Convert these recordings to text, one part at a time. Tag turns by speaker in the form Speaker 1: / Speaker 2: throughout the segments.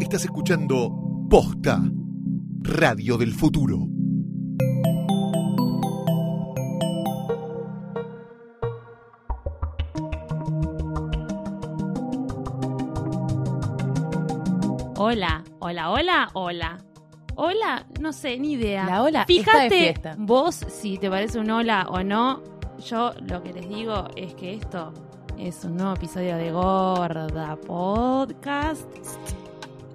Speaker 1: Estás escuchando Posta, Radio del Futuro.
Speaker 2: Hola, hola, hola, hola. Hola, no sé, ni idea.
Speaker 3: La ola está
Speaker 2: Fíjate
Speaker 3: de fiesta.
Speaker 2: vos si te parece un hola o no. Yo lo que les digo es que esto es un nuevo episodio de Gorda Podcast.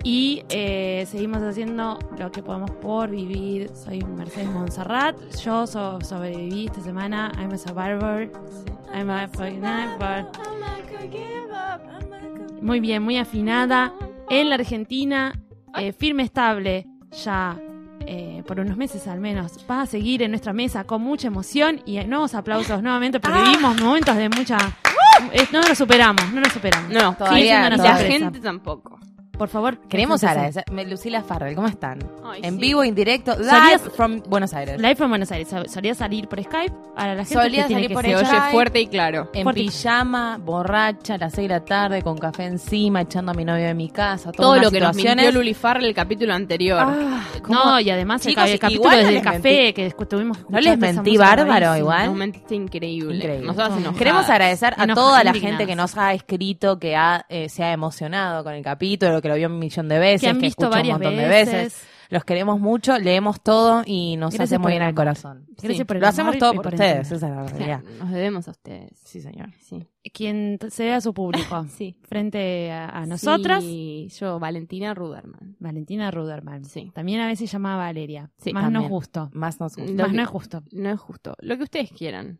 Speaker 2: Y eh, seguimos haciendo lo que podemos por vivir. Soy Mercedes Monserrat. Yo so- sobreviví esta semana. I'm a survivor. I'm a survivor. Muy bien, muy afinada. En la Argentina,
Speaker 3: Ah.
Speaker 2: eh, firme, estable, ya eh, por unos meses al menos, va a seguir en nuestra mesa con mucha emoción y eh, nuevos aplausos nuevamente porque
Speaker 3: Ah.
Speaker 2: vivimos momentos de mucha... eh, No lo superamos, no lo superamos.
Speaker 4: No,
Speaker 2: Sigue siendo una
Speaker 3: todavía Uh. no.
Speaker 4: y la
Speaker 2: sorpresa.
Speaker 4: gente tampoco.
Speaker 2: Por favor.
Speaker 3: Queremos
Speaker 2: preséntese.
Speaker 3: agradecer. me- Lucila Farrell, ¿cómo están?
Speaker 4: Ay,
Speaker 3: en
Speaker 4: sí.
Speaker 3: vivo, en directo, live
Speaker 2: Solías-
Speaker 3: from Buenos Aires.
Speaker 2: Live from Buenos Aires. Sol- Solía salir por Skype. Ahora la gente
Speaker 3: Solía
Speaker 2: que tiene
Speaker 3: salir
Speaker 2: que
Speaker 3: por
Speaker 2: ser-
Speaker 4: Se
Speaker 3: Skype.
Speaker 4: oye fuerte y claro.
Speaker 3: En
Speaker 2: fuerte.
Speaker 3: pijama, borracha, a las 6 de la tarde, con café encima, echando a mi novio de mi casa. todas
Speaker 4: Todo
Speaker 3: unas
Speaker 4: lo que nos
Speaker 3: situaciones.
Speaker 4: mintió Luli Farrell el capítulo anterior.
Speaker 3: Ah, ¿cómo?
Speaker 2: No, y además el,
Speaker 3: Chicos,
Speaker 2: ca- el capítulo
Speaker 3: igual no
Speaker 2: del
Speaker 3: les
Speaker 2: café que escu- tuvimos
Speaker 3: No les
Speaker 2: escuchando esa
Speaker 3: mentí
Speaker 2: música
Speaker 3: bárbaro,
Speaker 2: rarísima.
Speaker 3: igual.
Speaker 4: Nos mentiste increíble.
Speaker 3: Increíble.
Speaker 4: Nos dabas enojadas.
Speaker 3: Queremos agradecer a
Speaker 2: Enojadas,
Speaker 3: toda la
Speaker 2: indignadas.
Speaker 3: gente que nos ha escrito, que ha, eh, se ha emocionado con el capítulo, que lo vio un millón de veces,
Speaker 2: Que han visto
Speaker 3: escuchó
Speaker 2: varias
Speaker 3: un montón
Speaker 2: veces.
Speaker 3: de veces. Los queremos mucho, leemos todo y nos
Speaker 2: Gracias
Speaker 3: hace
Speaker 2: por
Speaker 3: muy bien
Speaker 2: el
Speaker 3: al
Speaker 2: amor.
Speaker 3: corazón.
Speaker 2: Gracias
Speaker 4: Sí,
Speaker 2: por el
Speaker 3: Lo hacemos
Speaker 2: amor
Speaker 3: todo
Speaker 2: y
Speaker 3: por
Speaker 2: entender.
Speaker 3: ustedes, esa es la
Speaker 4: Sí,
Speaker 3: realidad.
Speaker 4: Nos debemos a ustedes.
Speaker 3: Sí, señor.
Speaker 4: Sí.
Speaker 2: Quien t- se vea a su público.
Speaker 4: Sí.
Speaker 2: Frente a, a nosotras,
Speaker 4: Sí, yo, Valentina Ruderman.
Speaker 2: Valentina Ruderman.
Speaker 4: Sí.
Speaker 2: También a veces llamada Valeria.
Speaker 4: Sí,
Speaker 2: Más no
Speaker 3: también.
Speaker 2: es justo.
Speaker 3: Más nos gusta.
Speaker 4: Lo
Speaker 2: Más
Speaker 4: que-
Speaker 2: no es justo.
Speaker 4: No es justo. Lo que ustedes quieran.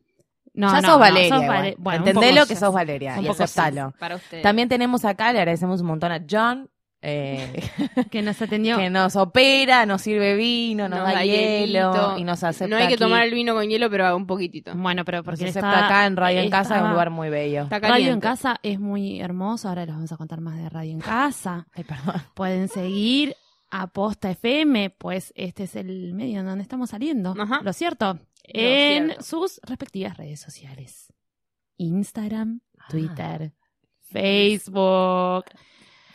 Speaker 2: No, no,
Speaker 3: ya sos
Speaker 2: no,
Speaker 3: Valeria.
Speaker 2: sos
Speaker 3: igual.
Speaker 2: Vale- bueno, un
Speaker 3: Entendelo
Speaker 2: poco
Speaker 3: que
Speaker 2: ya
Speaker 3: sos
Speaker 2: sé.
Speaker 3: Valeria
Speaker 2: Un
Speaker 3: y
Speaker 2: poco sí.
Speaker 3: aceptalo.
Speaker 4: Para ustedes.
Speaker 3: También tenemos acá, le agradecemos un montón a John, eh,
Speaker 2: Que nos atendió.
Speaker 3: que nos opera, nos sirve vino, nos,
Speaker 4: Nos
Speaker 3: da,
Speaker 4: da
Speaker 3: hielo
Speaker 4: hielito.
Speaker 3: y nos acepta
Speaker 4: no hay que
Speaker 3: aquí.
Speaker 4: tomar el vino con hielo, pero un poquitito.
Speaker 2: Bueno, pero porque
Speaker 3: Nos
Speaker 2: él
Speaker 3: acepta
Speaker 2: está-
Speaker 3: acá en Radio en
Speaker 2: está-
Speaker 3: Casa, es un lugar muy bello.
Speaker 4: Está caliente.
Speaker 2: Radio en Casa es muy hermoso. Ahora les vamos a contar más de Radio en Casa.
Speaker 3: Ay, perdón.
Speaker 2: Pueden seguir a Posta FM, pues este es el medio en donde estamos saliendo.
Speaker 4: Ajá.
Speaker 2: Lo cierto. en
Speaker 4: cierto.
Speaker 2: sus respectivas redes sociales: Instagram,
Speaker 3: Ah.
Speaker 2: Twitter, Facebook.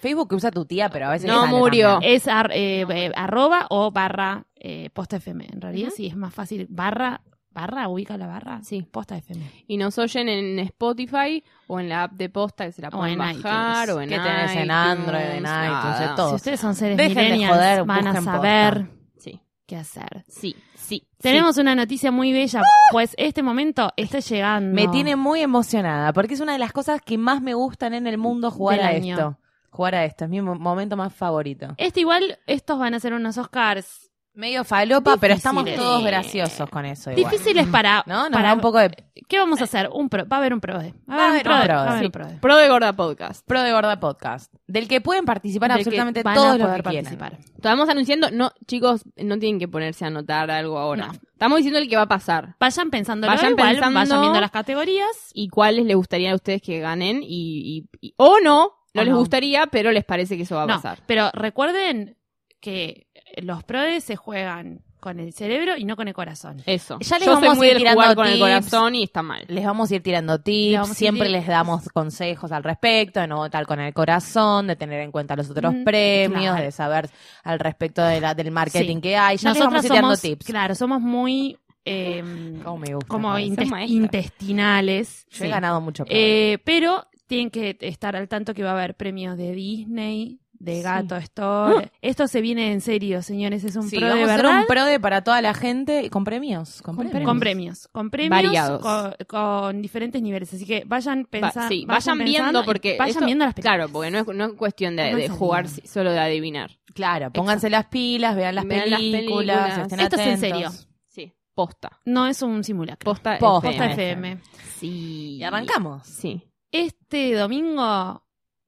Speaker 3: Facebook que usa tu tía, pero a veces.
Speaker 4: No
Speaker 3: sale
Speaker 4: murió.
Speaker 3: también.
Speaker 2: Es ar- eh, eh, arroba o barra eh, Posta FM. En realidad,
Speaker 4: Ujú.
Speaker 2: sí, es más fácil. Barra, barra, ubica la barra.
Speaker 4: Sí.
Speaker 2: Posta FM.
Speaker 4: Y nos oyen en Spotify o en la app de posta que se
Speaker 2: O
Speaker 4: la pueden
Speaker 2: en
Speaker 4: bajar
Speaker 2: iTunes.
Speaker 4: o en
Speaker 3: Que tenés en
Speaker 4: iTunes,
Speaker 3: Android, en
Speaker 4: nada.
Speaker 3: iTunes, de todo.
Speaker 2: Si ustedes son seres
Speaker 3: Dejen de
Speaker 2: millennials,
Speaker 3: joder,
Speaker 2: van a
Speaker 3: busquen
Speaker 2: saber
Speaker 4: Sí,
Speaker 2: qué hacer.
Speaker 4: sí, sí.
Speaker 2: Tenemos una noticia muy bella, pues este momento está llegando.
Speaker 3: Me tiene muy emocionada, porque es una de las cosas que más me gustan en el mundo jugar
Speaker 2: Del
Speaker 3: a
Speaker 2: año.
Speaker 3: esto. Jugar a esto, es mi mo- momento más favorito.
Speaker 2: Este igual, estos van a ser unos Oscars
Speaker 3: Medio falopa, pero estamos
Speaker 2: Difíciles.
Speaker 3: todos graciosos con eso. Igual.
Speaker 2: difíciles para...
Speaker 3: ¿No? Nos
Speaker 2: para
Speaker 3: da un poco de
Speaker 2: ¿Qué vamos a hacer? Un pro- va a haber un prode.
Speaker 3: Va a haber un
Speaker 2: Va a
Speaker 3: prode,
Speaker 2: haber
Speaker 3: sí.
Speaker 2: un prode.
Speaker 4: Pro de Gorda Podcast.
Speaker 3: pro de gorda podcast, del que pueden participar
Speaker 2: Del que
Speaker 3: absolutamente
Speaker 2: van a
Speaker 3: todos los
Speaker 2: poder
Speaker 3: que quieran.
Speaker 2: participar.
Speaker 4: Estamos anunciando, no, chicos, no tienen que ponerse a anotar algo ahora.
Speaker 2: No.
Speaker 4: Estamos diciendo el que va a pasar
Speaker 2: Vayan pensándolo
Speaker 4: Vayan
Speaker 2: igual,
Speaker 4: pensando.
Speaker 2: vayan viendo las categorías.
Speaker 4: y cuáles les gustaría a ustedes que ganen y, y- y- o no, no
Speaker 2: O
Speaker 4: les
Speaker 2: no.
Speaker 4: gustaría, pero les parece que eso va a
Speaker 2: No,
Speaker 4: pasar.
Speaker 2: pero recuerden que los prodes se juegan con el cerebro y no con el corazón.
Speaker 4: Eso.
Speaker 3: Ya les
Speaker 4: Yo soy
Speaker 3: vamos
Speaker 4: muy
Speaker 3: a ir
Speaker 4: del
Speaker 3: tirando
Speaker 4: jugar con el
Speaker 3: tips.
Speaker 4: corazón y está mal.
Speaker 3: Les vamos a ir tirando
Speaker 2: Les
Speaker 3: tips,
Speaker 2: vamos a ir
Speaker 3: siempre
Speaker 2: tirando
Speaker 3: les damos consejos al respecto, de no votar con el corazón, de tener en cuenta los otros
Speaker 2: Mm,
Speaker 3: premios,
Speaker 2: claro.
Speaker 3: de saber al respecto de la, del marketing
Speaker 2: Sí.
Speaker 3: que hay. Ya les vamos
Speaker 2: Nosotras
Speaker 3: a ir tirando
Speaker 2: somos,
Speaker 3: tips.
Speaker 2: claro, somos muy eh,
Speaker 3: Cómo me gusta
Speaker 2: como
Speaker 3: esa frase.
Speaker 2: inte-
Speaker 4: maestra.
Speaker 2: intestinales.
Speaker 3: Yo he
Speaker 2: Sí.
Speaker 3: ganado mucho. premio.
Speaker 2: Eh, pero tienen que estar al tanto que va a haber premios de Disney, de
Speaker 3: Sí.
Speaker 2: Gato Store. Esto se viene en serio, señores. Es un
Speaker 3: Sí,
Speaker 2: pro de
Speaker 3: vamos a hacer
Speaker 2: verdad.
Speaker 3: un pro de para toda la gente y con premios. Con, premios.
Speaker 2: Con premios, con premios
Speaker 4: Variados.
Speaker 2: Con, con diferentes niveles. Así que vayan
Speaker 4: Va-
Speaker 2: pensando.
Speaker 4: sí, vayan, viendo porque
Speaker 2: Vayan
Speaker 4: esto-
Speaker 2: viendo las películas.
Speaker 4: Claro, porque no es, no es cuestión de,
Speaker 2: Pónganse
Speaker 4: de jugar
Speaker 2: bien.
Speaker 4: si- solo de adivinar.
Speaker 3: Claro, pónganse las pilas, vean las
Speaker 4: Vean las
Speaker 3: películas,
Speaker 4: películas.
Speaker 3: estén
Speaker 2: Esto es en
Speaker 3: atentos.
Speaker 2: serio.
Speaker 4: Sí. Posta.
Speaker 2: No es un simulacro.
Speaker 4: Posta,
Speaker 3: Posta
Speaker 2: Posta
Speaker 4: FM.
Speaker 2: FM.
Speaker 4: Sí.
Speaker 3: Y arrancamos.
Speaker 4: Sí.
Speaker 2: Este domingo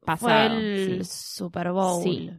Speaker 4: Pasado.
Speaker 2: fue el Super Bowl.
Speaker 4: Sí.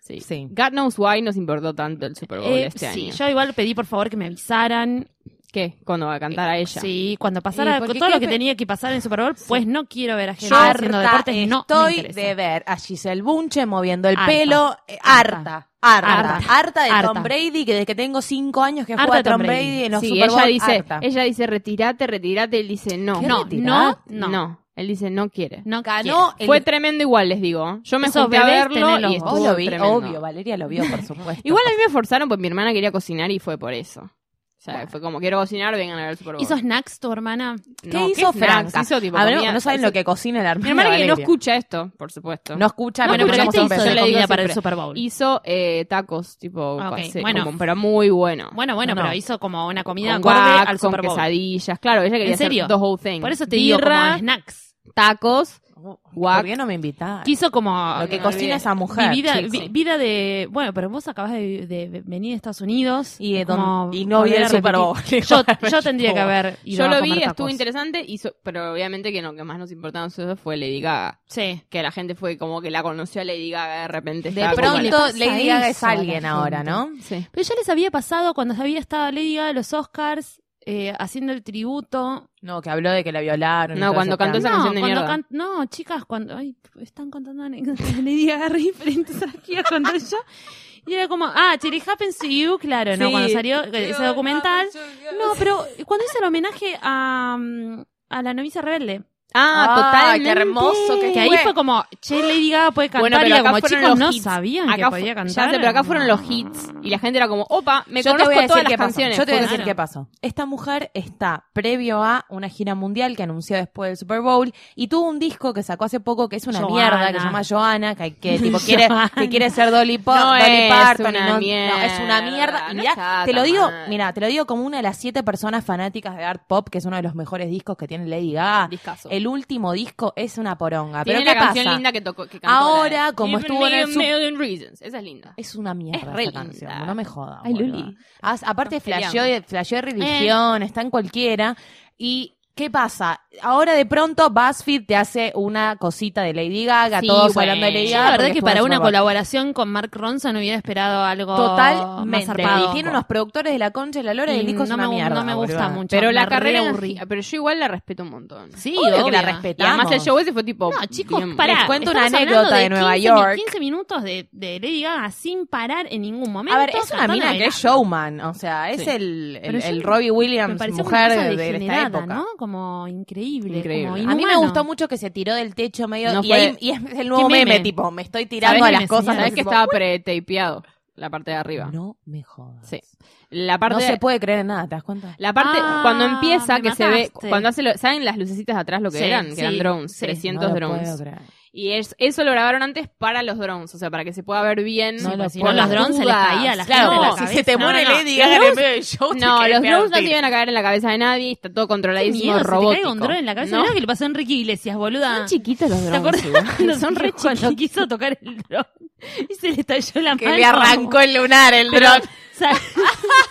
Speaker 4: Sí.
Speaker 3: Sí.
Speaker 4: God knows why nos importó tanto el Super Bowl
Speaker 2: Eh,
Speaker 4: este
Speaker 2: sí,
Speaker 4: año.
Speaker 2: yo igual pedí por favor que me avisaran
Speaker 4: ¿Qué? Cuando va a cantar a ella.
Speaker 2: Eh, Sí, cuando
Speaker 3: Y
Speaker 2: pasara
Speaker 3: porque
Speaker 2: todo lo
Speaker 3: creo
Speaker 2: que
Speaker 3: que-
Speaker 2: tenía que pasar en Super Bowl, pues no quiero ver a gente
Speaker 3: Yo
Speaker 2: haciendo
Speaker 3: harta
Speaker 2: deportes, no me
Speaker 3: estoy
Speaker 2: interesa.
Speaker 3: de ver a Giselle Bunche moviendo el
Speaker 2: Harta.
Speaker 3: pelo. eh,
Speaker 2: Harta.
Speaker 3: Harta. Harta.
Speaker 2: Harta.
Speaker 3: Harta, de
Speaker 2: Harta.
Speaker 3: Tom Brady, que desde que tengo cinco años que
Speaker 2: Harta de
Speaker 3: juega
Speaker 2: Tom
Speaker 3: Tom
Speaker 2: Brady.
Speaker 3: Brady en los
Speaker 4: Sí,
Speaker 3: Super
Speaker 4: ella
Speaker 3: Bowl.
Speaker 4: dice,
Speaker 3: harta.
Speaker 4: ella dice, retirate, retirate. Él dice, no.
Speaker 3: ¿Qué
Speaker 2: No,
Speaker 3: retirar?
Speaker 2: no, no.
Speaker 4: No. Él dice, no quiere.
Speaker 2: No
Speaker 3: Ganó el-
Speaker 4: Fue tremendo igual, les digo. Yo me
Speaker 2: Esos
Speaker 4: junté a
Speaker 2: bebés
Speaker 4: verlo
Speaker 2: tenelos
Speaker 4: y
Speaker 2: vos.
Speaker 4: estuvo
Speaker 3: lo vi,
Speaker 4: tremendo.
Speaker 3: obvio, Valeria lo vio, por supuesto.
Speaker 4: Igual a mí me forzaron porque mi hermana quería cocinar y fue por eso. O sea,
Speaker 3: Bueno.
Speaker 4: fue como, quiero cocinar, vengan a ver el Super Bowl.
Speaker 2: ¿Hizo snacks tu hermana?
Speaker 4: No,
Speaker 3: ¿Qué hizo
Speaker 4: snacks?
Speaker 3: Franca?
Speaker 4: Hizo tipo
Speaker 3: Hablemos-
Speaker 4: comida-
Speaker 3: no saben lo que cocina la hermana.
Speaker 4: Mi hermana
Speaker 3: de
Speaker 4: que no
Speaker 3: Valeria.
Speaker 4: escucha esto, por supuesto.
Speaker 3: No escucha,
Speaker 4: No,
Speaker 3: pero
Speaker 4: escucha,
Speaker 2: este
Speaker 3: mandamos
Speaker 4: ¿qué
Speaker 3: un
Speaker 4: hizo?
Speaker 3: beso.
Speaker 4: Yo le digo
Speaker 2: para el
Speaker 4: siempre.
Speaker 2: Super Bowl.
Speaker 4: Hizo eh, tacos, tipo,
Speaker 2: Ah, ok.
Speaker 4: pase-
Speaker 2: Bueno.
Speaker 4: como- pero muy bueno.
Speaker 2: Bueno, bueno,
Speaker 3: No, no.
Speaker 2: pero hizo como una comida
Speaker 4: con
Speaker 2: acorde
Speaker 4: guac,
Speaker 2: al
Speaker 4: con
Speaker 2: Super Bowl.
Speaker 4: quesadillas. Claro, ella quería
Speaker 2: ¿En
Speaker 4: hacer
Speaker 2: serio?
Speaker 4: the whole thing.
Speaker 2: Por eso te digo,
Speaker 4: Birra,
Speaker 2: como snacks.
Speaker 4: tacos.
Speaker 3: Oh,
Speaker 4: Guac.
Speaker 3: ¿Por qué no me invitás?
Speaker 2: Quiso como... eh,
Speaker 3: Lo que
Speaker 4: me
Speaker 3: cocina
Speaker 4: olvidé.
Speaker 3: esa mujer.
Speaker 2: vida,
Speaker 3: chicos.
Speaker 2: vi- vida de... Bueno, pero vos acabas de, de venir a Estados Unidos.
Speaker 3: Y, eh,
Speaker 2: es
Speaker 3: don-
Speaker 2: como
Speaker 3: y no vi
Speaker 2: volver
Speaker 3: el
Speaker 2: a
Speaker 3: Super
Speaker 2: repetir.
Speaker 3: Bowl.
Speaker 2: Yo, yo tendría que haber ido
Speaker 4: Yo
Speaker 2: a
Speaker 4: lo
Speaker 2: comer
Speaker 4: vi,
Speaker 2: tacos.
Speaker 4: estuvo interesante, hizo, pero obviamente que lo que más nos importaba a nosotros fue Lady Gaga.
Speaker 2: Sí.
Speaker 4: Que la gente fue como que la conoció a Lady Gaga de repente.
Speaker 3: De
Speaker 4: estaba como
Speaker 2: ¿qué le
Speaker 3: pronto,
Speaker 2: pasa
Speaker 3: Lady Gaga es
Speaker 2: eso a la
Speaker 3: alguien ahora,
Speaker 2: gente?
Speaker 3: ¿no?
Speaker 4: la- Sí.
Speaker 2: Pero ya les había pasado cuando había estado Lady Gaga a los Oscars eh, haciendo el tributo.
Speaker 3: No, que habló de que la violaron. y
Speaker 4: No,
Speaker 3: todo
Speaker 4: cuando
Speaker 3: ese plan.
Speaker 4: cantó esa canción de
Speaker 2: cuando
Speaker 4: mierda.
Speaker 2: can- no, chicas, cuando ay, están contando anécdotas de Lady Gaga re diferentes aquí a cuando yo. Y era como, ah, Cherry Happens to You, claro, ¿no?
Speaker 3: Sí.
Speaker 2: Cuando salió
Speaker 3: eh,
Speaker 2: ese documental. No, pero cuando hizo el homenaje a, mm, a la novicia rebelde.
Speaker 4: Ah,
Speaker 3: Ay,
Speaker 4: totalmente.
Speaker 3: qué hermoso que
Speaker 2: Que ahí fue como, che, Lady Gaga puede cantar.
Speaker 4: Bueno, pero
Speaker 2: y era
Speaker 4: acá
Speaker 2: como,
Speaker 4: fueron
Speaker 2: chicos,
Speaker 4: los
Speaker 2: no
Speaker 4: hits.
Speaker 2: sabían que
Speaker 4: Acá fu-
Speaker 2: podía
Speaker 4: ya sé,
Speaker 2: cantar.
Speaker 4: pero acá fueron los
Speaker 2: No.
Speaker 4: hits y la gente era como, opa, me
Speaker 3: Yo te
Speaker 4: conozco
Speaker 3: voy a decir
Speaker 4: todas las
Speaker 3: qué pasó.
Speaker 4: canciones.
Speaker 3: Yo te voy a
Speaker 4: Fue-
Speaker 3: decir qué pasó. Esta mujer está previo a una gira mundial que anunció después del Super Bowl y tuvo un disco que sacó hace poco que es una
Speaker 2: Johanna.
Speaker 3: mierda que se llama Joana, que, que tipo quiere
Speaker 2: Johanna.
Speaker 3: que quiere ser Dolly, Po-
Speaker 4: No
Speaker 3: Dolly
Speaker 4: es
Speaker 3: Parton y
Speaker 4: una
Speaker 3: no- no,
Speaker 4: mierda,
Speaker 3: es una mierda.
Speaker 4: no
Speaker 3: Mirá,
Speaker 4: está
Speaker 3: te lo
Speaker 4: tan
Speaker 3: digo,
Speaker 4: mal.
Speaker 3: mira, te lo digo como una de las siete personas fanáticas de art pop, que es uno de los mejores discos que tiene Lady Gaga.
Speaker 4: Discazo.
Speaker 3: El último disco es una poronga,
Speaker 4: Tiene
Speaker 3: pero
Speaker 4: la
Speaker 3: ¿qué
Speaker 4: canción
Speaker 3: pasa?
Speaker 4: linda que tocó. Que cantó
Speaker 3: Ahora,
Speaker 4: la de-
Speaker 3: como
Speaker 4: Even
Speaker 3: estuvo en el
Speaker 4: Million
Speaker 3: Sup-
Speaker 4: Million Reasons. Esa es linda.
Speaker 3: Es una mierda
Speaker 4: Es re
Speaker 3: esta canción,
Speaker 4: linda.
Speaker 3: no me jodas.
Speaker 4: Ay,
Speaker 3: boluda.
Speaker 4: Luli.
Speaker 3: As- aparte
Speaker 4: Nos
Speaker 3: flasheó,
Speaker 4: peleamos.
Speaker 3: de- flasheó de
Speaker 2: Eh.
Speaker 3: religión, está en cualquiera. ¿Y qué pasa? Ahora de pronto BuzzFeed te hace una cosita de Lady Gaga,
Speaker 4: Sí,
Speaker 3: todos
Speaker 4: güey.
Speaker 3: hablando de Lady
Speaker 4: Yo
Speaker 2: Yo
Speaker 3: Gaga.
Speaker 2: la verdad
Speaker 3: porque
Speaker 2: que
Speaker 3: estuvo en
Speaker 2: para una
Speaker 3: Super Bowl.
Speaker 2: colaboración con Mark Ronson hubiera esperado algo más
Speaker 3: Totalmente.
Speaker 2: zarpado.
Speaker 3: Y tiene unos productores de la concha y la lora y
Speaker 2: Y
Speaker 3: el disco es
Speaker 2: no
Speaker 3: una
Speaker 2: me- no
Speaker 3: mierda,
Speaker 2: me gusta
Speaker 3: boluda.
Speaker 2: mucho.
Speaker 4: Pero la
Speaker 2: me
Speaker 4: carrera.
Speaker 2: re aburrí.
Speaker 4: Pero yo igual la respeto un montón.
Speaker 2: Sí,
Speaker 3: Obvio que la
Speaker 2: obvio.
Speaker 3: respetamos.
Speaker 4: Y además el show ese fue tipo.
Speaker 2: No, chicos,
Speaker 4: bien-
Speaker 2: pará.
Speaker 3: Les cuento
Speaker 2: estamos
Speaker 3: una
Speaker 2: hablando
Speaker 3: anécdota de Nueva
Speaker 2: 15
Speaker 3: York.
Speaker 2: 15 minutos de, de Lady Gaga sin parar en ningún momento.
Speaker 3: A ver, es una
Speaker 2: cantando y
Speaker 3: mina que es
Speaker 2: bailando.
Speaker 3: showman, o sea, es
Speaker 4: Sí.
Speaker 3: el, el,
Speaker 2: Pero yo-
Speaker 3: el Robbie
Speaker 2: Me
Speaker 3: Williams,
Speaker 2: pareció
Speaker 3: mujer
Speaker 2: una cosa
Speaker 3: de, de esta
Speaker 2: degenerada,
Speaker 3: época.
Speaker 2: ¿no? Como increíble.
Speaker 4: Increíble.
Speaker 2: como
Speaker 4: A mí
Speaker 3: A mí me
Speaker 2: inhumano.
Speaker 3: gustó mucho que se tiró del techo medio.
Speaker 4: No
Speaker 3: y,
Speaker 4: fue-
Speaker 3: ahí- y es el nuevo
Speaker 2: Qué
Speaker 3: meme?
Speaker 2: meme.
Speaker 3: tipo, me estoy tirando
Speaker 2: ¿Sabés
Speaker 3: a
Speaker 2: qué
Speaker 3: las
Speaker 2: me
Speaker 3: cosas.
Speaker 2: señala?
Speaker 4: Sabes
Speaker 2: Sabés
Speaker 4: que
Speaker 3: tipo,
Speaker 4: estaba pre-tapeado la parte de arriba.
Speaker 3: No me jodas.
Speaker 4: Sí. La parte.
Speaker 3: no se puede creer en nada, ¿te das cuenta?
Speaker 4: La parte,
Speaker 2: Ah,
Speaker 4: cuando empieza,
Speaker 2: me
Speaker 4: que se ve,
Speaker 2: mataste.
Speaker 4: cuando hace, lo- ¿saben las lucecitas de atrás lo que
Speaker 2: Sí,
Speaker 4: eran? Que
Speaker 2: sí,
Speaker 4: eran drones,
Speaker 2: sí.
Speaker 4: 300
Speaker 3: no lo
Speaker 4: drones.
Speaker 3: puedo creer.
Speaker 4: Y es- eso lo grabaron antes para los drones, o sea, para que se pueda ver bien.
Speaker 3: No
Speaker 4: Sí,
Speaker 3: lo
Speaker 4: por si
Speaker 3: puedo
Speaker 4: las
Speaker 3: creer.
Speaker 2: Los drones se les
Speaker 4: dudas.
Speaker 2: caía a la
Speaker 3: Claro,
Speaker 2: gente
Speaker 4: no,
Speaker 2: de la
Speaker 3: si
Speaker 2: cabeza.
Speaker 3: se te
Speaker 2: No,
Speaker 3: muere
Speaker 4: no, no.
Speaker 3: Lady Gaga en
Speaker 4: Los
Speaker 3: el medio del show, te
Speaker 4: No,
Speaker 3: querés
Speaker 4: los
Speaker 3: pegar un
Speaker 4: drones no se
Speaker 3: tiro.
Speaker 4: iban a caer en la cabeza de nadie, está todo
Speaker 2: Qué
Speaker 4: controladísimo
Speaker 2: miedo, se te
Speaker 4: robótico.
Speaker 2: caiga un dron en la cabeza.
Speaker 4: ¿No?
Speaker 2: Mirá lo que le pasó a Enrique Iglesias, boluda.
Speaker 4: Son chiquitos los
Speaker 2: ¿Te
Speaker 4: drones.
Speaker 2: acordás
Speaker 4: igual.
Speaker 2: cuando
Speaker 4: Son re
Speaker 2: Enrique cuando quiso tocar el dron y se le estalló la
Speaker 3: Que
Speaker 2: mano?
Speaker 3: le arrancó el lunar el
Speaker 2: Pero,
Speaker 3: dron.
Speaker 2: sa-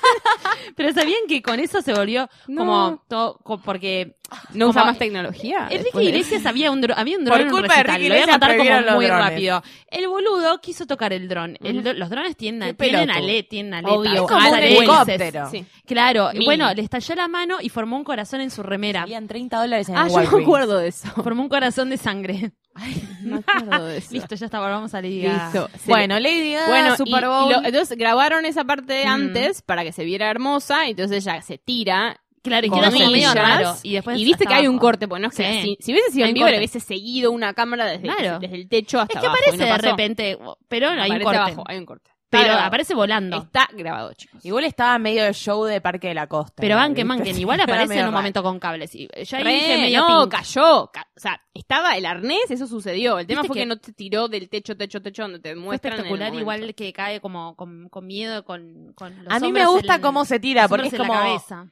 Speaker 2: pero sabían que con eso se volvió
Speaker 4: No.
Speaker 2: como todo, co- porque
Speaker 4: ¿No usa
Speaker 2: Como-
Speaker 4: más tecnología?
Speaker 2: Enrique
Speaker 4: después de-
Speaker 2: Iglesias había un, dro- había un
Speaker 3: Ah, Por
Speaker 2: dron en un
Speaker 3: culpa de
Speaker 2: recital,
Speaker 3: Enrique
Speaker 2: lo voy a
Speaker 3: Iglesias
Speaker 2: contar como
Speaker 3: prohibieron los
Speaker 2: muy
Speaker 3: drones.
Speaker 2: rápido. El boludo quiso tocar el dron. El do- los drones tienen,
Speaker 3: Qué
Speaker 2: tienen
Speaker 3: pelotudo.
Speaker 2: ale, tienen aletas.
Speaker 4: Obvio,
Speaker 2: Es
Speaker 3: como un
Speaker 2: aletas.
Speaker 3: helicóptero.
Speaker 4: Sí.
Speaker 2: Claro, y
Speaker 4: Mil.
Speaker 2: bueno, le estalló la mano y formó un corazón en su remera.
Speaker 3: Salían 30 dólares en el
Speaker 4: Ah, yo me
Speaker 3: Walgreens.
Speaker 4: acuerdo de eso.
Speaker 2: Formó un corazón de sangre.
Speaker 4: Me acuerdo de eso.
Speaker 2: Listo, ya está, volvamos a Lady Gaga.
Speaker 4: Listo. Se-
Speaker 3: Bueno, Lady Gaga,
Speaker 4: Bueno, y-
Speaker 3: Super
Speaker 4: y
Speaker 3: Bowl. Mm.
Speaker 4: lo- entonces grabaron esa parte antes para que se viera hermosa, y entonces ella se tira
Speaker 2: Claro, y quedó como medio
Speaker 4: comillas,
Speaker 2: raro. Y, después
Speaker 4: y viste
Speaker 2: hasta
Speaker 4: que hay un
Speaker 2: abajo.
Speaker 4: corte, porque no es que
Speaker 2: Sí.
Speaker 4: si, si hubiese sido
Speaker 2: Hay un
Speaker 4: en vivo, le
Speaker 2: corte.
Speaker 4: hubiese seguido una cámara desde,
Speaker 2: Claro.
Speaker 4: desde el techo
Speaker 2: Es
Speaker 4: hasta
Speaker 2: que
Speaker 4: abajo, y
Speaker 2: aparece
Speaker 4: no
Speaker 2: de
Speaker 4: pasó.
Speaker 2: repente, pero no, hay un
Speaker 4: Aparece
Speaker 2: corte.
Speaker 4: abajo, hay un corte. Está
Speaker 2: Pero
Speaker 4: grabado.
Speaker 2: aparece volando.
Speaker 4: Está grabado, chicos.
Speaker 3: Igual estaba medio el show de Parque de la Costa.
Speaker 2: Pero
Speaker 3: ¿no?
Speaker 2: banquen,
Speaker 3: ¿Viste?
Speaker 2: banquen. Igual
Speaker 3: Era
Speaker 2: aparece
Speaker 3: medio
Speaker 2: en un
Speaker 3: raro.
Speaker 2: momento con cables. Y yo ahí
Speaker 4: Re,
Speaker 2: dije medio
Speaker 4: no,
Speaker 2: pink.
Speaker 4: cayó. ca- o sea, estaba el arnés, eso sucedió. El tema
Speaker 2: Viste
Speaker 4: fue que...
Speaker 2: que-
Speaker 4: no te tiró del techo, techo, techo, donde te
Speaker 2: Fue
Speaker 4: muestran. en el
Speaker 2: espectacular,
Speaker 4: momento.
Speaker 2: igual que cae como con, con miedo, con, con los
Speaker 3: A mí me
Speaker 2: hombros
Speaker 3: gusta
Speaker 2: en-
Speaker 3: cómo se tira,
Speaker 2: los
Speaker 3: porque
Speaker 2: hombros en la
Speaker 3: es como...
Speaker 2: cabeza.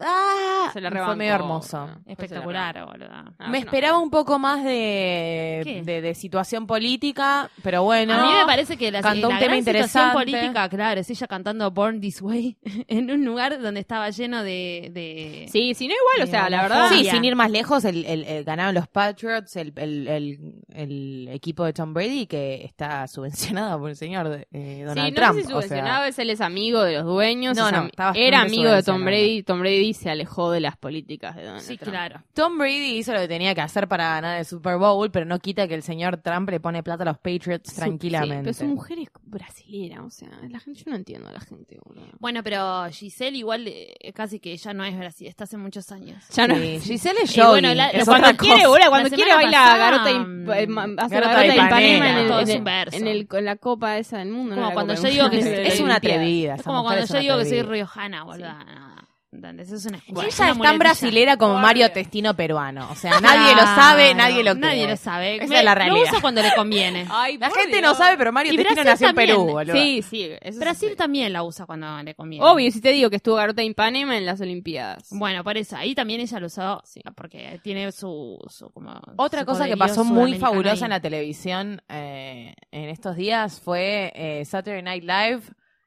Speaker 3: ¡Ah!
Speaker 4: Se la
Speaker 3: Fue
Speaker 4: rebancó, Ah,
Speaker 3: medio hermoso.
Speaker 4: ¿no?
Speaker 2: Espectacular, boluda.
Speaker 4: Ah,
Speaker 3: me
Speaker 4: no.
Speaker 3: esperaba un poco más de,
Speaker 2: ¿Qué?
Speaker 3: de, de situación política, pero bueno.
Speaker 2: A mí me parece que la,
Speaker 3: Cantó
Speaker 2: la
Speaker 3: un tema
Speaker 2: gran situación
Speaker 3: interesante.
Speaker 2: política, claro, es ella cantando Born This Way en un lugar donde estaba lleno de... de...
Speaker 4: Sí, si no, igual, o sea, la verdad.
Speaker 3: Sí,
Speaker 2: Ah,
Speaker 3: sin
Speaker 2: ya.
Speaker 3: ir más lejos, el, el- el- ganaron los Patriots, el, el- el- el equipo de Tom Brady, que está subvencionado por el señor de- eh, Donald
Speaker 4: sí, no
Speaker 3: Trump.
Speaker 4: sé si
Speaker 3: o sea.
Speaker 4: subvencionado, es él es amigo de los dueños.
Speaker 3: No,
Speaker 4: es
Speaker 3: no,
Speaker 4: am-
Speaker 3: está bastante
Speaker 4: era amigo de Tom
Speaker 3: subvencionado.
Speaker 4: Brady. Tom Brady se alejó de las políticas de Donald
Speaker 2: Sí,
Speaker 4: Trump.
Speaker 2: claro.
Speaker 3: Tom Brady hizo lo que tenía que hacer para ganar el Super Bowl, pero no quita que el señor Trump le pone plata a los Patriots
Speaker 4: Su- sí,
Speaker 3: tranquilamente.
Speaker 4: pero su mujer es brasilera, o sea, la gente, yo no entiendo a la gente, boludo.
Speaker 2: Bueno, pero Giselle igual eh, casi que ya no es Brasil, está hace muchos años.
Speaker 4: Ya no-
Speaker 3: Sí, Giselle es
Speaker 2: Y bueno,
Speaker 3: jogging,
Speaker 2: la-
Speaker 3: es
Speaker 4: cuando
Speaker 3: otra
Speaker 4: quiere,
Speaker 3: cosa.
Speaker 4: boludo, cuando
Speaker 2: La
Speaker 4: quiere
Speaker 2: semana
Speaker 4: baila
Speaker 2: pasada,
Speaker 4: garota,
Speaker 2: mm,
Speaker 4: y, eh, hace
Speaker 3: Garota
Speaker 4: garota de
Speaker 3: Ipanema.
Speaker 4: Ipanema en, el-
Speaker 2: Todo es
Speaker 4: en
Speaker 2: un
Speaker 4: el-
Speaker 2: verso.
Speaker 4: en el- con la copa esa del mundo.
Speaker 2: Como
Speaker 4: no la
Speaker 2: cuando
Speaker 4: copa
Speaker 2: yo
Speaker 4: del
Speaker 2: digo
Speaker 4: mundo,
Speaker 2: que
Speaker 4: de la
Speaker 3: es una
Speaker 4: Olimpiada.
Speaker 3: atrevida.
Speaker 2: Es
Speaker 3: esa
Speaker 2: como
Speaker 3: mujer
Speaker 2: cuando
Speaker 3: es
Speaker 2: yo
Speaker 3: una
Speaker 2: digo que soy
Speaker 3: atrevida.
Speaker 2: riojana, boluda. nada. ¿Entendés? Es una excusa.
Speaker 3: Ella
Speaker 2: una
Speaker 3: es tan
Speaker 2: muletilla. Ah,
Speaker 3: brasilera como
Speaker 4: Pobre.
Speaker 3: Mario Testino peruano. O sea, nadie lo sabe, nadie lo cree.
Speaker 2: Nadie lo sabe.
Speaker 3: Esa
Speaker 2: Me-
Speaker 3: es la realidad.
Speaker 2: Lo usa cuando le conviene.
Speaker 4: Ay,
Speaker 3: La
Speaker 4: por
Speaker 3: gente
Speaker 4: Dios.
Speaker 3: no sabe, pero Mario
Speaker 2: Y
Speaker 3: Testino
Speaker 2: Brasil
Speaker 3: nació en
Speaker 2: también.
Speaker 3: Perú, boludo.
Speaker 4: Sí, sí. eso es
Speaker 2: Brasil
Speaker 4: así.
Speaker 2: también la usa cuando le conviene.
Speaker 4: Obvio, si te digo que estuvo garota de Ipanema en las Olimpiadas.
Speaker 2: Bueno, por eso, ahí también ella lo usó, porque tiene su, su como...
Speaker 3: Otra
Speaker 2: su
Speaker 3: cosa que
Speaker 2: poderío
Speaker 3: pasó muy
Speaker 2: sudamericano
Speaker 3: fabulosa
Speaker 2: ahí.
Speaker 3: en la televisión eh, en estos días fue eh, Saturday Night Live.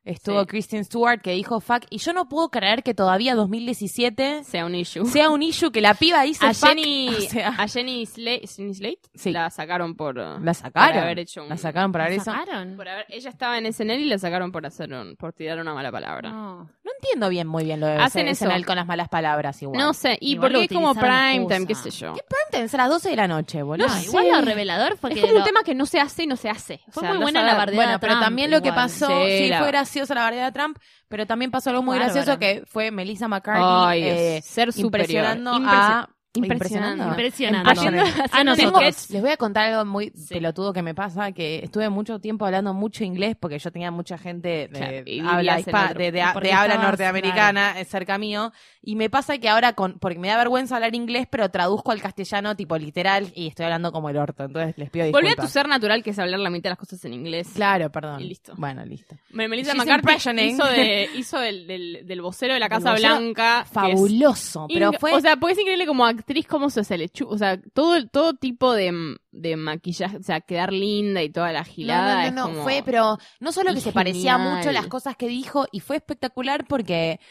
Speaker 3: Estuvo
Speaker 4: Sí.
Speaker 3: Kristen Stewart que dijo fuck. Y yo no puedo creer que todavía 2017
Speaker 4: sea un issue.
Speaker 3: sea un issue que la piba dice
Speaker 4: a
Speaker 3: fuck.
Speaker 4: Jenny,
Speaker 3: O sea,
Speaker 4: a Jenny Slate, Jenny Slate
Speaker 3: Sí.
Speaker 4: la sacaron por uh,
Speaker 3: la sacaron.
Speaker 4: por haber hecho un-
Speaker 3: La sacaron por haber
Speaker 2: ¿La
Speaker 3: eso.
Speaker 2: sacaron?
Speaker 4: por haber- ella estaba en SNL y la sacaron por hacer un, por tirar una mala palabra. No.
Speaker 2: No.
Speaker 3: No entiendo bien muy bien lo de hacer
Speaker 4: Hacen eso.
Speaker 3: SNL con las malas palabras igual.
Speaker 4: sé, y
Speaker 2: Igual
Speaker 4: porque
Speaker 2: lo
Speaker 4: es como
Speaker 2: utilizaron de
Speaker 4: prime time, qué
Speaker 2: excusa.
Speaker 4: sé yo.
Speaker 3: Antes, a las 12 de la noche, boludo.
Speaker 2: No,
Speaker 4: sé.
Speaker 2: igual lo revelador fue
Speaker 4: Es
Speaker 2: que
Speaker 4: como un
Speaker 2: lo-
Speaker 4: tema que no se hace y no se hace. O
Speaker 2: Fue
Speaker 4: sea,
Speaker 2: muy
Speaker 4: no
Speaker 2: buena
Speaker 4: sabe-
Speaker 2: la bardeada.
Speaker 3: Bueno,
Speaker 2: a
Speaker 3: pero
Speaker 2: Trump
Speaker 3: también lo que
Speaker 2: igual.
Speaker 3: pasó,
Speaker 4: Sí,
Speaker 3: sí,
Speaker 4: la-
Speaker 3: fue gracioso la bardeada de Trump, pero también pasó algo muy
Speaker 2: Bárbaro.
Speaker 3: gracioso que fue Melissa McCarthy
Speaker 4: Ay,
Speaker 3: eh,
Speaker 4: Dios, ser superior.
Speaker 3: impresionando
Speaker 4: Impresi-
Speaker 3: a...
Speaker 4: impresionando.
Speaker 2: Impresionante. Ah,
Speaker 3: Haciendo-
Speaker 2: a
Speaker 4: haciendo
Speaker 2: nosotros.
Speaker 4: sketch.
Speaker 3: Les voy a contar algo muy pelotudo que me pasa, que estuve mucho tiempo hablando mucho inglés porque yo tenía mucha gente de,
Speaker 4: Claro, y
Speaker 3: habla,
Speaker 4: vivías en
Speaker 3: hispa-
Speaker 4: otro-
Speaker 3: de, de-
Speaker 2: porque
Speaker 3: de habla
Speaker 2: estabas,
Speaker 3: norteamericana eh, cerca mío y me pasa que ahora, con, porque me da vergüenza hablar inglés, pero traduzco al castellano tipo literal y estoy hablando como el orto, entonces les pido disculpas.
Speaker 4: Volví a tu ser natural, que es hablar la mitad de las cosas en inglés.
Speaker 3: Claro, perdón.
Speaker 4: Y listo.
Speaker 3: Bueno, listo.
Speaker 4: Me- Melissa
Speaker 3: She's
Speaker 4: McCarthy
Speaker 3: impressioning.
Speaker 4: hizo, de- hizo del, del- del vocero de la
Speaker 3: Del
Speaker 4: Casa
Speaker 3: vocero
Speaker 4: Blanca. que es
Speaker 3: Fabuloso, pero
Speaker 4: Inc-
Speaker 3: fue
Speaker 4: O sea, porque es increíble como actriz cómo se, se le chu- O sea, todo, todo tipo de, de maquillaje, o sea, quedar linda y toda la gilada.
Speaker 3: No, no, no,
Speaker 4: es
Speaker 3: no,
Speaker 4: como-
Speaker 3: fue, pero no solo que
Speaker 4: es
Speaker 3: se parecía
Speaker 4: genial.
Speaker 3: mucho las cosas que dijo y fue espectacular porque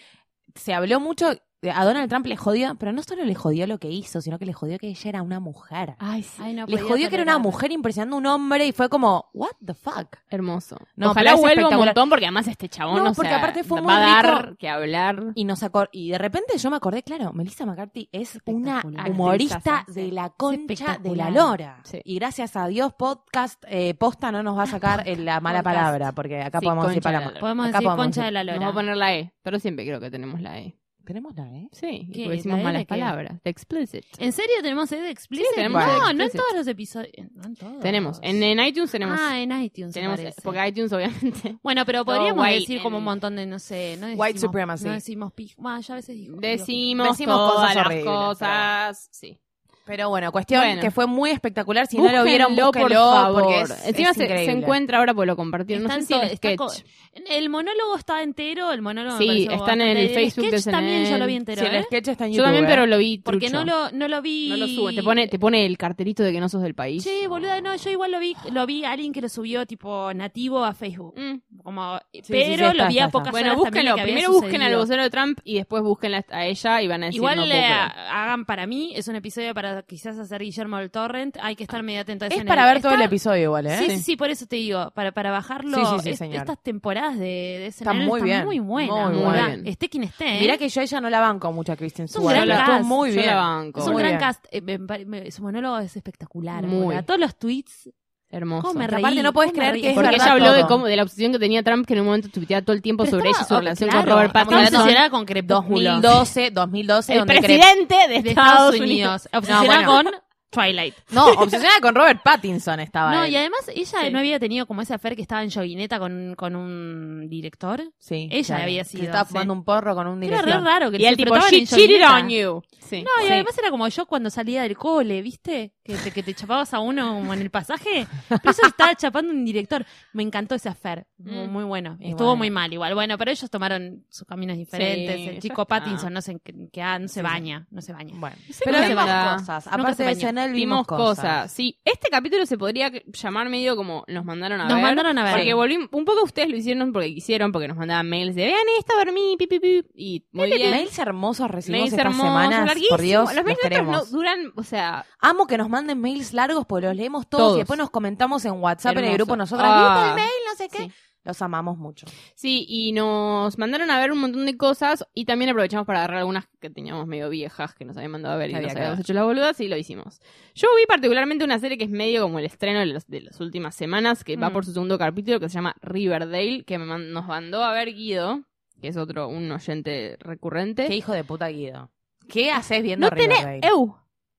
Speaker 3: se habló mucho, eh, a Donald Trump le jodió, pero no solo le jodió lo que hizo, sino que le jodió que ella era una mujer.
Speaker 4: Ay, sí.
Speaker 2: Ay, no
Speaker 3: le
Speaker 2: podía
Speaker 3: jodió que era una
Speaker 2: tolerar.
Speaker 3: mujer impresionando a un hombre y fue como, what the fuck.
Speaker 4: Hermoso.
Speaker 3: No,
Speaker 4: Ojalá
Speaker 3: pero es
Speaker 4: vuelva un
Speaker 3: espectacular.
Speaker 4: montón porque además este chabón,
Speaker 3: No,
Speaker 4: o
Speaker 3: porque
Speaker 4: sea,
Speaker 3: aparte fue
Speaker 4: va
Speaker 3: muy
Speaker 4: a dar
Speaker 3: rico.
Speaker 4: que hablar.
Speaker 3: Y, nos acor- y de repente yo me acordé, claro, Melissa McCarthy es una
Speaker 2: Espectacular.
Speaker 3: humorista
Speaker 4: Actrizaza, sí.
Speaker 3: de la concha de la
Speaker 2: Espectacular.
Speaker 3: lora.
Speaker 4: Sí.
Speaker 3: Y gracias a Dios, podcast, eh, posta no nos va a sacar eh, la mala
Speaker 2: Podcast.
Speaker 3: palabra, porque acá
Speaker 4: Sí,
Speaker 3: podemos decir
Speaker 4: concha de la
Speaker 3: palabra.
Speaker 4: lora.
Speaker 2: Podemos
Speaker 3: Acá
Speaker 2: decir
Speaker 3: podemos
Speaker 2: concha
Speaker 3: decir-
Speaker 2: de la
Speaker 4: Nos
Speaker 2: lora.
Speaker 4: va a poner la E, pero siempre creo que tenemos la E.
Speaker 3: Tenemos la, ¿eh?
Speaker 4: Sí,
Speaker 2: ¿Qué?
Speaker 4: porque
Speaker 2: ¿La
Speaker 4: decimos
Speaker 2: E de
Speaker 4: malas
Speaker 2: qué?
Speaker 4: palabras. De explicit.
Speaker 2: ¿En serio tenemos sede explícita?
Speaker 4: Sí, tenemos
Speaker 3: sede
Speaker 2: no, no en
Speaker 4: explícita.
Speaker 2: todos los episodios. No en todos.
Speaker 4: Tenemos. En, en iTunes tenemos.
Speaker 2: Ah, en iTunes.
Speaker 4: tenemos eh,
Speaker 2: parece.
Speaker 4: porque iTunes, obviamente.
Speaker 2: Bueno, pero
Speaker 4: No,
Speaker 2: podríamos
Speaker 4: white
Speaker 2: decir como
Speaker 4: and-
Speaker 2: un montón de, no sé, no decimos,
Speaker 3: White supremacy.
Speaker 2: No decimos pij- Bueno, yo a veces digo. digo
Speaker 4: Decimos,
Speaker 3: Decimos
Speaker 4: todas
Speaker 3: cosas
Speaker 4: las
Speaker 3: horribles,
Speaker 4: cosas. Sí.
Speaker 3: Pero bueno, cuestión
Speaker 4: Bueno.
Speaker 3: que fue muy espectacular. Si no lo vieron,
Speaker 4: Búsquenlo, por
Speaker 3: búsquenlo,
Speaker 4: favor.
Speaker 3: porque es-
Speaker 4: Encima
Speaker 3: es
Speaker 4: se, se
Speaker 3: increíble.
Speaker 4: encuentra ahora porque lo compartieron. No
Speaker 2: Está
Speaker 4: sé
Speaker 2: en
Speaker 4: si el
Speaker 2: todo- está
Speaker 4: sketch.
Speaker 2: co- El monólogo está entero, el monólogo
Speaker 4: Sí,
Speaker 2: me pareció
Speaker 4: están en el
Speaker 2: bastante-
Speaker 4: Facebook de
Speaker 2: sketch también yo lo vi entero,
Speaker 3: Sí, el
Speaker 2: ¿eh?
Speaker 3: sketch está en
Speaker 4: Yo
Speaker 3: YouTube.
Speaker 4: también,
Speaker 3: ¿eh?
Speaker 4: pero lo vi
Speaker 2: Porque
Speaker 4: trucho.
Speaker 2: no lo, no lo vi.
Speaker 4: No lo suben. Te pone, te pone el carterito de que no sos del país.
Speaker 2: Che, boluda, no, yo igual lo vi, lo vi a alguien que lo subió tipo nativo a Facebook.
Speaker 4: Mm.
Speaker 2: Como, pero
Speaker 3: sí, sí, está,
Speaker 2: lo vi
Speaker 3: está,
Speaker 2: a
Speaker 3: está.
Speaker 2: pocas
Speaker 4: Bueno,
Speaker 2: horas también de
Speaker 4: búsquenlo.
Speaker 2: que había
Speaker 4: Primero busquen al
Speaker 2: sucedido.
Speaker 4: vocero de Trump y después búsquenla a ella y van a decir.
Speaker 2: Igual
Speaker 4: no puedo
Speaker 2: eh,
Speaker 4: creer.
Speaker 2: hagan para mí, es un episodio para quizás hacer Guillermo del Torrent, hay que estar medio atento a eso
Speaker 3: Es
Speaker 2: en
Speaker 3: para ver todo el
Speaker 2: está-
Speaker 3: episodio igual, ¿eh?
Speaker 2: Sí, sí, sí, por eso te digo, para, para bajarlo,
Speaker 3: Sí, sí, sí,
Speaker 2: es-
Speaker 3: señor.
Speaker 2: estas temporadas de, de
Speaker 3: Está
Speaker 2: SNL
Speaker 3: muy
Speaker 2: están
Speaker 3: bien,
Speaker 2: muy buenas,
Speaker 3: muy
Speaker 2: boluda.
Speaker 4: bien.
Speaker 2: esté quien esté. ¿eh?
Speaker 3: Mirá que yo a ella no la banco mucho a Kristen
Speaker 2: Es un
Speaker 3: Stewart.
Speaker 2: gran
Speaker 3: pero estuvo
Speaker 2: cast,
Speaker 3: muy
Speaker 4: yo
Speaker 3: bien.
Speaker 4: la banco.
Speaker 2: es un
Speaker 3: muy
Speaker 2: gran
Speaker 3: bien.
Speaker 2: cast, eh, me pare- me- su monólogo es espectacular,
Speaker 4: Muy.
Speaker 2: boluda. todos los tweets,
Speaker 4: Hermoso.
Speaker 2: cómo me
Speaker 3: Aparte,
Speaker 2: reí,
Speaker 3: no podés
Speaker 2: cómo me
Speaker 3: creer
Speaker 2: reí.
Speaker 3: que es
Speaker 4: Porque
Speaker 3: verdad
Speaker 4: ella habló de
Speaker 3: todo.
Speaker 4: cómo, de la obsesión que tenía Trump, que en un momento tuiteaba todo el tiempo
Speaker 2: Pero
Speaker 4: sobre ella
Speaker 2: estaba-
Speaker 4: y su
Speaker 2: oh,
Speaker 4: relación
Speaker 2: claro,
Speaker 4: con Robert
Speaker 2: estamos
Speaker 4: Pattinson.
Speaker 2: obsesionadas con Crepúsculo.
Speaker 3: 2012, 2012,
Speaker 4: El
Speaker 3: donde cre-
Speaker 4: presidente de
Speaker 2: de Estados Unidos, obsesionada
Speaker 3: obsesionada
Speaker 2: con Twilight.
Speaker 3: No, obsesionada con Robert Pattinson estaba.
Speaker 2: No,
Speaker 3: él.
Speaker 2: y además ella
Speaker 4: Sí.
Speaker 2: no había tenido como ese afer que estaba en joguineta con, con un director.
Speaker 3: Sí,
Speaker 2: ella
Speaker 3: claro.
Speaker 2: había
Speaker 3: Se
Speaker 2: sido,
Speaker 3: Estaba
Speaker 2: sí.
Speaker 3: fumando un porro con un
Speaker 2: Era re
Speaker 3: director.
Speaker 2: raro que
Speaker 4: Y el
Speaker 2: se
Speaker 4: tipo,
Speaker 2: frotaban
Speaker 4: she
Speaker 2: en
Speaker 4: cheated
Speaker 2: joguineta.
Speaker 4: on you. Sí.
Speaker 2: No, y
Speaker 3: Sí.
Speaker 2: además era como yo cuando salía del cole, ¿viste? Que te, que te chapabas a uno como en el pasaje. Pero eso estaba chapando un director. Me encantó ese afer. Muy,
Speaker 4: Mm.
Speaker 2: muy bueno.
Speaker 3: Y
Speaker 2: Estuvo
Speaker 3: bueno.
Speaker 2: muy mal igual. Bueno, pero ellos tomaron sus caminos diferentes.
Speaker 4: Sí,
Speaker 2: el
Speaker 4: ya
Speaker 2: chico
Speaker 4: está.
Speaker 2: Pattinson no se, en- que, ah, no se baña. No se baña.
Speaker 3: Bueno,
Speaker 4: que
Speaker 3: pero
Speaker 4: se
Speaker 3: vimos
Speaker 4: bañó.
Speaker 3: cosas.
Speaker 2: Nunca
Speaker 3: Aparte
Speaker 2: se
Speaker 3: de
Speaker 2: bañó.
Speaker 3: SNL
Speaker 4: Vimos cosas.
Speaker 3: cosas.
Speaker 4: Sí, este capítulo se podría llamar medio como nos mandaron a
Speaker 2: Nos
Speaker 4: ver.
Speaker 2: mandaron a ver.
Speaker 4: Porque volvimos, un poco ustedes lo hicieron porque quisieron, porque nos mandaban mails de vean esta, dormí, pi, pi, pi", Y muy bien.
Speaker 3: Mails hermosos recibimos
Speaker 4: Mails
Speaker 3: estas
Speaker 4: hermosos,
Speaker 3: semanas.
Speaker 4: larguísimos.
Speaker 3: Por Dios,
Speaker 4: los mails nuestros
Speaker 3: queremos.
Speaker 4: no duran, o sea,
Speaker 3: Amo que nos manden mails largos porque los leemos todos,
Speaker 4: Todos.
Speaker 3: y después nos comentamos en WhatsApp en el
Speaker 4: Hermoso.
Speaker 3: grupo nosotras.
Speaker 4: Ah.
Speaker 3: ¿Viste el mail? No sé qué.
Speaker 4: Sí.
Speaker 3: Los amamos mucho.
Speaker 4: Sí, y nos mandaron a ver un montón de cosas y también aprovechamos para agarrar algunas que teníamos medio viejas que nos habían mandado a ver y
Speaker 3: Había
Speaker 4: nos
Speaker 3: que
Speaker 4: habíamos
Speaker 3: ver.
Speaker 4: hecho las boludas y lo hicimos. Yo vi particularmente una serie que es medio como el estreno de, los- de las últimas semanas, que va
Speaker 2: Mm.
Speaker 4: por su segundo capítulo, que se llama Riverdale, que me man- nos mandó a ver Guido, que es otro, un oyente recurrente.
Speaker 3: Qué hijo de puta Guido. ¿Qué haces viendo
Speaker 4: no
Speaker 3: Riverdale?
Speaker 4: tenés... ¡Eu!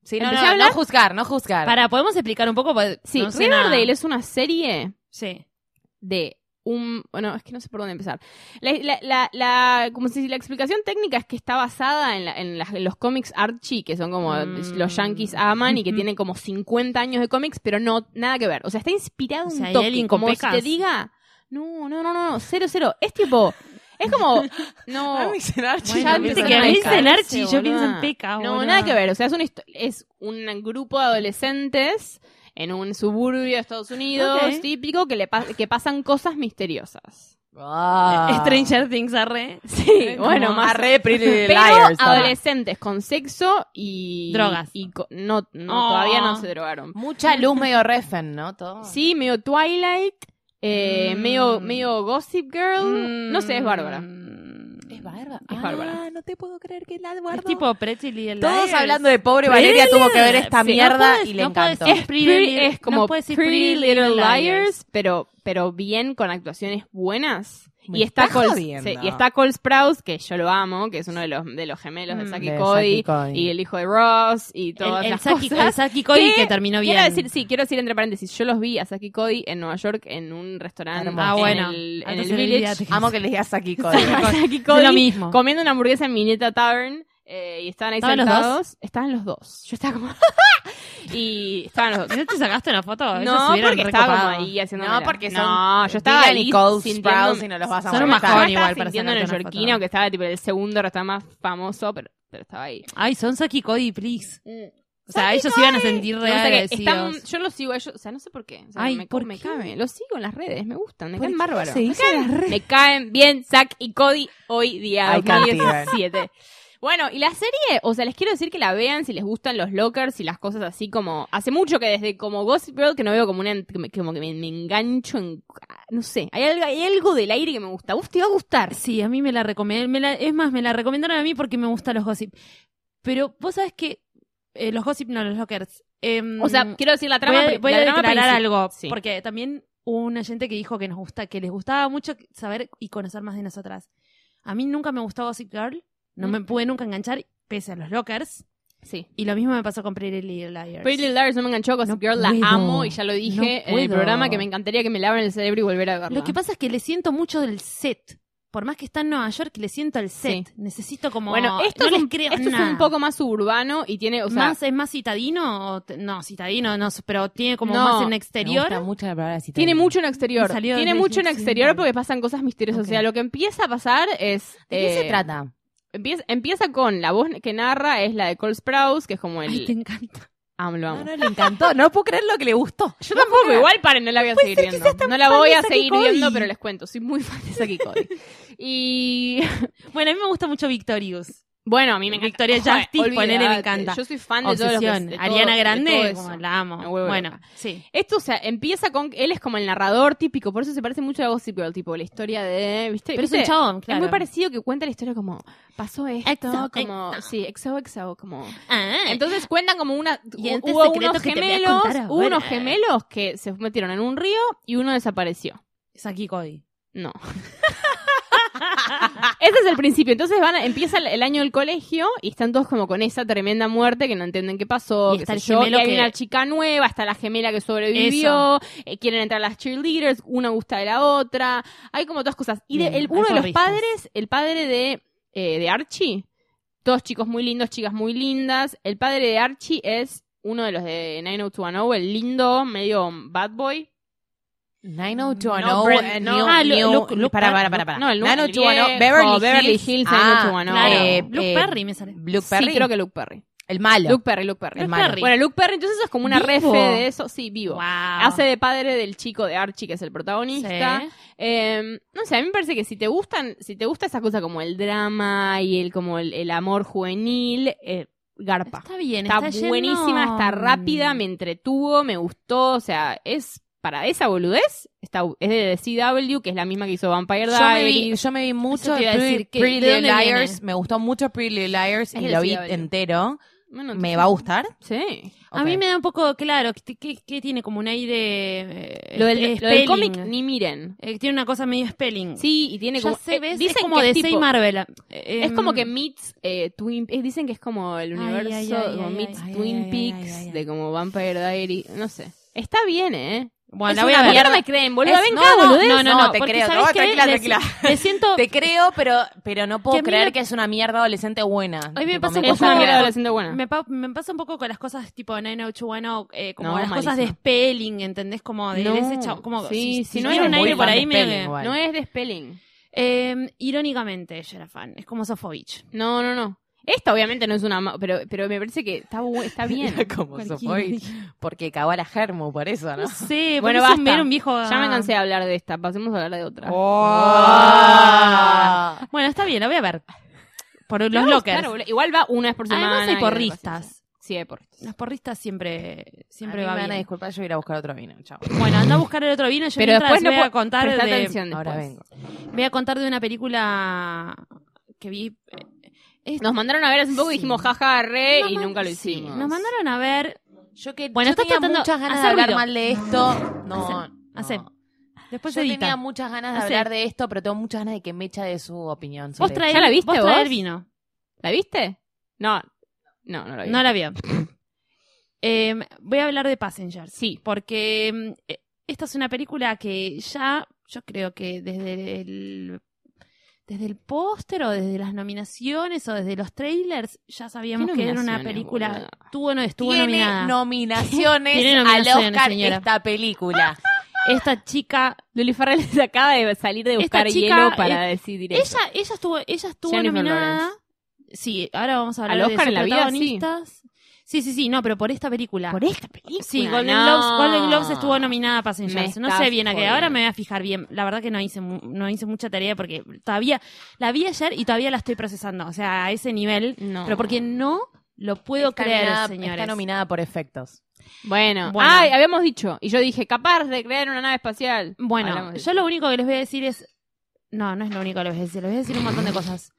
Speaker 3: Sí, no, no,
Speaker 4: ¿Empecé a
Speaker 3: no,
Speaker 4: hablar?
Speaker 3: juzgar, no juzgar.
Speaker 2: Para, ¿podemos explicar un poco? Porque
Speaker 4: Sí,
Speaker 2: no sé
Speaker 4: Riverdale
Speaker 2: nada.
Speaker 4: es una serie
Speaker 2: Sí.
Speaker 4: de un... Bueno, es que no sé por dónde empezar. La, la- la- la- como si la explicación técnica es que está basada en, la- en las- en los cómics Archie, que son como
Speaker 2: Mm.
Speaker 4: los yankees aman y que
Speaker 2: Ujú.
Speaker 4: tienen como 50 años de cómics, pero no, nada que ver. O sea, está inspirado
Speaker 2: O
Speaker 4: en
Speaker 2: sea,
Speaker 4: un
Speaker 2: ¿y
Speaker 4: toque,
Speaker 2: alguien con
Speaker 4: como si te
Speaker 2: pecas?
Speaker 4: diga... No, no, no, no, no, cero, cero. Es tipo... Es como... No...
Speaker 2: Bueno,
Speaker 4: me
Speaker 2: viste
Speaker 4: empezaron
Speaker 2: que
Speaker 4: a
Speaker 2: me dicen
Speaker 4: cagarse,
Speaker 2: Archie, yo pienso
Speaker 4: boluda.
Speaker 2: en Peca.
Speaker 4: No,
Speaker 2: boluda.
Speaker 4: nada que ver. O sea, es un, histo- es un grupo de adolescentes en un suburbio de Estados Unidos
Speaker 2: Ok.
Speaker 4: típico que, le pa- que pasan cosas misteriosas.
Speaker 3: Ah.
Speaker 2: Stranger Things, arre.
Speaker 4: Sí, bueno,
Speaker 2: como
Speaker 4: más.
Speaker 3: Arre, Pretty Little
Speaker 4: Pero
Speaker 3: Liars, toma.
Speaker 4: adolescentes con sexo y.
Speaker 2: Drogas.
Speaker 4: Y co- no, no
Speaker 2: Oh.
Speaker 4: todavía no se drogaron.
Speaker 3: Mucha luz medio refen, ¿no? Todo.
Speaker 4: Sí, medio Twilight, eh,
Speaker 2: Mm.
Speaker 4: medio, medio Gossip Girl. Mm, No sé, es Bárbara.
Speaker 2: Mm. Es
Speaker 3: Es bárbara.
Speaker 4: Es bárbara.
Speaker 3: Ah, no te puedo creer que la guardo.
Speaker 2: tipo Pretty Little
Speaker 3: Todos
Speaker 2: Liars.
Speaker 3: hablando de pobre
Speaker 2: Pretty
Speaker 3: Valeria tuvo que ver
Speaker 2: Little-
Speaker 3: esta
Speaker 2: Sí, no
Speaker 3: mierda
Speaker 2: puedes-
Speaker 3: y le
Speaker 2: no puedes-
Speaker 3: encantó.
Speaker 2: es Pretty
Speaker 4: Pretty-
Speaker 2: Little-
Speaker 4: es como
Speaker 2: no puedes decir
Speaker 4: Pretty, Little, Liars,
Speaker 2: Liars.
Speaker 4: pero, pero bien con actuaciones buenas.
Speaker 3: Me
Speaker 4: y está,
Speaker 3: está
Speaker 4: Cole,
Speaker 3: jodiendo.
Speaker 4: sí, y está Cole Sprouse, que yo lo amo, que es uno de los, de los gemelos de
Speaker 2: Mm.
Speaker 4: Saki
Speaker 3: De Saki
Speaker 4: Cody,
Speaker 3: Cody.
Speaker 4: y el hijo de Ross, y
Speaker 2: El,
Speaker 4: todas
Speaker 2: el
Speaker 4: las
Speaker 2: Saki, el
Speaker 4: cosas.
Speaker 2: Saki Cody
Speaker 4: ¿Qué?
Speaker 2: que terminó bien.
Speaker 4: Quiero decir, sí, quiero decir entre paréntesis, yo los vi a Saki Cody en Nueva York en un restaurante
Speaker 3: Hermoso. Ah,
Speaker 2: bueno.
Speaker 4: en el, en
Speaker 2: Antes
Speaker 4: el
Speaker 2: del
Speaker 4: Village.
Speaker 2: día
Speaker 3: Amo que les digas aquí con
Speaker 4: Estaba Saki Cody
Speaker 2: lo mismo.
Speaker 4: comiendo una hamburguesa en Mineta Tavern eh, y estaban ahí
Speaker 2: ¿Estaban los
Speaker 4: sentados. Estaban los dos. Yo estaba como... y estaban los dos.
Speaker 2: ¿No te sacaste una foto? Eso se
Speaker 4: No,
Speaker 2: hubieran
Speaker 4: porque estaba como
Speaker 2: recopado.
Speaker 4: ahí haciendo.
Speaker 3: No, porque son
Speaker 4: No, Ah, yo estaba ahí
Speaker 3: Nicole
Speaker 4: sintiendo-
Speaker 3: Sprouse y no los vas a
Speaker 2: Son un
Speaker 4: Yo
Speaker 3: molestar.
Speaker 4: estaba
Speaker 2: majón igual para
Speaker 4: sintiendo
Speaker 2: sacarte una
Speaker 4: neoyorquino
Speaker 2: foto.
Speaker 4: que estaba tipo en el segundo restaurante más famoso, pero, pero estaba ahí.
Speaker 2: Ay, son Saki Cody, please.
Speaker 4: O
Speaker 2: O sea, ellos se iban a sentir re
Speaker 4: sea, que
Speaker 2: Mm. agradecidos.
Speaker 4: están, yo los sigo a ellos, o sea, no sé por qué. O sea,
Speaker 2: Ay,
Speaker 4: me,
Speaker 2: ¿por
Speaker 4: me
Speaker 2: qué?
Speaker 4: caben, los sigo en las redes, me gustan, me
Speaker 3: ¿Por
Speaker 4: caen
Speaker 3: qué
Speaker 4: bárbaro.
Speaker 3: se
Speaker 4: Me
Speaker 3: hizo las
Speaker 4: caen, me caen bien Zack y Cody hoy día
Speaker 3: Ay,
Speaker 4: 2017. Bueno, y la serie, o sea, les quiero decir que la vean si les gustan los lockers y las cosas así como... Hace mucho que desde como Gossip Girl que no veo como una... que me- como que me, me engancho en... No sé, hay algo, hay algo del aire que me gusta. Uf, te va a gustar.
Speaker 2: Sí, a mí me la recomendaron. Es más, me la recomendaron a mí porque me gustan los gossip. Pero vos sabés que eh, los gossip no, los lockers. Em,
Speaker 4: O sea, quiero decir, la trama...
Speaker 2: voy a,
Speaker 4: pri-
Speaker 2: voy
Speaker 4: la
Speaker 2: a
Speaker 4: trama
Speaker 2: declarar
Speaker 4: princip-
Speaker 2: algo.
Speaker 4: Sí.
Speaker 2: Porque también hubo una gente que dijo que nos gusta, que les gustaba mucho saber y conocer más de nosotras. A mí nunca me gustó Gossip Girl. No me
Speaker 4: Mm.
Speaker 2: pude nunca enganchar, pese a los lockers.
Speaker 4: Sí.
Speaker 2: Y lo mismo me pasó con Pretty Little Liars.
Speaker 4: Pretty Little Liars no me enganchó, Gossip
Speaker 2: No
Speaker 4: Girl la
Speaker 2: puedo,
Speaker 4: amo y ya lo dije
Speaker 2: no
Speaker 4: en el
Speaker 2: puedo.
Speaker 4: programa que me encantaría que me laven el cerebro y volver a verla.
Speaker 2: Lo que pasa es que le siento mucho del set. Por más que está en Nueva York, le siento al set.
Speaker 4: Sí.
Speaker 2: Necesito como.
Speaker 4: bueno,
Speaker 2: no
Speaker 4: esto, es,
Speaker 2: les
Speaker 4: un,
Speaker 2: creo
Speaker 4: esto es
Speaker 2: nada.
Speaker 4: un poco más urbano y tiene, o sea,
Speaker 2: más, ¿Es más citadino? o te- no, citadino, no, pero tiene como
Speaker 4: No,
Speaker 2: más en
Speaker 3: Me gusta
Speaker 2: exterior.
Speaker 3: mucho la palabra citadina.
Speaker 4: tiene mucho en exterior.
Speaker 2: Me salió
Speaker 4: Tiene
Speaker 2: de
Speaker 4: mucho en
Speaker 2: Disney
Speaker 4: exterior
Speaker 2: Channel.
Speaker 4: porque pasan cosas misteriosas.
Speaker 3: Ok.
Speaker 4: O sea, lo que empieza a pasar es...
Speaker 3: ¿De qué se
Speaker 4: eh,
Speaker 3: trata?
Speaker 4: Empieza, empieza con la voz que narra es la de Cole Sprouse, que es como el...
Speaker 2: Ay, te encanta.
Speaker 4: Amo, lo amo.
Speaker 3: No, no, le encantó. No puedo creer lo que le gustó.
Speaker 4: Yo tampoco, igual paren, no la voy a seguir viendo. No la
Speaker 3: fan
Speaker 4: voy
Speaker 3: de
Speaker 4: a
Speaker 3: Saki
Speaker 4: seguir
Speaker 3: Cody.
Speaker 4: viendo, pero les cuento, soy muy fan de Saki Cody. y
Speaker 2: Bueno, a mí me gusta mucho Victorious.
Speaker 4: bueno, a mí me encanta.
Speaker 2: Victoria
Speaker 4: Joder,
Speaker 2: Justice, ponele, me
Speaker 4: olvídate.
Speaker 2: encanta.
Speaker 4: Yo soy fan de todos los
Speaker 2: Obsesión.
Speaker 4: de todo-
Speaker 2: Ariana
Speaker 4: de todo
Speaker 2: Grande,
Speaker 4: eso.
Speaker 2: como la amo.
Speaker 4: Me vuelvo
Speaker 2: bueno,
Speaker 4: loca.
Speaker 2: sí.
Speaker 4: Esto, o sea, empieza con. Él es como el narrador típico, por eso se parece mucho a Gossip Girl, tipo la historia de. ¿Viste?
Speaker 2: Pero es
Speaker 4: ¿Viste?
Speaker 2: un chabón,
Speaker 4: Es
Speaker 2: claro.
Speaker 4: muy parecido que cuenta la historia como. Pasó esto,
Speaker 2: Exo, ah.
Speaker 4: como.
Speaker 2: exo.
Speaker 4: Sí, exo, exo, como.
Speaker 2: Ah,
Speaker 4: Entonces cuentan como una.
Speaker 2: Y este
Speaker 4: hubo
Speaker 2: secreto
Speaker 4: unos
Speaker 2: que te voy a
Speaker 4: gemelos.
Speaker 2: contar
Speaker 4: Hubo unos
Speaker 2: ahora.
Speaker 4: gemelos que se metieron en un río y uno desapareció.
Speaker 2: Saki Cody.
Speaker 4: No. Ese es el principio. Entonces van a- empieza el- el año del colegio y están todos como con esa tremenda muerte que no entienden qué pasó.
Speaker 2: Y
Speaker 4: qué
Speaker 2: está
Speaker 4: sé
Speaker 2: el
Speaker 4: yo,
Speaker 2: gemelo
Speaker 4: que hay
Speaker 2: que-
Speaker 4: una chica nueva, está la gemela que sobrevivió, eh, quieren entrar las cheerleaders, una gusta de la otra. Hay como todas cosas. Y de-
Speaker 2: Bien,
Speaker 4: el-
Speaker 2: hay
Speaker 4: uno de los
Speaker 2: porristas.
Speaker 4: padres, el padre de, eh, de Archie, todos chicos muy lindos, chicas muy lindas. El padre de Archie es uno de los de 90210, el lindo, medio bad boy.
Speaker 3: 90210.
Speaker 4: No, Brent-
Speaker 3: oh, eh, New,
Speaker 4: no.
Speaker 2: Ah, Lu-
Speaker 3: New-
Speaker 2: Luke- Luke
Speaker 3: para,
Speaker 2: Perry.
Speaker 3: para, para, para.
Speaker 4: No, el nu-
Speaker 3: 90210,
Speaker 4: el
Speaker 3: oh, Beverly
Speaker 4: viejo,
Speaker 3: Hills.
Speaker 4: Beverly Hills,
Speaker 3: Ah,
Speaker 4: 90210.
Speaker 2: Claro.
Speaker 3: eh,
Speaker 2: oh. Luke
Speaker 3: eh,
Speaker 2: Perry me sale.
Speaker 3: Luke Perry.
Speaker 4: Sí, creo que Luke Perry.
Speaker 3: El malo.
Speaker 4: Luke Perry, Luke Perry.
Speaker 3: El
Speaker 2: Luke
Speaker 3: malo.
Speaker 2: Perry.
Speaker 4: Bueno, Luke Perry entonces es como una
Speaker 2: ¿Vivo?
Speaker 4: refe de eso. Sí, vivo.
Speaker 2: Wow.
Speaker 4: Hace de padre del chico de Archie, que es el protagonista.
Speaker 2: Sí.
Speaker 4: Eh, no sé, a mí me parece que si te gustan, si te gusta esa cosa como el drama y el como el, el amor juvenil, eh, garpa.
Speaker 2: Está bien,
Speaker 4: Está,
Speaker 2: está, yendo-
Speaker 4: buenísima, está rápida, me entretuvo, me gustó, o sea, es para esa boludez está, es de CW, que es la misma que hizo Vampire
Speaker 3: Yo me, vi,
Speaker 4: Diaries.
Speaker 3: yo me vi mucho
Speaker 2: Eso te iba a
Speaker 3: Pretty,
Speaker 2: decir, ¿qué-
Speaker 3: Pretty
Speaker 2: de dónde viene?
Speaker 3: Liars, me gustó mucho Pretty Liars
Speaker 4: Es
Speaker 3: y
Speaker 4: de
Speaker 3: lo vi
Speaker 4: CW.
Speaker 3: entero. ¿Me
Speaker 4: Bueno, entonces-
Speaker 3: va a gustar?
Speaker 4: Sí.
Speaker 2: A mí
Speaker 3: Ok.
Speaker 2: me da un poco claro que, que- que tiene como un aire. eh,
Speaker 4: Lo del,
Speaker 2: spe-
Speaker 4: Este, lo del
Speaker 2: spelling.
Speaker 4: cómic, ni miren.
Speaker 2: Eh, tiene una cosa medio spelling.
Speaker 4: Sí, y tiene
Speaker 2: ya
Speaker 4: como.
Speaker 2: sé,
Speaker 4: eh,
Speaker 2: ves,
Speaker 4: dicen
Speaker 2: es como
Speaker 4: que
Speaker 2: de
Speaker 4: es tipo-
Speaker 2: Marvel.
Speaker 4: Es
Speaker 2: Em,
Speaker 4: como que meets eh, Twin eh, Dicen que es como el
Speaker 2: Ay,
Speaker 4: universo,
Speaker 2: ay, ay,
Speaker 4: como
Speaker 2: ay,
Speaker 4: meets
Speaker 3: ay,
Speaker 4: Twin
Speaker 3: ay, ay,
Speaker 4: Peaks,
Speaker 3: ay, ay, ay.
Speaker 4: de como Vampire Diary. No sé. Está bien, ¿eh?
Speaker 2: Bueno,
Speaker 4: Es
Speaker 2: la voy
Speaker 4: una-
Speaker 2: a ver.
Speaker 4: ¿Por qué no me creen, boludo?
Speaker 3: Es-
Speaker 4: Ven
Speaker 3: no,
Speaker 4: cada
Speaker 3: no,
Speaker 4: boludez.
Speaker 3: no, no, te
Speaker 2: porque
Speaker 3: creo,
Speaker 2: ¿sabes
Speaker 3: no,
Speaker 2: qué?
Speaker 3: tranquila,
Speaker 2: Le-
Speaker 3: tranquila.
Speaker 2: Le siento.
Speaker 3: Te creo, pero, pero no puedo
Speaker 2: Que a mí
Speaker 3: creer
Speaker 2: me-
Speaker 3: que es una mierda adolescente buena.
Speaker 2: A mí me
Speaker 3: Tipo,
Speaker 2: pasa un
Speaker 4: Es
Speaker 2: poco-
Speaker 4: una
Speaker 2: Ojo.
Speaker 4: mierda adolescente buena.
Speaker 2: Me, pa- me pasa un poco con las cosas tipo 90210, eh, como
Speaker 4: No,
Speaker 2: las cosas de
Speaker 4: malísimo.
Speaker 2: spelling, ¿entendés? Como de
Speaker 4: No,
Speaker 2: ese chavo. Como,
Speaker 4: sí,
Speaker 2: si,
Speaker 4: sí,
Speaker 2: si
Speaker 4: no
Speaker 2: no
Speaker 4: es
Speaker 2: era un
Speaker 4: muy
Speaker 2: aire por
Speaker 4: fan
Speaker 2: ahí,
Speaker 3: de
Speaker 2: medio
Speaker 3: spelling,
Speaker 2: que-
Speaker 3: igual.
Speaker 4: No es de spelling.
Speaker 2: Eh, irónicamente, yo era fan. Es como Sofovich.
Speaker 4: No, no, no. Esta obviamente no es una. ma- Pero, pero me parece que está, bu- está bien.
Speaker 3: Como
Speaker 2: Cualquiera.
Speaker 3: Sofoy, porque cagó a la germo por eso, ¿no?
Speaker 2: No sé,
Speaker 4: Ah. Bueno,
Speaker 2: bueno, va
Speaker 4: basta.
Speaker 2: Era un viejo. ah.
Speaker 4: Ya me cansé de hablar de esta. Pasemos a hablar de otra.
Speaker 3: Oh.
Speaker 2: Bueno, está bien, la voy a ver. Por los
Speaker 4: Me va a gustar,
Speaker 2: lockers.
Speaker 4: boludo. Igual va una vez por semana.
Speaker 2: Además
Speaker 4: y
Speaker 2: hay
Speaker 4: otra
Speaker 2: porristas.
Speaker 4: cosa. Sí, hay porristas.
Speaker 2: Los porristas siempre, siempre
Speaker 3: A mí
Speaker 2: va
Speaker 3: me van a
Speaker 2: bien.
Speaker 3: disculpar, yo voy a ir a buscar otro vino. Chao.
Speaker 2: Bueno, anda a buscar el otro vino. Yo
Speaker 4: Pero
Speaker 2: mientras
Speaker 4: después no
Speaker 2: voy a
Speaker 4: puedo
Speaker 2: contar
Speaker 4: prestar
Speaker 2: de-
Speaker 4: atención después.
Speaker 3: Ahora vengo.
Speaker 2: voy a contar de una película que vi. eh, es-
Speaker 4: Nos mandaron a ver hace un poco y
Speaker 2: Sí.
Speaker 4: dijimos jaja, re,
Speaker 2: Nos
Speaker 4: y
Speaker 2: man-
Speaker 4: nunca lo
Speaker 2: sí,
Speaker 4: hicimos.
Speaker 2: nos mandaron a ver.
Speaker 3: Yo que
Speaker 2: Bueno,
Speaker 3: yo
Speaker 2: estás
Speaker 3: tenía
Speaker 2: tratando-
Speaker 3: muchas ganas de
Speaker 2: hacer
Speaker 3: hablar
Speaker 2: ruido.
Speaker 3: mal de esto. No,
Speaker 2: Hacé,
Speaker 3: no.
Speaker 2: hacé. Después
Speaker 3: yo
Speaker 2: edita.
Speaker 3: tenía muchas ganas de
Speaker 2: Hacé.
Speaker 3: hablar de esto, pero tengo muchas ganas de que me echa de su opinión.
Speaker 2: ¿Vos
Speaker 3: Sobre
Speaker 2: traer,
Speaker 4: ¿Ya la viste
Speaker 2: vos traer
Speaker 4: vos?
Speaker 2: vino?
Speaker 4: ¿La viste? No, no, no la vi.
Speaker 2: No la vio. Em, voy a hablar de Passenger,
Speaker 4: Sí.
Speaker 2: porque em, eh, esta es una película que ya, yo creo que desde el desde el póster o desde las nominaciones o desde los trailers ya sabíamos que era una
Speaker 4: nominaciones,
Speaker 2: película
Speaker 4: boluda?
Speaker 2: tuvo o no estuvo
Speaker 3: Tiene
Speaker 2: nominada.
Speaker 3: nominaciones
Speaker 2: Tiene nominaciones,
Speaker 3: al Oscar
Speaker 2: señora.
Speaker 3: esta película.
Speaker 2: Esta chica,
Speaker 4: Lily Farrell se acaba de salir de
Speaker 2: Esta
Speaker 4: buscar
Speaker 2: chica,
Speaker 4: hielo para decidir eso.
Speaker 2: ella ella estuvo ella estuvo
Speaker 4: Jennifer
Speaker 2: nominada.
Speaker 4: Lawrence.
Speaker 2: Sí, ahora vamos a hablar
Speaker 4: Al
Speaker 2: de
Speaker 4: Oscar
Speaker 2: sus
Speaker 4: en la vida,
Speaker 2: protagonistas. sí. sí, sí, no, pero por esta película.
Speaker 4: esta película.
Speaker 2: Sí, Golden Globes, Golden Globes estuvo nominada a Passengers.
Speaker 4: Me
Speaker 2: No
Speaker 4: estás
Speaker 2: sé bien a qué.
Speaker 4: jodiendo.
Speaker 2: Ahora me voy a fijar bien. La verdad que no hice mu- no hice mucha tarea porque todavía la vi ayer y todavía la estoy procesando. O sea, a ese nivel.
Speaker 4: No.
Speaker 2: Pero porque no lo puedo
Speaker 3: Está
Speaker 2: creer,
Speaker 3: nominada-
Speaker 2: señores.
Speaker 3: Está nominada por efectos.
Speaker 4: Bueno.
Speaker 2: Bueno.
Speaker 4: Ay, habíamos dicho. Y yo dije, capaz de crear una nave espacial. Hablamos
Speaker 2: Bueno,
Speaker 4: de
Speaker 2: yo
Speaker 4: eso.
Speaker 2: lo único que les voy a decir es. No, no es lo único que les voy a decir. Les voy a decir un montón de cosas.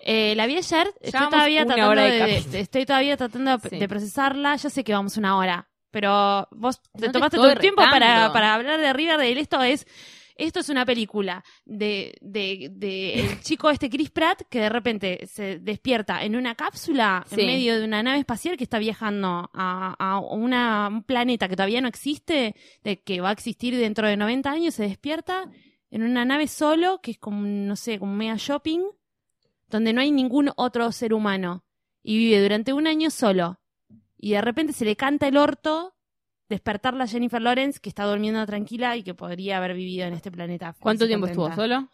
Speaker 2: Eh, la vi ayer. Estoy
Speaker 4: Llevamos
Speaker 2: todavía,
Speaker 4: una
Speaker 2: tratando
Speaker 4: hora de
Speaker 2: de,
Speaker 4: capítulo.
Speaker 2: de- estoy todavía tratando de-
Speaker 4: Sí.
Speaker 2: de procesarla. Ya sé que vamos una hora. Pero vos te
Speaker 4: te
Speaker 2: tomaste
Speaker 4: estoy
Speaker 2: tu tiempo para,
Speaker 4: retando.
Speaker 2: para hablar de River Del Esto es. Esto es una película de, de, de el chico este Chris Pratt que de repente se despierta en una cápsula
Speaker 4: Sí.
Speaker 2: en medio de una nave espacial que está viajando a, a una, un planeta que todavía no existe de que va a existir dentro de 90 años, se despierta en una nave solo, que es como, un, no sé, como un mega shopping, donde no hay ningún otro ser humano. Y vive durante un año solo. Y de repente se le canta el orto despertarla a Jennifer Lawrence, que está durmiendo tranquila y que podría haber vivido en este planeta. feliz
Speaker 4: ¿Cuánto
Speaker 2: y
Speaker 4: tiempo estuvo
Speaker 2: contenta.
Speaker 4: solo?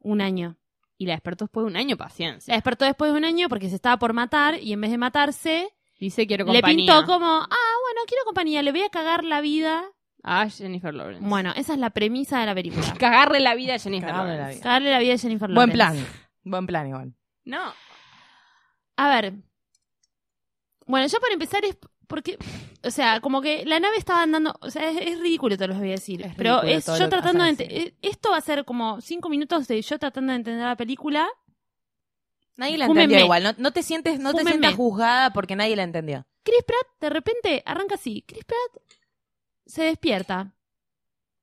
Speaker 2: Un año.
Speaker 4: Y la despertó después de un año, paciencia.
Speaker 2: La despertó después de un año porque se estaba por matar y en vez de matarse,
Speaker 4: Dice, quiero
Speaker 2: le
Speaker 4: compañía.
Speaker 2: pintó como, ah, bueno, quiero compañía, le voy a cagar la vida.
Speaker 4: A Jennifer Lawrence.
Speaker 2: Bueno, esa es la premisa de la película.
Speaker 4: Cagarle la vida a Jennifer
Speaker 3: Cagarle la
Speaker 4: Lawrence.
Speaker 3: vida.
Speaker 2: Cagarle la vida a Jennifer
Speaker 3: Buen
Speaker 2: Lawrence.
Speaker 3: plan. Buen plan, igual.
Speaker 4: No.
Speaker 2: A ver. Bueno, yo para empezar es porque, o sea, como que la nave estaba andando, o sea, es, es ridículo te lo voy a decir,
Speaker 3: Es
Speaker 2: pero
Speaker 3: ridículo
Speaker 2: es
Speaker 3: todo
Speaker 2: yo
Speaker 3: lo que
Speaker 2: tratando de,
Speaker 3: vas a
Speaker 2: ente- eh, esto va a ser como cinco minutos de yo tratando de entender la película.
Speaker 3: Nadie la
Speaker 2: Fúmenme.
Speaker 3: entendió igual. No, no te sientes, no te
Speaker 2: Fúmenme.
Speaker 3: sientas juzgada porque nadie la entendió.
Speaker 2: Chris Pratt de repente arranca así, Chris Pratt se despierta,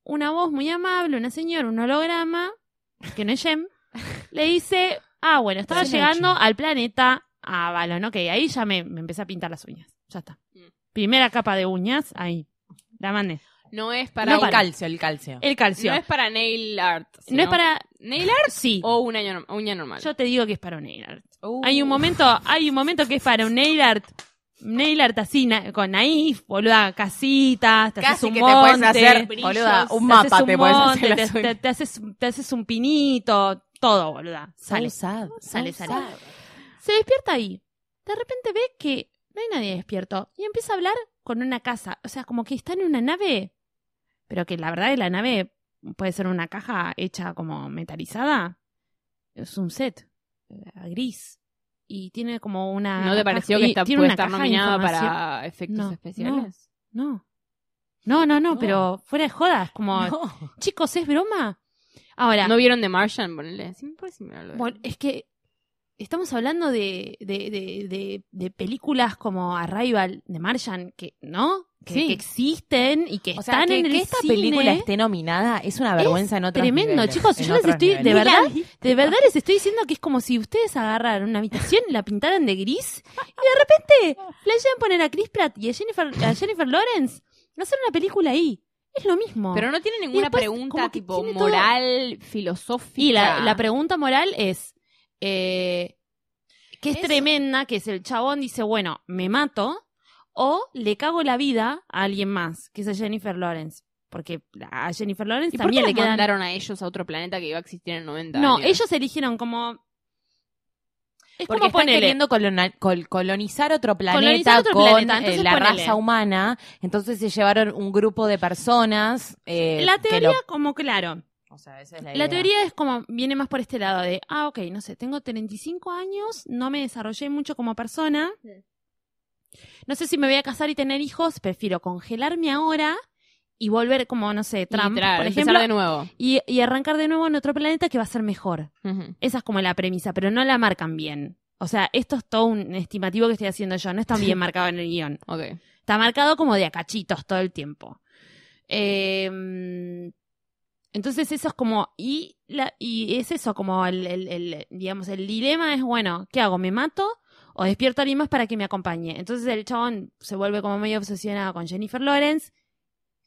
Speaker 2: una voz muy amable, una señora, un holograma que no es Jem, le dice, ah, bueno, estaba
Speaker 3: Ese no es
Speaker 2: llegando al planeta Avalon, ok, ahí ya me, me empecé a pintar las uñas, ya está. Primera capa de uñas, ahí, la mandé.
Speaker 4: No es para.
Speaker 2: No
Speaker 3: el
Speaker 2: para.
Speaker 3: calcio, el calcio.
Speaker 2: El calcio.
Speaker 4: No
Speaker 2: No
Speaker 4: es para nail art.
Speaker 2: es, para.
Speaker 4: nail art
Speaker 2: Sí.
Speaker 4: o un año, norm- uña normal.
Speaker 2: Yo te digo que es para un nail art.
Speaker 3: Uh.
Speaker 2: Hay un momento, hay un momento que es para un nail art. Nail art así, na- con naif, boluda, casitas, te haces
Speaker 3: Casi
Speaker 2: un
Speaker 3: que te
Speaker 2: monte.
Speaker 3: puedes hacer, boluda, un mapa te,
Speaker 2: haces un
Speaker 3: puedes hacer
Speaker 2: monte,
Speaker 3: las
Speaker 2: te, te-
Speaker 3: uñas.
Speaker 2: te haces, te haces un pinito, todo, boluda. Sale.
Speaker 3: So sad, so
Speaker 2: Sale, sale.
Speaker 3: sad.
Speaker 2: Se despierta ahí. De repente ve que no hay nadie despierto y empieza a hablar con una casa. O sea, como que está en una nave, pero que la verdad es la nave puede ser una caja hecha como metalizada. Es un set eh, gris y tiene como una.
Speaker 4: ¿No te pareció
Speaker 2: caja-
Speaker 4: que
Speaker 2: y
Speaker 4: esta
Speaker 2: tiene
Speaker 4: puede
Speaker 2: una
Speaker 4: estar
Speaker 2: caja de
Speaker 4: nominada
Speaker 2: información.
Speaker 4: para efectos
Speaker 2: No,
Speaker 4: especiales?
Speaker 2: No. No, no, no,
Speaker 3: No.
Speaker 2: pero fuera de jodas, como,
Speaker 3: No.
Speaker 2: chicos, ¿es broma? Ahora,
Speaker 4: ¿No vieron The Martian? Ponele. Sí, me parece mirar algo de-
Speaker 2: bueno, es que estamos hablando de, de, de, de- de películas como Arrival de Martian, que, ¿no? Que,
Speaker 4: Sí.
Speaker 2: que existen y que
Speaker 3: O sea,
Speaker 2: están
Speaker 3: que,
Speaker 2: en el
Speaker 3: que esta
Speaker 2: cine.
Speaker 3: película esté nominada es una vergüenza en otros
Speaker 2: tremendo,
Speaker 3: niveles,
Speaker 2: chicos,
Speaker 3: en
Speaker 2: yo les
Speaker 3: otros
Speaker 2: estoy- de
Speaker 3: niveles.
Speaker 2: verdad, De verdad les estoy diciendo que es como si ustedes agarraran una habitación, la pintaran de gris y de repente le llegan a poner a Chris Pratt y a Jennifer, a Jennifer Lawrence hacer una película ahí. Es lo mismo.
Speaker 4: Pero no tiene ninguna
Speaker 2: después,
Speaker 4: pregunta
Speaker 2: como que
Speaker 4: tipo
Speaker 2: tiene todo-
Speaker 4: moral, filosófica.
Speaker 2: y la, la pregunta moral es, eh, que es
Speaker 4: Eso.
Speaker 2: tremenda, que es el chabón dice, bueno, me mato o le cago la vida a alguien más, que es a Jennifer Lawrence. Porque a Jennifer Lawrence
Speaker 4: ¿Y por qué
Speaker 2: también
Speaker 4: le
Speaker 2: le quedan...
Speaker 4: mandaron a ellos a otro planeta que iba a existir en el 90?
Speaker 2: No,
Speaker 4: años?
Speaker 2: ellos eligieron como... Es
Speaker 3: Porque
Speaker 2: como
Speaker 3: están
Speaker 2: ponele-
Speaker 3: queriendo colona- col- colonizar otro planeta
Speaker 2: Colonizar otro
Speaker 3: con
Speaker 2: planeta,
Speaker 3: eh,
Speaker 2: entonces
Speaker 3: la
Speaker 2: ponele.
Speaker 3: raza humana. Entonces se llevaron un grupo de personas. eh,
Speaker 2: La
Speaker 3: que
Speaker 2: teoría,
Speaker 3: lo-
Speaker 2: como claro,
Speaker 3: o sea, esa es la
Speaker 2: la
Speaker 3: idea.
Speaker 2: teoría es como, viene más por este lado de, ah, ok, no sé, tengo 35 años, no me desarrollé mucho como persona,
Speaker 4: Sí.
Speaker 2: no sé si me voy a casar y tener hijos, prefiero congelarme ahora y volver como, no sé,
Speaker 4: Y
Speaker 2: Trump,
Speaker 4: tra-
Speaker 2: por
Speaker 4: empezar
Speaker 2: ejemplo,
Speaker 4: de nuevo.
Speaker 2: y, y arrancar de nuevo en otro planeta que va a ser mejor.
Speaker 4: Ujú.
Speaker 2: Esa es como la premisa, pero no la marcan bien. O sea, esto es todo un estimativo que estoy haciendo yo, no está bien marcado en el guión.
Speaker 4: Ok.
Speaker 2: Está marcado como de acachitos todo el tiempo. Eh, entonces eso es como, y, la, y es eso, como el, el- el, digamos, el dilema es, bueno, ¿qué hago? ¿Me mato? O despierto a alguien más para que me acompañe. Entonces el chabón se vuelve como medio obsesionado con Jennifer Lawrence,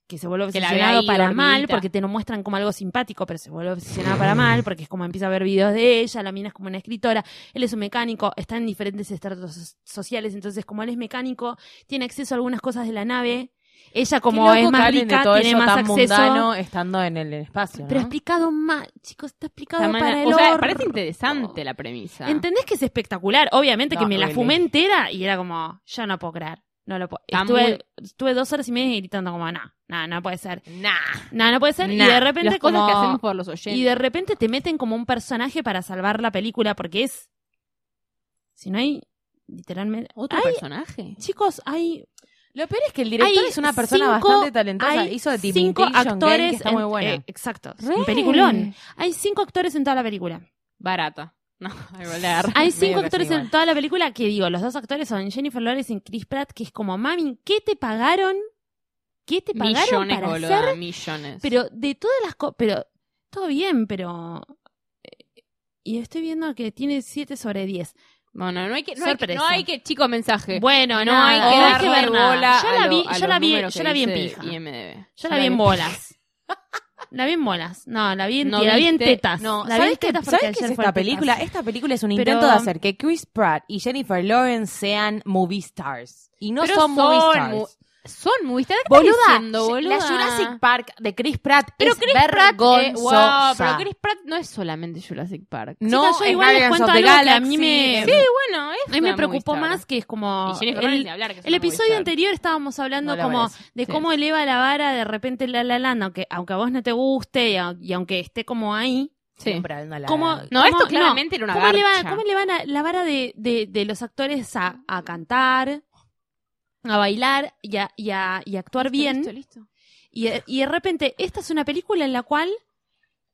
Speaker 2: que se vuelve
Speaker 4: Que la ve ahí
Speaker 2: obsesionado para mal,
Speaker 4: dormidita.
Speaker 2: porque te lo muestran como algo simpático, pero se vuelve obsesionado para mal, porque es como empieza a ver videos de ella, la mina es como una escritora, él es un mecánico, está en diferentes estratos sociales, entonces como él es mecánico, tiene acceso a algunas cosas de la nave. Ella
Speaker 3: Qué
Speaker 2: como
Speaker 3: loco
Speaker 2: es
Speaker 3: que
Speaker 2: más
Speaker 3: hablen de
Speaker 2: rica,
Speaker 3: todo
Speaker 2: tiene
Speaker 3: eso
Speaker 2: más
Speaker 3: tan
Speaker 2: acceso.
Speaker 3: mundano estando en el espacio. ¿no?
Speaker 2: Pero explicado mal, chicos, está explicado
Speaker 4: Está mana-
Speaker 2: para el
Speaker 4: o sea,
Speaker 2: horror.
Speaker 4: parece interesante la premisa.
Speaker 2: ¿Entendés que es espectacular? Obviamente que
Speaker 3: No,
Speaker 2: me la
Speaker 3: really.
Speaker 2: fumé entera y era como, yo no puedo creer. No lo puedo.
Speaker 4: Está
Speaker 2: Estuve, estuve dos horas y media gritando como, no, no, no puede ser.
Speaker 4: Nah.
Speaker 2: No, no puede ser.
Speaker 4: Nah.
Speaker 2: Y de repente
Speaker 4: Las cosas
Speaker 2: como-
Speaker 4: que hacemos por los oyentes.
Speaker 2: y de repente te meten como un personaje para salvar la película porque es... Si no hay, literalmente...
Speaker 4: ¿Otro
Speaker 2: Hay-
Speaker 4: personaje?
Speaker 2: chicos, hay
Speaker 3: Lo peor es que el director
Speaker 2: Hay
Speaker 3: es una persona
Speaker 2: cinco-
Speaker 3: bastante talentosa. Hizo de tipo
Speaker 2: cinco actores
Speaker 3: que está muy
Speaker 2: en-
Speaker 3: buena.
Speaker 2: eh, exacto, es un peliculón. Hay cinco actores en toda la película.
Speaker 4: Barata. No, igual de agarrar.
Speaker 2: Hay
Speaker 3: Medio
Speaker 2: cinco
Speaker 3: que sí,
Speaker 2: actores en
Speaker 3: igual.
Speaker 2: toda la película que digo, los dos actores son Jennifer Lawrence y Chris Pratt, que es como, mami, ¿qué te pagaron? ¿Qué te pagaron
Speaker 4: Millones,
Speaker 2: para
Speaker 4: boluda,
Speaker 2: hacer?
Speaker 4: millones.
Speaker 2: Pero de todas las cosas, pero todo bien, pero eh, y estoy viendo que tiene 7 sobre 10.
Speaker 4: Bueno, no hay que, no hay que,
Speaker 2: Sorpresa.
Speaker 4: no hay que, chico, mensaje.
Speaker 2: Bueno, no,
Speaker 4: Nada,
Speaker 2: hay que,
Speaker 4: no
Speaker 2: darle
Speaker 4: hay que ver
Speaker 2: nada.
Speaker 4: bola.
Speaker 2: Yo
Speaker 4: a
Speaker 2: la
Speaker 4: lo-
Speaker 2: vi,
Speaker 4: a
Speaker 2: yo la
Speaker 4: los
Speaker 2: vi,
Speaker 4: números
Speaker 2: yo
Speaker 4: que
Speaker 2: la vi en
Speaker 4: dice
Speaker 2: pija.
Speaker 4: IMDb.
Speaker 2: Yo la vi en bolas. La vi en bolas. No, la vi en,
Speaker 4: No
Speaker 2: la vi en
Speaker 4: viste-
Speaker 2: tetas.
Speaker 3: No,
Speaker 2: la vi en
Speaker 3: ¿sabes qué,
Speaker 2: tetas porque
Speaker 3: ¿sabes qué
Speaker 2: ayer
Speaker 3: es
Speaker 2: fue
Speaker 3: esta
Speaker 2: tetas.
Speaker 3: película? Esta película es un
Speaker 2: Pero-
Speaker 3: intento de hacer que Chris Pratt y Jennifer Lawrence sean movie stars. Y no
Speaker 4: Pero
Speaker 3: son movie
Speaker 4: son
Speaker 3: stars.
Speaker 4: mu- Son muy... ¿Qué estás diciendo, boluda?
Speaker 3: la Jurassic Park de Chris Pratt
Speaker 4: Pero
Speaker 3: es
Speaker 4: Chris Pratt, eh,
Speaker 3: vergonzosa.
Speaker 4: wow, pero Chris Pratt no es solamente Jurassic Park.
Speaker 3: No,
Speaker 2: Chicas, yo
Speaker 3: es
Speaker 2: igual les
Speaker 3: Guardians
Speaker 2: cuento
Speaker 3: of the
Speaker 2: algo que a mí
Speaker 3: Galaxy.
Speaker 2: me-
Speaker 4: Sí, bueno, es
Speaker 2: A mí me
Speaker 4: una
Speaker 2: preocupó
Speaker 4: movie
Speaker 2: más que es
Speaker 4: star.
Speaker 2: como...
Speaker 4: Y Jennifer Lawrence
Speaker 2: el,
Speaker 4: ni hablar, que es
Speaker 2: el
Speaker 4: una movie
Speaker 2: episodio
Speaker 4: star.
Speaker 2: anterior estábamos hablando
Speaker 3: No la
Speaker 2: como
Speaker 3: merece,
Speaker 2: de
Speaker 4: sí.
Speaker 2: cómo eleva la vara de repente la la Land, aunque, aunque a vos no te guste y, a- y aunque esté como ahí.
Speaker 4: Sí.
Speaker 3: Siempre hablando a la-
Speaker 2: ¿cómo,
Speaker 4: No,
Speaker 2: cómo-
Speaker 4: esto claramente era una
Speaker 2: ¿Cómo eleva,
Speaker 4: garcha.
Speaker 2: cómo eleva la, la vara de, de- de los actores a, a cantar, a bailar y a, y a- y a actuar bien?
Speaker 4: Listo, listo.
Speaker 2: Y, eh, y de repente, esta es una película en la cual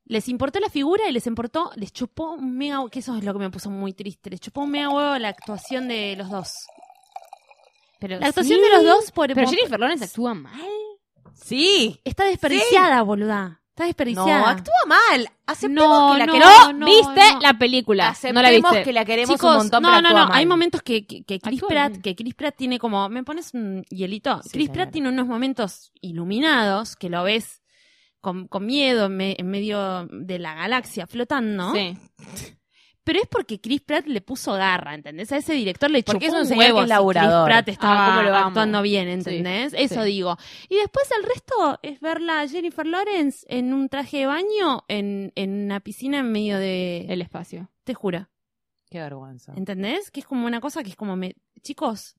Speaker 2: les importó la figura y les importó, les chupó un mega hue- que eso es lo que me puso muy triste, les chupó un mega huevo la actuación de los dos.
Speaker 4: Pero
Speaker 2: La actuación
Speaker 4: sí.
Speaker 2: de los dos por,
Speaker 4: Pero
Speaker 2: por-
Speaker 4: Jennifer Lawrence actúa mal.
Speaker 3: Sí.
Speaker 2: está desperdiciada, boluda. Está
Speaker 3: No,
Speaker 2: desperdiciada.
Speaker 3: actúa mal. Aceptemos
Speaker 2: No,
Speaker 3: Este que la
Speaker 2: no,
Speaker 3: queremos.
Speaker 2: no,
Speaker 4: ¿Viste
Speaker 2: no.
Speaker 4: la película? No
Speaker 3: Aceptemos
Speaker 4: la viste.
Speaker 3: que la queremos
Speaker 2: Chicos,
Speaker 3: un montón,
Speaker 2: no,
Speaker 3: pero
Speaker 2: no,
Speaker 3: actúa
Speaker 2: no, hay
Speaker 3: mal.
Speaker 2: momentos que, que, que Chris
Speaker 4: Actúa
Speaker 2: Pratt,
Speaker 4: bien.
Speaker 2: que Chris Pratt tiene como, me pones un hielito,
Speaker 3: Sí,
Speaker 2: Chris
Speaker 3: señora.
Speaker 2: Pratt tiene unos momentos iluminados que lo ves con, con miedo en, me- en medio de la galaxia flotando.
Speaker 4: Sí.
Speaker 2: Pero es porque Chris Pratt le puso garra, ¿entendés? A ese director le chupó
Speaker 3: Porque es un
Speaker 2: un
Speaker 3: señor que
Speaker 2: huevo
Speaker 3: es
Speaker 2: si
Speaker 3: laburador.
Speaker 2: Chris Pratt
Speaker 4: Ah,
Speaker 2: estaba
Speaker 4: cómo lo amo.
Speaker 2: actuando bien, ¿entendés? Eso
Speaker 4: sí.
Speaker 2: digo. Y después el resto es verla a Jennifer Lawrence en un traje de baño en, en una piscina en medio de...
Speaker 4: El espacio.
Speaker 2: Te juro.
Speaker 3: Qué vergüenza.
Speaker 2: ¿Entendés? Que es como una cosa que es como... Me... Chicos,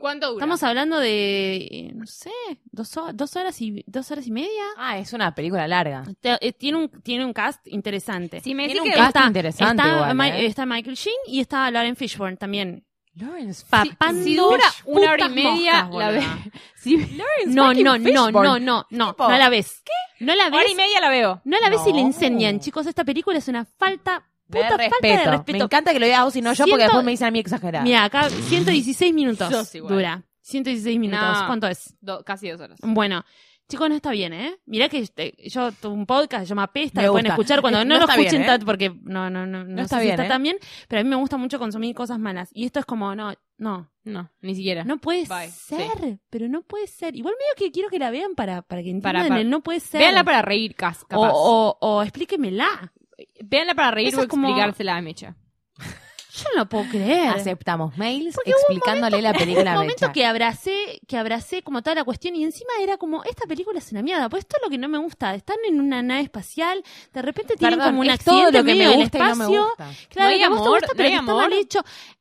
Speaker 4: ¿Cuánto dura?
Speaker 2: estamos hablando de... eh, No sé, dos, ho- dos, horas, y, dos horas y media.
Speaker 3: Ah, es una película larga.
Speaker 2: Te- eh, Tiene un, tiene un cast interesante.
Speaker 4: Si me
Speaker 3: Tiene
Speaker 4: decís
Speaker 3: un
Speaker 4: que
Speaker 3: cast
Speaker 2: está-
Speaker 3: interesante
Speaker 2: está,
Speaker 3: igual,
Speaker 2: Ma-
Speaker 3: ¿eh?
Speaker 2: está Michael Sheen y está Lauren Fishburne también.
Speaker 3: Lawrence
Speaker 2: papando
Speaker 4: si dura una hora y
Speaker 2: putas
Speaker 4: media,
Speaker 2: moscas,
Speaker 4: la
Speaker 2: boluda.
Speaker 4: ve- sí.
Speaker 2: No, no, no, no, no, no,
Speaker 3: Tipo,
Speaker 2: no la ves. No la
Speaker 4: Hora
Speaker 2: ves.
Speaker 4: y media la veo.
Speaker 2: No la ves y le
Speaker 3: No.
Speaker 2: enseñan, chicos. Esta película es una falta,
Speaker 3: De
Speaker 2: puta falta de
Speaker 3: respeto. Me
Speaker 2: respeto.
Speaker 3: encanta que lo digas vos y no yo,
Speaker 2: Siento-
Speaker 3: porque después me dicen a mí exagerada.
Speaker 2: Mira, acá 116
Speaker 4: Sos
Speaker 2: minutos
Speaker 4: igual.
Speaker 2: dura. 116 minutos.
Speaker 4: No.
Speaker 2: ¿Cuánto es?
Speaker 4: Do- casi dos horas.
Speaker 2: Bueno, chicos, no está bien, ¿eh? Mirá que este- yo tuve un podcast, se llama Pesta,
Speaker 3: Me
Speaker 2: lo pueden
Speaker 3: gusta.
Speaker 2: escuchar cuando
Speaker 3: Es-
Speaker 2: no,
Speaker 3: no
Speaker 2: lo
Speaker 3: está bien,
Speaker 2: escuchen
Speaker 3: ¿eh?
Speaker 2: tanto porque no, no, no, no,
Speaker 3: está
Speaker 2: sé si
Speaker 3: bien,
Speaker 2: está
Speaker 3: ¿eh?
Speaker 2: tan bien, pero a mí me gusta mucho consumir cosas malas. Y esto es como, no, no,
Speaker 4: No, ni siquiera.
Speaker 2: no puede
Speaker 4: Bye.
Speaker 2: ser, pero no puede ser. Igual medio que quiero que la vean para, para que entiendan
Speaker 4: Para- para-
Speaker 2: el no puede ser.
Speaker 4: Véanla para reír, cas-
Speaker 2: o,
Speaker 4: capaz.
Speaker 2: o, o explíquemela.
Speaker 4: Véanla para reír
Speaker 2: Eso
Speaker 4: o
Speaker 2: es como-
Speaker 4: explicársela a Mecha.
Speaker 2: Yo no lo puedo creer.
Speaker 3: Aceptamos mails
Speaker 2: Porque hubo un
Speaker 3: explicándole la película
Speaker 2: un
Speaker 3: a
Speaker 2: momento
Speaker 3: Mecha.
Speaker 2: que abracé, que abracé como toda la cuestión y encima era como, esta película es una mierda, pues esto es lo que no me gusta, están en una nave espacial, de repente tienen
Speaker 3: Perdón,
Speaker 2: como un
Speaker 3: es todo
Speaker 2: accidente
Speaker 3: lo que
Speaker 2: medio
Speaker 3: me
Speaker 2: del
Speaker 3: gusta y no me
Speaker 2: espacio.
Speaker 3: gusta.
Speaker 2: Claro,
Speaker 4: No hay
Speaker 2: que a vos te
Speaker 4: amor,
Speaker 2: gusta,
Speaker 4: no
Speaker 2: pero
Speaker 4: hay
Speaker 2: que está
Speaker 4: amor.
Speaker 2: mal hecho.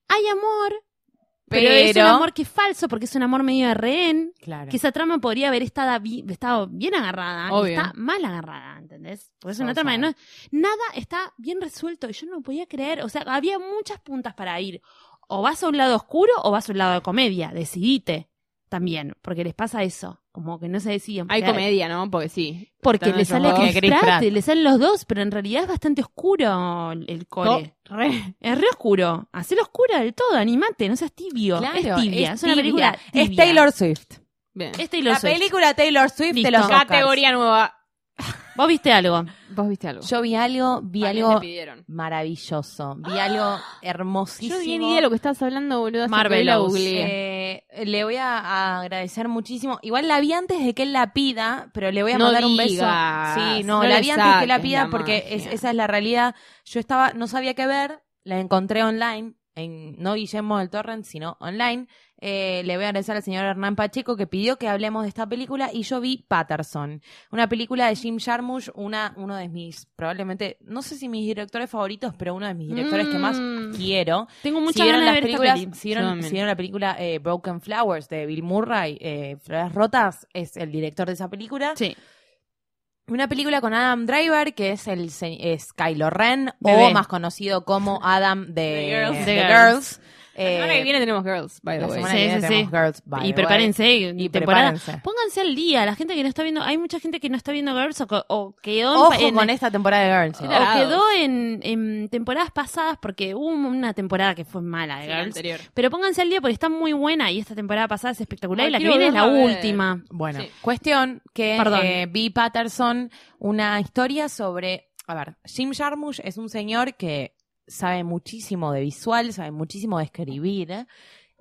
Speaker 2: Hay amor, pero,
Speaker 3: Pero,
Speaker 2: es un amor que es falso porque es un amor medio de rehén,
Speaker 3: claro.
Speaker 2: que esa trama podría haber estado, bi- estado bien agarrada, y
Speaker 4: Obvio.
Speaker 2: está mal agarrada, ¿entendés? Porque es una trama
Speaker 3: Forzada.
Speaker 2: de no, nada está bien resuelto y yo no lo podía creer, o sea, había muchas puntas para ir. O vas a un lado oscuro o vas a un lado de comedia, decidite también, porque les pasa eso, como que no se deciden.
Speaker 4: Hay
Speaker 2: porque-
Speaker 4: comedia, ¿no? Porque sí.
Speaker 2: Porque
Speaker 4: Están
Speaker 2: le
Speaker 4: esos
Speaker 2: sale
Speaker 4: dos.
Speaker 2: Chris
Speaker 3: Que Chris
Speaker 2: Pratt,
Speaker 3: Pratt.
Speaker 2: y le salen los dos, pero en realidad es bastante oscuro el el core.
Speaker 4: No, re.
Speaker 2: Es re oscuro. Hacelo oscura del todo, animate, no seas tibio.
Speaker 3: Claro,
Speaker 2: es tibia, es, una
Speaker 3: tibia.
Speaker 2: película tibia.
Speaker 3: Es Taylor Swift.
Speaker 4: Bien.
Speaker 2: Es Taylor
Speaker 3: La
Speaker 2: Swift.
Speaker 3: película Taylor Swift
Speaker 2: Listo.
Speaker 3: de los Oscars.
Speaker 4: Categoría nueva.
Speaker 2: Vos viste algo.
Speaker 4: Vos viste algo.
Speaker 3: Yo vi algo, vi
Speaker 4: ¿A quién
Speaker 3: algo
Speaker 4: te pidieron.
Speaker 3: maravilloso. Vi algo hermosísimo.
Speaker 4: Yo ni idea de lo que estás hablando, boludo. así que
Speaker 2: Marvelous.
Speaker 4: la googleé.
Speaker 3: Eh, le voy a agradecer muchísimo. Igual la vi antes de que él la pida, pero le voy a
Speaker 4: No
Speaker 3: mandar un beso.
Speaker 4: digas,
Speaker 3: Sí, no,
Speaker 4: no
Speaker 3: la
Speaker 4: le
Speaker 3: vi antes de que la
Speaker 4: saques
Speaker 3: pida
Speaker 4: la
Speaker 3: porque es-
Speaker 4: magia.
Speaker 3: esa es la realidad. Yo estaba, no sabía qué ver, la encontré online, en no Guillermo del Torrent, sino online. Eh, le voy a agradecer al señor Hernán Pacheco que pidió que hablemos de esta película y yo vi Patterson, una película de Jim Jarmusch, una, uno de mis, probablemente, no sé si mis directores favoritos, pero uno de mis directores que más
Speaker 4: Mm.
Speaker 3: quiero.
Speaker 2: Tengo
Speaker 3: Si
Speaker 2: mucha ganas
Speaker 3: vieron
Speaker 2: de
Speaker 3: las
Speaker 2: ver
Speaker 3: películas,
Speaker 2: esta peli.
Speaker 3: si
Speaker 4: Yo
Speaker 3: vieron,
Speaker 4: también.
Speaker 3: si vieron la película eh, Broken Flowers de Bill Murray, eh, Flores Rotas, es el director de esa película.
Speaker 2: Sí.
Speaker 3: Una película con Adam Driver, que es el se- es Kylo Ren,
Speaker 2: Bebé.
Speaker 3: o más conocido como Adam de
Speaker 4: The
Speaker 3: de
Speaker 4: Girls.
Speaker 2: The
Speaker 3: Girls. Eh,
Speaker 4: Ahora que viene tenemos Girls, by the
Speaker 3: la
Speaker 4: way.
Speaker 3: semana
Speaker 2: Sí,
Speaker 3: que viene
Speaker 2: sí,
Speaker 3: tenemos
Speaker 2: sí.
Speaker 3: Girls, by the
Speaker 2: y
Speaker 3: way.
Speaker 2: prepárense,
Speaker 3: Y
Speaker 2: temporada.
Speaker 3: prepárense.
Speaker 2: Pónganse al día, la gente que no está viendo, hay mucha gente que no está viendo Girls o, co- o quedó en-
Speaker 3: Ojo
Speaker 2: en,
Speaker 3: con este esta temporada de Girls.
Speaker 2: o
Speaker 3: eh.
Speaker 4: Claro.
Speaker 2: quedó en, en temporadas pasadas porque hubo una temporada que fue mala de
Speaker 4: Sí, la
Speaker 2: Girls.
Speaker 4: anterior.
Speaker 2: Pero pónganse al día porque está muy buena y esta temporada pasada es espectacular
Speaker 4: Ay,
Speaker 2: y la que
Speaker 4: quiero
Speaker 2: viene es la
Speaker 4: volverla a ver.
Speaker 2: última.
Speaker 3: Bueno,
Speaker 4: Sí.
Speaker 3: cuestión que
Speaker 2: Perdón.
Speaker 3: eh, vi Patterson una historia sobre, a ver, Jim Jarmusch es un señor que sabe muchísimo de visual, sabe muchísimo de escribir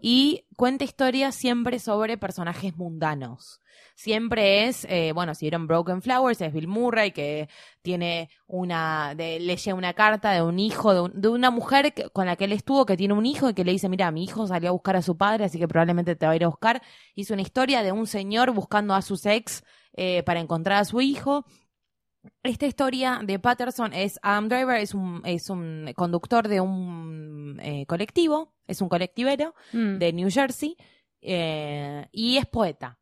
Speaker 3: y cuenta historias siempre sobre personajes mundanos. Siempre es, eh, bueno, si vieron Broken Flowers, es Bill Murray que tiene una, de, le llega una carta de un hijo, de, un- de una mujer que- con la que él estuvo, que tiene un hijo y que le dice, mira, mi hijo salió a buscar a su padre, así que probablemente te va a ir a buscar hizo una historia de un señor buscando a sus ex eh, para encontrar a su hijo. Esta historia de Patterson es Adam Driver, es un, es un conductor de un eh, colectivo, es un colectivero
Speaker 2: Mm.
Speaker 3: de New Jersey eh, y es poeta.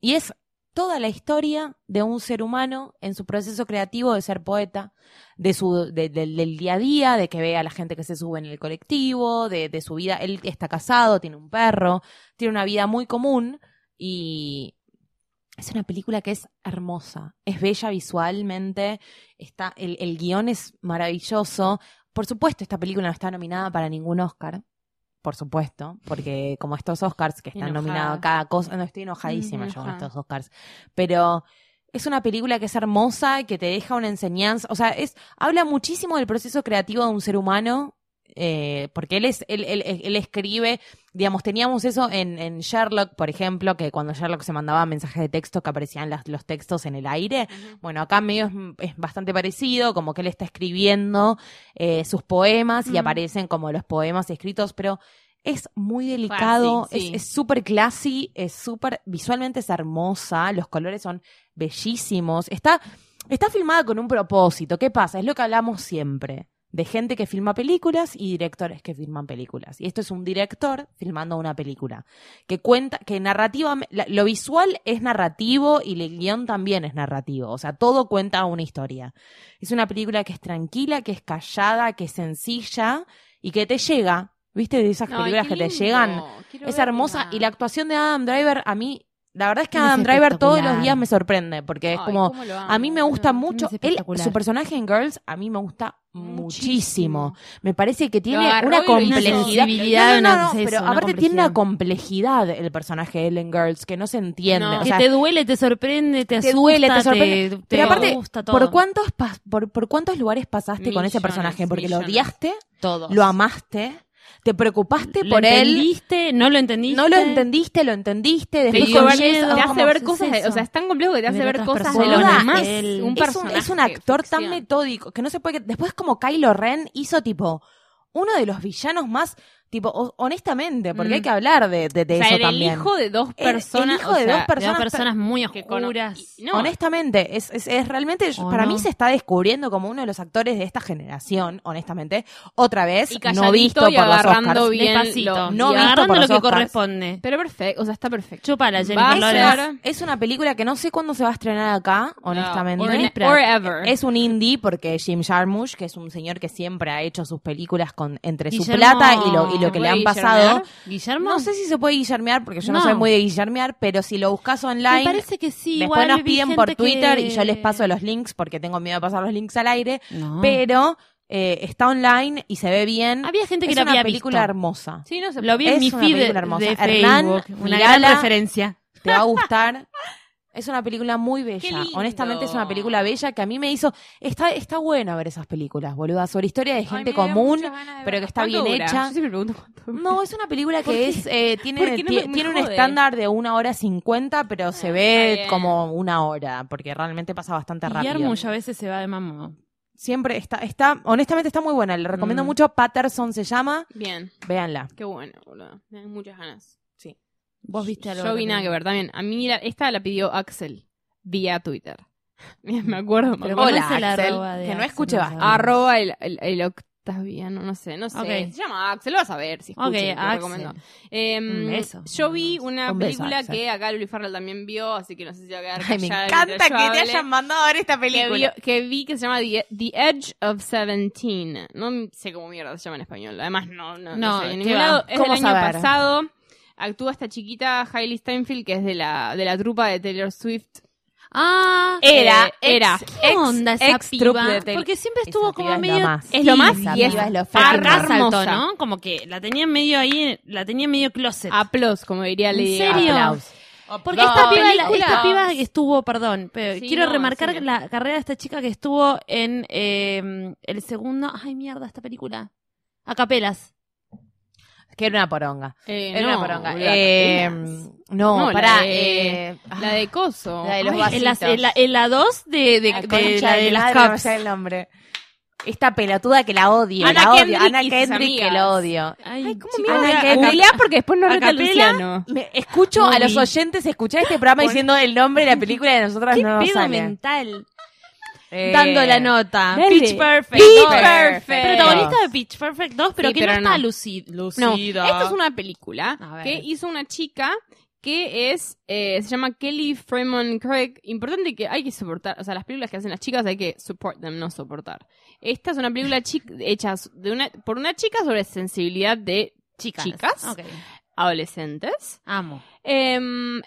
Speaker 3: Y es toda la historia de un ser humano en su proceso creativo de ser poeta, de su, de- de- del día a día, de que ve a la gente que se sube en el colectivo, de, de su vida. Él está casado, tiene un perro, tiene una vida muy común y es una película que es hermosa, es bella visualmente, está, el, el guión es maravilloso. Por supuesto, esta película no está nominada para ningún Oscar. Por supuesto, porque como estos Oscars que están
Speaker 4: Enojada.
Speaker 3: nominados a cada cosa, no estoy enojadísima yo con
Speaker 4: Enojada.
Speaker 3: estos Oscars, pero es una película que es hermosa, que te deja una enseñanza, o sea, es habla muchísimo del proceso creativo de un ser humano, eh, porque él es, él, él- él- él escribe, digamos, teníamos eso en, en Sherlock, por ejemplo, que cuando Sherlock se mandaba mensajes de texto que aparecían las- los textos en el aire, bueno, acá medio es, es bastante parecido, como que él está escribiendo eh, sus poemas y
Speaker 2: Mm.
Speaker 3: aparecen como los poemas escritos, pero es muy delicado,
Speaker 4: Classy, sí.
Speaker 3: es es súper classy, es súper, visualmente es hermosa, los colores son bellísimos, está, está filmada con un propósito, ¿qué pasa? Es lo que hablamos siempre. De gente que filma películas y directores que filman películas. Y esto es un director filmando una película que cuenta, que narrativa, la- lo visual es narrativo y el guión también es narrativo, o sea, todo cuenta una historia. Es una película que es tranquila, que es callada, que es sencilla y que te llega, ¿viste? De esas
Speaker 4: Ay,
Speaker 3: películas
Speaker 4: qué
Speaker 3: que te
Speaker 4: lindo.
Speaker 3: llegan.
Speaker 4: Quiero
Speaker 3: Es
Speaker 4: verla.
Speaker 3: hermosa y la actuación de Adam Driver a mí La verdad es que
Speaker 2: Es
Speaker 3: Adam Driver todos los
Speaker 2: espectacular.
Speaker 3: días me sorprende, porque es como, a mí me gusta mucho.
Speaker 2: es
Speaker 3: Él,
Speaker 2: espectacular.
Speaker 3: su personaje en Girls, a mí me gusta muchísimo.
Speaker 2: Muchísimo.
Speaker 3: Me parece que tiene
Speaker 4: Lo
Speaker 2: y
Speaker 4: agarró
Speaker 3: una
Speaker 2: lo hizo
Speaker 3: complejidad.
Speaker 2: sensibilidad,
Speaker 3: no, no,
Speaker 2: una-
Speaker 3: no, no,
Speaker 2: eso,
Speaker 3: pero
Speaker 2: una
Speaker 3: aparte tiene una
Speaker 2: complejidad.
Speaker 3: complejidad el personaje de Ellen Girls que no se entiende.
Speaker 4: No.
Speaker 3: o
Speaker 2: Que
Speaker 3: sea,
Speaker 2: te duele, te sorprende, te,
Speaker 3: te
Speaker 2: asusta,
Speaker 3: duele, te sorprende.
Speaker 2: te-
Speaker 3: pero
Speaker 2: te
Speaker 3: aparte,
Speaker 2: gusta todo.
Speaker 3: ¿por cuántos, pas- por, por cuántos lugares pasaste con ese
Speaker 4: Millones,
Speaker 3: personaje? Porque lo
Speaker 4: millones.
Speaker 3: odiaste,
Speaker 4: Todos.
Speaker 3: lo amaste, te preocupaste
Speaker 2: ¿Lo
Speaker 3: por él,
Speaker 2: entendiste? ¿No lo entendiste?
Speaker 3: no lo entendiste, lo entendiste,
Speaker 4: Te,
Speaker 3: después
Speaker 4: hizo
Speaker 3: con
Speaker 4: ver- te
Speaker 3: Jason,
Speaker 4: hace
Speaker 2: ¿cómo
Speaker 4: ver
Speaker 2: haces
Speaker 4: cosas, de- o
Speaker 2: eso?
Speaker 4: sea, es tan complejo que te hace
Speaker 2: Ver
Speaker 4: ver
Speaker 2: otras
Speaker 4: cosas de
Speaker 2: personas.
Speaker 4: los
Speaker 3: Boluda,
Speaker 4: demás.
Speaker 2: es-
Speaker 4: un
Speaker 3: es un,
Speaker 4: personaje.
Speaker 3: es un actor tan
Speaker 4: ficción.
Speaker 3: metódico que no se puede después como Kylo Ren hizo tipo uno de los villanos más tipo o- honestamente porque
Speaker 4: Mm.
Speaker 3: hay que hablar de, de- de
Speaker 4: O sea,
Speaker 3: eso
Speaker 4: era
Speaker 3: también
Speaker 4: el hijo de dos
Speaker 3: El- el
Speaker 4: personas.
Speaker 3: hijo
Speaker 4: o
Speaker 3: de
Speaker 4: sea,
Speaker 3: dos
Speaker 2: De
Speaker 3: personas,
Speaker 2: dos personas muy
Speaker 4: que cono-
Speaker 2: oscuras.
Speaker 4: y- no,
Speaker 3: honestamente es, es, es realmente yo-
Speaker 2: ¿O
Speaker 3: para
Speaker 2: no?
Speaker 3: mí se está descubriendo como uno de los actores de esta generación honestamente otra vez
Speaker 4: y
Speaker 3: no
Speaker 4: calladito
Speaker 3: visto por
Speaker 4: y
Speaker 3: los
Speaker 4: agarrando
Speaker 3: Oscars
Speaker 4: bien
Speaker 2: Despacito.
Speaker 3: No
Speaker 4: lo-
Speaker 2: y
Speaker 3: visto
Speaker 2: agarrando
Speaker 3: por
Speaker 2: lo
Speaker 3: los
Speaker 2: que
Speaker 3: Oscars.
Speaker 2: corresponde.
Speaker 4: Pero perfecto, o sea, está perfecto.
Speaker 2: Chupala,
Speaker 4: Va
Speaker 2: Jennifer
Speaker 4: a
Speaker 2: Lawrence.
Speaker 4: ser-
Speaker 3: es una película que no sé cuándo se va a estrenar acá honestamente
Speaker 4: No, or-
Speaker 2: Espera.
Speaker 4: or ever.
Speaker 3: Es un indie porque Jim Jarmusch, que es un señor que siempre ha hecho sus películas con entre su
Speaker 2: Guillermo-
Speaker 3: plata y lo, y lo
Speaker 4: ¿Se
Speaker 3: que le
Speaker 4: puede
Speaker 3: han
Speaker 4: guillermear?
Speaker 3: pasado.
Speaker 2: ¿Guillermo?
Speaker 3: No sé si se puede guillarmear porque yo no,
Speaker 2: No.
Speaker 3: soy muy de guillarmear, pero si lo buscas online,
Speaker 2: Me parece que sí.
Speaker 3: después
Speaker 2: igual
Speaker 3: nos
Speaker 2: vi
Speaker 3: piden
Speaker 2: gente
Speaker 3: por Twitter
Speaker 2: que-
Speaker 3: y yo les paso los links porque tengo miedo de pasar los links al aire,
Speaker 2: No.
Speaker 3: pero eh, está online y se ve
Speaker 4: Ah,
Speaker 3: bien.
Speaker 2: Había gente que
Speaker 3: es
Speaker 2: lo
Speaker 3: una
Speaker 2: había
Speaker 3: película
Speaker 2: visto.
Speaker 3: hermosa.
Speaker 4: Sí, no se
Speaker 2: Lo vi en
Speaker 3: Es
Speaker 2: mi
Speaker 3: una
Speaker 2: feed de,
Speaker 3: película hermosa.
Speaker 2: de
Speaker 3: Hernán,
Speaker 2: Facebook. una
Speaker 3: mirala.
Speaker 2: gran referencia.
Speaker 3: Te va a gustar. Es una película muy
Speaker 4: Qué
Speaker 3: bella.
Speaker 4: lindo.
Speaker 3: Honestamente, es una película bella que a mí me hizo. Está, está bueno ver esas películas, boluda. Sobre historia de
Speaker 4: Ay,
Speaker 3: gente
Speaker 4: me dieron
Speaker 3: común.
Speaker 4: muchas ganas
Speaker 3: pero
Speaker 4: de
Speaker 3: que
Speaker 4: verla.
Speaker 3: está
Speaker 4: ¿Cuánto
Speaker 3: bien
Speaker 4: dura?
Speaker 3: hecha.
Speaker 4: Yo siempre pregunto cuánto dura.
Speaker 3: No, es una película
Speaker 4: ¿Por
Speaker 3: que
Speaker 4: qué?
Speaker 3: es eh, tiene,
Speaker 4: ¿Por qué no me-
Speaker 3: ti-
Speaker 4: me
Speaker 3: tiene un
Speaker 4: jode?
Speaker 3: estándar de una hora cincuenta, pero se
Speaker 4: Ah,
Speaker 3: ve
Speaker 4: está bien.
Speaker 3: como una hora, porque realmente pasa bastante rápido.
Speaker 2: Guillermo ya a veces se va de mamón.
Speaker 3: Siempre está, está, honestamente está muy buena, le recomiendo
Speaker 2: Mm.
Speaker 3: mucho. Patterson se llama,
Speaker 4: Bien,
Speaker 3: véanla.
Speaker 4: qué bueno, boludo. Me dan muchas ganas. Sí.
Speaker 2: Vos viste algo.
Speaker 4: Yo vi nada que ver también. A mí la- esta la pidió Axel vía Twitter. Mira, me acuerdo. Me
Speaker 2: Pero
Speaker 4: acuerdo.
Speaker 2: ¿cómo
Speaker 3: Hola,
Speaker 2: es el
Speaker 3: Axel,
Speaker 2: arroba de
Speaker 3: que no
Speaker 2: Axel?
Speaker 3: escuche
Speaker 2: No sabemos.
Speaker 3: Basta.
Speaker 4: Arroba el, el- el octaviano, no sé, no sé.
Speaker 2: Ok.
Speaker 4: Se llama Axel, lo vas a ver si escuchas.
Speaker 2: Ok,
Speaker 4: te
Speaker 2: Axel. Mm,
Speaker 4: recomiendo. Eh,
Speaker 2: Un beso.
Speaker 4: Yo vi una
Speaker 3: Un beso,
Speaker 4: película
Speaker 3: Axel.
Speaker 4: que acá Luli Farrell también vio, así que no sé si va a quedar
Speaker 3: Ay, me
Speaker 4: callada
Speaker 3: encanta
Speaker 4: mientras
Speaker 3: que
Speaker 4: yo
Speaker 3: te
Speaker 4: hable.
Speaker 3: hayan mandado a ver esta
Speaker 4: que,
Speaker 3: película.
Speaker 4: vio- que vi que se llama The, The Edge of 17. No sé cómo mierda se llama en español. Además, no, no, no,
Speaker 2: No,
Speaker 4: sé. En
Speaker 2: ¿qué
Speaker 4: ningún
Speaker 2: va?
Speaker 4: lado. Es del
Speaker 3: ¿Cómo
Speaker 4: año
Speaker 3: saber?
Speaker 4: pasado. Actúa esta chiquita Hailey Steinfeld, que es de la, de la trupa de Taylor Swift.
Speaker 2: Ah,
Speaker 4: Era,
Speaker 2: eh,
Speaker 4: era.
Speaker 2: ex- ¿Qué
Speaker 4: Ex-
Speaker 2: onda esa
Speaker 4: ex
Speaker 2: piba?
Speaker 4: trupe de Taylor-
Speaker 2: Porque siempre
Speaker 3: Esa
Speaker 2: estuvo
Speaker 3: piba
Speaker 2: como
Speaker 3: es lo
Speaker 2: medio.
Speaker 3: más.
Speaker 4: Es lo más
Speaker 3: esa
Speaker 4: y es
Speaker 3: piba es lo
Speaker 2: Acá
Speaker 4: arrasa.
Speaker 3: fácil.
Speaker 2: saltó,
Speaker 4: hermosa.
Speaker 2: ¿no? Como que la tenían medio ahí, la tenía medio closet.
Speaker 4: Aplos, como diría
Speaker 2: ¿En
Speaker 4: Lady
Speaker 2: serio?
Speaker 4: Gaga.
Speaker 3: Aplausos.
Speaker 2: Ah, Porque esta piba,
Speaker 4: película-
Speaker 2: esta piba que estuvo, perdón, pero
Speaker 4: Sí,
Speaker 2: quiero
Speaker 4: no,
Speaker 2: remarcar
Speaker 4: sí.
Speaker 2: la carrera de esta chica que estuvo en eh, el segundo. Ay, mierda, esta película. Acapelas.
Speaker 3: Que era una poronga.
Speaker 4: Eh,
Speaker 3: Era
Speaker 4: no,
Speaker 3: una poronga.
Speaker 4: boluda,
Speaker 3: Eh,
Speaker 4: apenas.
Speaker 3: no,
Speaker 4: No, la
Speaker 3: pará.
Speaker 4: de-
Speaker 3: eh,
Speaker 4: La de Coso.
Speaker 3: La de los
Speaker 4: Ay,
Speaker 3: vasitos.
Speaker 2: En la, en la, en la 2 de, de,
Speaker 3: La
Speaker 2: de-
Speaker 3: concha
Speaker 2: la
Speaker 3: de
Speaker 2: de
Speaker 3: mi
Speaker 2: las
Speaker 3: madre, no
Speaker 2: caps.
Speaker 3: sé el nombre. Esta pelotuda que la odio,
Speaker 4: Ana
Speaker 3: la odio.
Speaker 4: Kendrick
Speaker 3: Ana
Speaker 4: y sus
Speaker 3: Kendrick que
Speaker 4: amigas.
Speaker 3: la odio.
Speaker 4: Ay, ¿cómo
Speaker 2: chicos,
Speaker 3: mierda?
Speaker 2: acá-
Speaker 3: Ana Kendrick.
Speaker 2: acá-
Speaker 4: Googlea porque después no reta a
Speaker 2: Acapela.
Speaker 4: Luciano.
Speaker 3: Me- escucho
Speaker 2: No
Speaker 3: a los
Speaker 2: vi.
Speaker 3: oyentes escuchar este programa
Speaker 2: Pon-
Speaker 3: diciendo el nombre de la película y a nosotras
Speaker 2: ¿Qué
Speaker 3: no nos
Speaker 2: pedo
Speaker 3: sale.
Speaker 2: mental?
Speaker 3: Eh,
Speaker 2: Dando la nota.
Speaker 3: dale.
Speaker 2: Pitch Perfect.
Speaker 3: Pitch
Speaker 2: dos.
Speaker 3: Perfect.
Speaker 2: Protagonista de Pitch Perfect 2, pero
Speaker 4: Sí,
Speaker 2: que
Speaker 4: pero
Speaker 2: no está
Speaker 4: no.
Speaker 2: luci- lucida.
Speaker 4: No, esta es una película
Speaker 2: A ver.
Speaker 4: que hizo una chica que es eh, se llama Kelly Fremon Craig. Importante que hay que soportar, o sea, las películas que hacen las chicas hay que support them, no soportar. Esta es una película chi- hecha de una, por una chica sobre sensibilidad de
Speaker 2: Chicas.
Speaker 4: chicas.
Speaker 2: Ok.
Speaker 4: adolescentes.
Speaker 2: Amo.
Speaker 4: Em,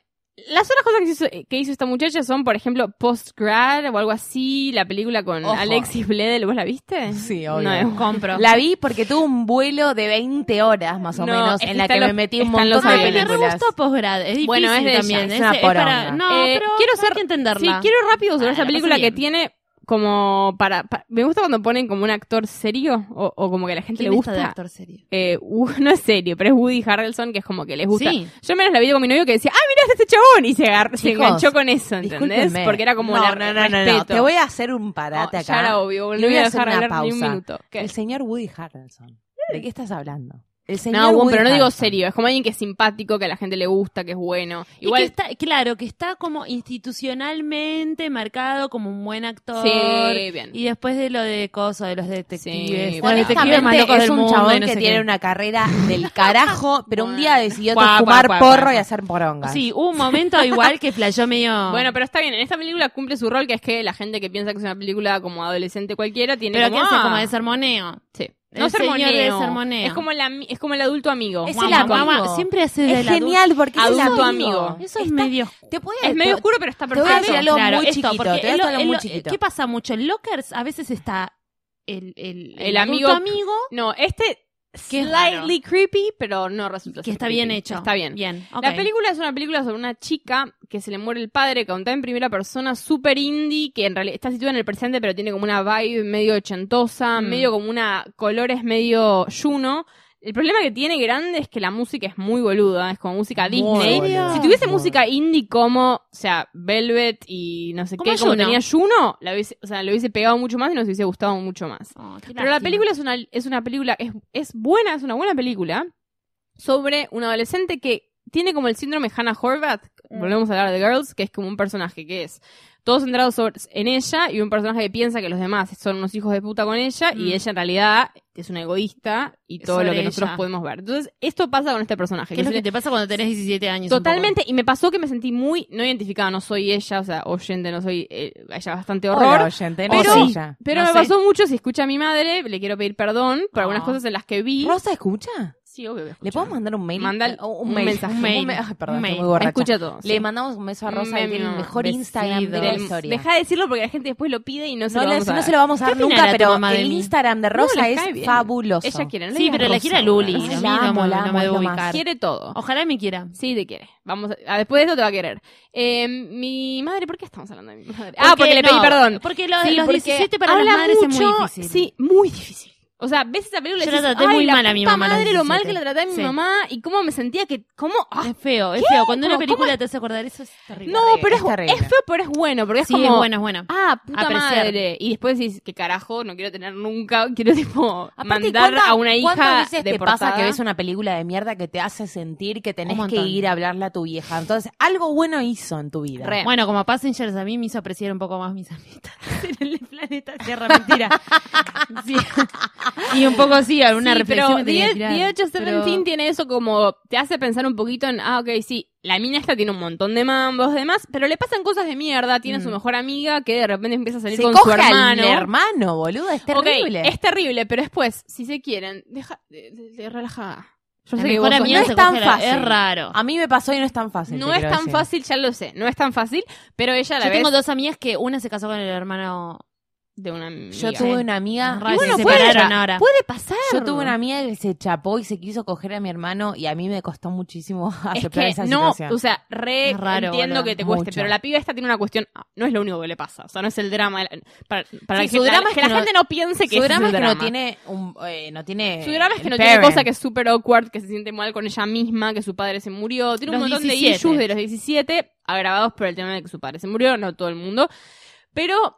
Speaker 4: las otras cosas que hizo, que hizo esta muchacha son, por ejemplo, Postgrad o algo así, la película con
Speaker 3: Ojo.
Speaker 4: Alexis Bledel, ¿vos la viste?
Speaker 3: Sí, obvio.
Speaker 4: No, es
Speaker 2: Compro.
Speaker 3: La vi porque tuve un vuelo de 20 horas más o
Speaker 4: No,
Speaker 3: menos
Speaker 4: es que
Speaker 3: en la que
Speaker 4: están los-
Speaker 3: me metí un
Speaker 4: están
Speaker 3: montón
Speaker 4: los
Speaker 3: de
Speaker 2: Ay, me
Speaker 4: aviones.
Speaker 2: re
Speaker 3: películas.
Speaker 2: gustó Postgrad. Es difícil
Speaker 4: Bueno, es de ella,
Speaker 2: también.
Speaker 3: es una
Speaker 2: es para-
Speaker 3: poronga.
Speaker 2: no,
Speaker 4: Eh,
Speaker 2: pero
Speaker 4: quiero
Speaker 2: quiero ser,
Speaker 4: ser-
Speaker 2: que entenderla.
Speaker 4: Sí, quiero rápido sobre
Speaker 2: Ah,
Speaker 4: esta
Speaker 2: la
Speaker 4: película
Speaker 2: pasé
Speaker 4: que
Speaker 2: bien.
Speaker 4: tiene como para, pa- Me gusta cuando ponen como un actor serio o, o como que a la gente le
Speaker 2: ¿Quién está de
Speaker 4: gusta.
Speaker 2: actor serio?
Speaker 4: Eh, Wu- no es serio, pero es Woody Harrelson que es como que les gusta.
Speaker 2: Sí.
Speaker 4: Yo menos la vi con mi novio que decía, ¡ay, mira este chabón! Y se, agar- se
Speaker 3: Chicos,
Speaker 4: enganchó con eso, ¿entendés?
Speaker 3: Discúlpenme.
Speaker 4: Porque era como
Speaker 3: no,
Speaker 4: la-
Speaker 3: no, no, no, no,
Speaker 4: respeto.
Speaker 3: Te voy a hacer un parate
Speaker 4: No,
Speaker 3: acá.
Speaker 4: Ya era obvio,
Speaker 3: Le
Speaker 4: no
Speaker 3: voy
Speaker 4: voy
Speaker 3: a
Speaker 4: a
Speaker 3: hacer
Speaker 4: dejar
Speaker 3: una
Speaker 4: hablar ni un
Speaker 3: pausa.
Speaker 4: minuto. ¿Qué?
Speaker 3: El señor Woody Harrelson. ¿De qué estás hablando? El señor
Speaker 4: No, bueno,
Speaker 3: Woody
Speaker 4: pero no digo
Speaker 3: Harrelson.
Speaker 4: serio, es como alguien que es simpático, que a la gente le gusta, que es bueno.
Speaker 2: Igual
Speaker 4: Igual
Speaker 2: está, claro, que está como institucionalmente marcado como un buen actor.
Speaker 4: Sí, bien.
Speaker 2: Y después de lo de Coso, de los detectives.
Speaker 4: Sí,
Speaker 2: los
Speaker 4: bueno.
Speaker 2: detectives más locos
Speaker 3: Honestamente, este es
Speaker 2: del
Speaker 3: un
Speaker 2: mundo,
Speaker 3: chabón
Speaker 2: y no
Speaker 3: que
Speaker 2: sé
Speaker 3: tiene
Speaker 2: qué.
Speaker 3: una carrera del carajo, pero un día decidió
Speaker 4: Guau,
Speaker 3: fumar
Speaker 4: guau, guau,
Speaker 3: porro
Speaker 4: guau.
Speaker 3: y hacer porongas.
Speaker 2: Sí, hubo un momento igual que flayó medio.
Speaker 4: Bueno, pero está bien, en esta película cumple su rol, que es que la gente que piensa que es una película como adolescente cualquiera tiene
Speaker 2: pero ¿qué
Speaker 4: como...
Speaker 2: hace?
Speaker 4: ah,
Speaker 2: Como de sermoneo.
Speaker 4: Sí.
Speaker 2: El
Speaker 4: No
Speaker 2: señor
Speaker 4: sermoneo.
Speaker 2: del sermoneo.
Speaker 4: Es como, el ami- es como el adulto amigo.
Speaker 3: Es
Speaker 4: Guau,
Speaker 3: el
Speaker 4: guau,
Speaker 3: amigo.
Speaker 4: guau.
Speaker 2: Siempre hace de
Speaker 3: Es
Speaker 2: la
Speaker 3: genial porque es el
Speaker 4: adulto amigo.
Speaker 2: Eso es
Speaker 3: Está-
Speaker 2: medio
Speaker 3: Te puede-
Speaker 4: Es medio oscuro, pero está
Speaker 3: Te voy
Speaker 4: perfecto.
Speaker 3: a decir algo
Speaker 2: Claro,
Speaker 3: muy
Speaker 2: esto,
Speaker 3: chiquito. Te
Speaker 2: porque
Speaker 3: voy a decir
Speaker 2: él lo-
Speaker 3: algo
Speaker 2: él
Speaker 3: muy
Speaker 2: lo-
Speaker 3: chiquito.
Speaker 2: ¿Qué pasa mucho? En lockers a veces está el, el,
Speaker 4: El
Speaker 2: adulto
Speaker 4: amigo-
Speaker 2: amigo
Speaker 4: No, este
Speaker 2: Qué
Speaker 4: slightly creepy, pero no resulta
Speaker 2: que
Speaker 4: ser
Speaker 2: está bien
Speaker 4: creepy.
Speaker 2: hecho.
Speaker 4: Está bien.
Speaker 2: Bien. ok.
Speaker 4: La película es una película sobre una chica que se le muere el padre, contada en primera persona, super indie, que en realidad está situada en el presente, pero tiene como una vibe medio ochentosa,
Speaker 2: Mm.
Speaker 4: medio como una colores medio Juno. El problema que tiene grande es que la música es muy boluda, es como música Disney.
Speaker 2: boluda.
Speaker 4: Si tuviese
Speaker 3: Muy
Speaker 4: música indie como, o sea, Velvet y no sé
Speaker 2: Como
Speaker 4: qué, como
Speaker 2: Juno.
Speaker 4: tenía Juno, la hubiese, o sea, lo hubiese pegado mucho más y nos hubiese gustado mucho más.
Speaker 2: Oh, qué
Speaker 4: Pero la
Speaker 2: lástima.
Speaker 4: película es una, es una película, es, es buena, es una buena película sobre un adolescente que tiene como el síndrome Hannah Horvath,
Speaker 2: Mm.
Speaker 4: volvemos a hablar de Girls, que es como un personaje que es todo centrado sobre- en ella y un personaje que piensa que los demás son unos hijos de puta con ella
Speaker 2: Mm.
Speaker 4: y ella en realidad es una egoísta y todo lo
Speaker 2: Sobre
Speaker 4: que nosotros
Speaker 2: ella.
Speaker 4: podemos ver. Entonces, esto pasa con este personaje.
Speaker 2: ¿Qué es
Speaker 4: que
Speaker 2: lo que
Speaker 4: se-
Speaker 2: te pasa cuando tenés 17 años? un
Speaker 4: Totalmente, y me pasó que me sentí muy no identificada, no soy ella, o sea, oyente, no soy eh, ella bastante horror.
Speaker 3: Hola, oyente, no
Speaker 4: Pero-
Speaker 3: sé ella.
Speaker 4: Pero
Speaker 2: No
Speaker 4: me
Speaker 2: sé.
Speaker 4: pasó mucho, si escucha a mi madre, le quiero pedir perdón por algunas
Speaker 2: Ah.
Speaker 4: cosas en las que vi.
Speaker 3: ¿Rosa escucha?
Speaker 4: Sí, obvio. que escucha.
Speaker 3: ¿Le podemos mandar un mail?
Speaker 4: Manda
Speaker 3: Eh, un,
Speaker 4: un
Speaker 3: mail.
Speaker 4: mensaje.
Speaker 3: Un
Speaker 2: Mail.
Speaker 3: Ay,
Speaker 2: Un
Speaker 3: perdón, estoy
Speaker 2: mail.
Speaker 3: muy borracha.
Speaker 4: Escucha todo.
Speaker 3: Le
Speaker 4: sí.
Speaker 3: mandamos un beso a
Speaker 4: Un
Speaker 3: Rosa, que tiene el
Speaker 4: memo.
Speaker 3: mejor
Speaker 2: Besitos.
Speaker 3: Instagram de la
Speaker 2: Del-
Speaker 3: historia.
Speaker 4: Deja de decirlo porque la gente después lo pide y no se
Speaker 3: no,
Speaker 4: lo
Speaker 3: le-
Speaker 4: vamos a
Speaker 3: no
Speaker 4: dar.
Speaker 3: se lo vamos a
Speaker 2: ¿Qué
Speaker 3: dar nunca,
Speaker 2: opinará tu
Speaker 3: pero
Speaker 2: mamá de
Speaker 3: el
Speaker 2: mí?
Speaker 3: Instagram de
Speaker 4: No,
Speaker 3: Rosa
Speaker 4: le cae
Speaker 3: es
Speaker 4: bien.
Speaker 3: fabuloso.
Speaker 4: Ella quiere, no le
Speaker 2: Sí,
Speaker 4: digas
Speaker 2: pero la
Speaker 4: Rosa
Speaker 2: quiere a
Speaker 4: ahora.
Speaker 2: Luli. a
Speaker 3: Ay,
Speaker 2: mí
Speaker 3: la
Speaker 2: no
Speaker 3: amo,
Speaker 2: me-
Speaker 3: la
Speaker 2: no
Speaker 3: amo,
Speaker 2: me
Speaker 3: es
Speaker 2: debo
Speaker 3: lo más.
Speaker 2: ubicar.
Speaker 4: Quiere todo.
Speaker 2: Ojalá me quiera.
Speaker 4: Sí, te quiere. Vamos a- ah, después de eso te va a querer. Eh, mi madre, ¿por qué estamos hablando de mi madre? ah, porque le
Speaker 2: no,
Speaker 4: pedí perdón.
Speaker 2: Porque lo de
Speaker 4: Sí,
Speaker 2: los
Speaker 4: porque
Speaker 2: 17 para
Speaker 4: habla
Speaker 2: las madres es
Speaker 4: mucho-
Speaker 2: muy difícil.
Speaker 4: Sí, muy difícil. O sea, ves esa película y
Speaker 2: Yo la
Speaker 4: dices,
Speaker 2: traté muy
Speaker 4: "Ay,
Speaker 2: mal a mi
Speaker 4: puta
Speaker 2: mamá a los
Speaker 4: madre, lo mal que
Speaker 2: 17".
Speaker 4: la trataba mi
Speaker 2: Sí.
Speaker 4: mamá y cómo me sentía que, cómo, ah,
Speaker 2: Es feo, es feo. Cuando una
Speaker 4: ¿Cómo-
Speaker 2: película te hace acordar eso es terrible.
Speaker 4: No,
Speaker 3: terrible,
Speaker 4: pero
Speaker 3: es terrible.
Speaker 4: es, es feo, pero es bueno, porque es
Speaker 2: sí,
Speaker 4: como.
Speaker 2: es bueno, es bueno.
Speaker 4: Ah, puta
Speaker 2: Apreciar.
Speaker 4: madre. Y después decís, que carajo, no quiero tener nunca, quiero tipo
Speaker 3: Aparte,
Speaker 4: mandar
Speaker 3: ¿cuánta-
Speaker 4: a una
Speaker 3: ¿Cuántas
Speaker 4: hija
Speaker 3: veces
Speaker 4: de
Speaker 3: te pasa que ves una película de mierda que te hace sentir que tenés
Speaker 2: Un
Speaker 3: que
Speaker 2: montón.
Speaker 3: ir a hablarle a tu vieja? Entonces, algo bueno hizo en tu vida.
Speaker 4: Re.
Speaker 2: Bueno, como Passengers a mí me hizo apreciar un poco más mis amistades en el planeta Tierra, mentira. Sí. Y un poco sí, alguna
Speaker 4: Sí,
Speaker 2: reflexión me
Speaker 4: pero
Speaker 2: tenía que
Speaker 4: 10
Speaker 2: tirar.
Speaker 4: 1817
Speaker 2: Pero-
Speaker 4: tiene eso como te hace pensar un poquito en ah ok sí la mina esta tiene un montón de mambos demás pero le pasan cosas de mierda tiene a su
Speaker 2: Mm.
Speaker 4: mejor amiga que de repente empieza a salir
Speaker 3: Se
Speaker 4: con su
Speaker 3: coge
Speaker 4: hermano
Speaker 3: al hermano, boludo, es
Speaker 4: Ok,
Speaker 3: terrible.
Speaker 4: es terrible pero después si se quieren deja de, de- de- relaja yo
Speaker 2: La
Speaker 4: sé que
Speaker 2: mejor
Speaker 4: vos sos-
Speaker 2: amiga
Speaker 4: no
Speaker 2: se
Speaker 4: es tan
Speaker 2: coge la-
Speaker 4: fácil
Speaker 2: Es raro.
Speaker 3: A mí me pasó y no es tan fácil.
Speaker 4: No
Speaker 3: te
Speaker 4: es
Speaker 3: quiero
Speaker 4: tan
Speaker 3: decir.
Speaker 4: fácil, ya lo sé, no es tan fácil, pero ella a la
Speaker 2: Yo
Speaker 4: vez
Speaker 2: tengo dos amigas que una se casó con el hermano.
Speaker 4: de una amiga.
Speaker 3: Yo
Speaker 2: Sí.
Speaker 3: tuve una amiga.
Speaker 2: Raro,
Speaker 3: Y
Speaker 2: se
Speaker 3: bueno, puede-
Speaker 2: separaron ahora.
Speaker 4: Puede pasar.
Speaker 3: Yo tuve una amiga que se chapó y se quiso coger a mi hermano y a mí me costó muchísimo
Speaker 4: es
Speaker 3: aceptar
Speaker 4: que
Speaker 3: esa
Speaker 4: no,
Speaker 3: situación.
Speaker 4: o sea, re
Speaker 2: Es raro,
Speaker 4: entiendo
Speaker 2: boluda,
Speaker 4: que te cueste,
Speaker 3: mucho.
Speaker 4: pero la piba esta tiene una cuestión, ah, no es lo único que le pasa, o sea, no es el drama, de la- para, para
Speaker 3: Sí,
Speaker 4: que,
Speaker 3: su
Speaker 4: la,
Speaker 3: drama es
Speaker 4: que
Speaker 3: que
Speaker 4: la
Speaker 3: no-
Speaker 4: gente no piense que
Speaker 3: su
Speaker 4: ese
Speaker 3: drama es
Speaker 4: es el
Speaker 3: que no
Speaker 4: drama.
Speaker 3: tiene un, eh, no tiene
Speaker 4: su drama es que
Speaker 3: el
Speaker 4: no tiene
Speaker 3: parent.
Speaker 4: cosa que es súper awkward, que se siente mal con ella misma, que su padre se murió. Tiene un
Speaker 2: Los
Speaker 4: montón
Speaker 2: 17.
Speaker 4: de issues de los 17 agravados por el tema de que su padre se murió, no todo el mundo. Pero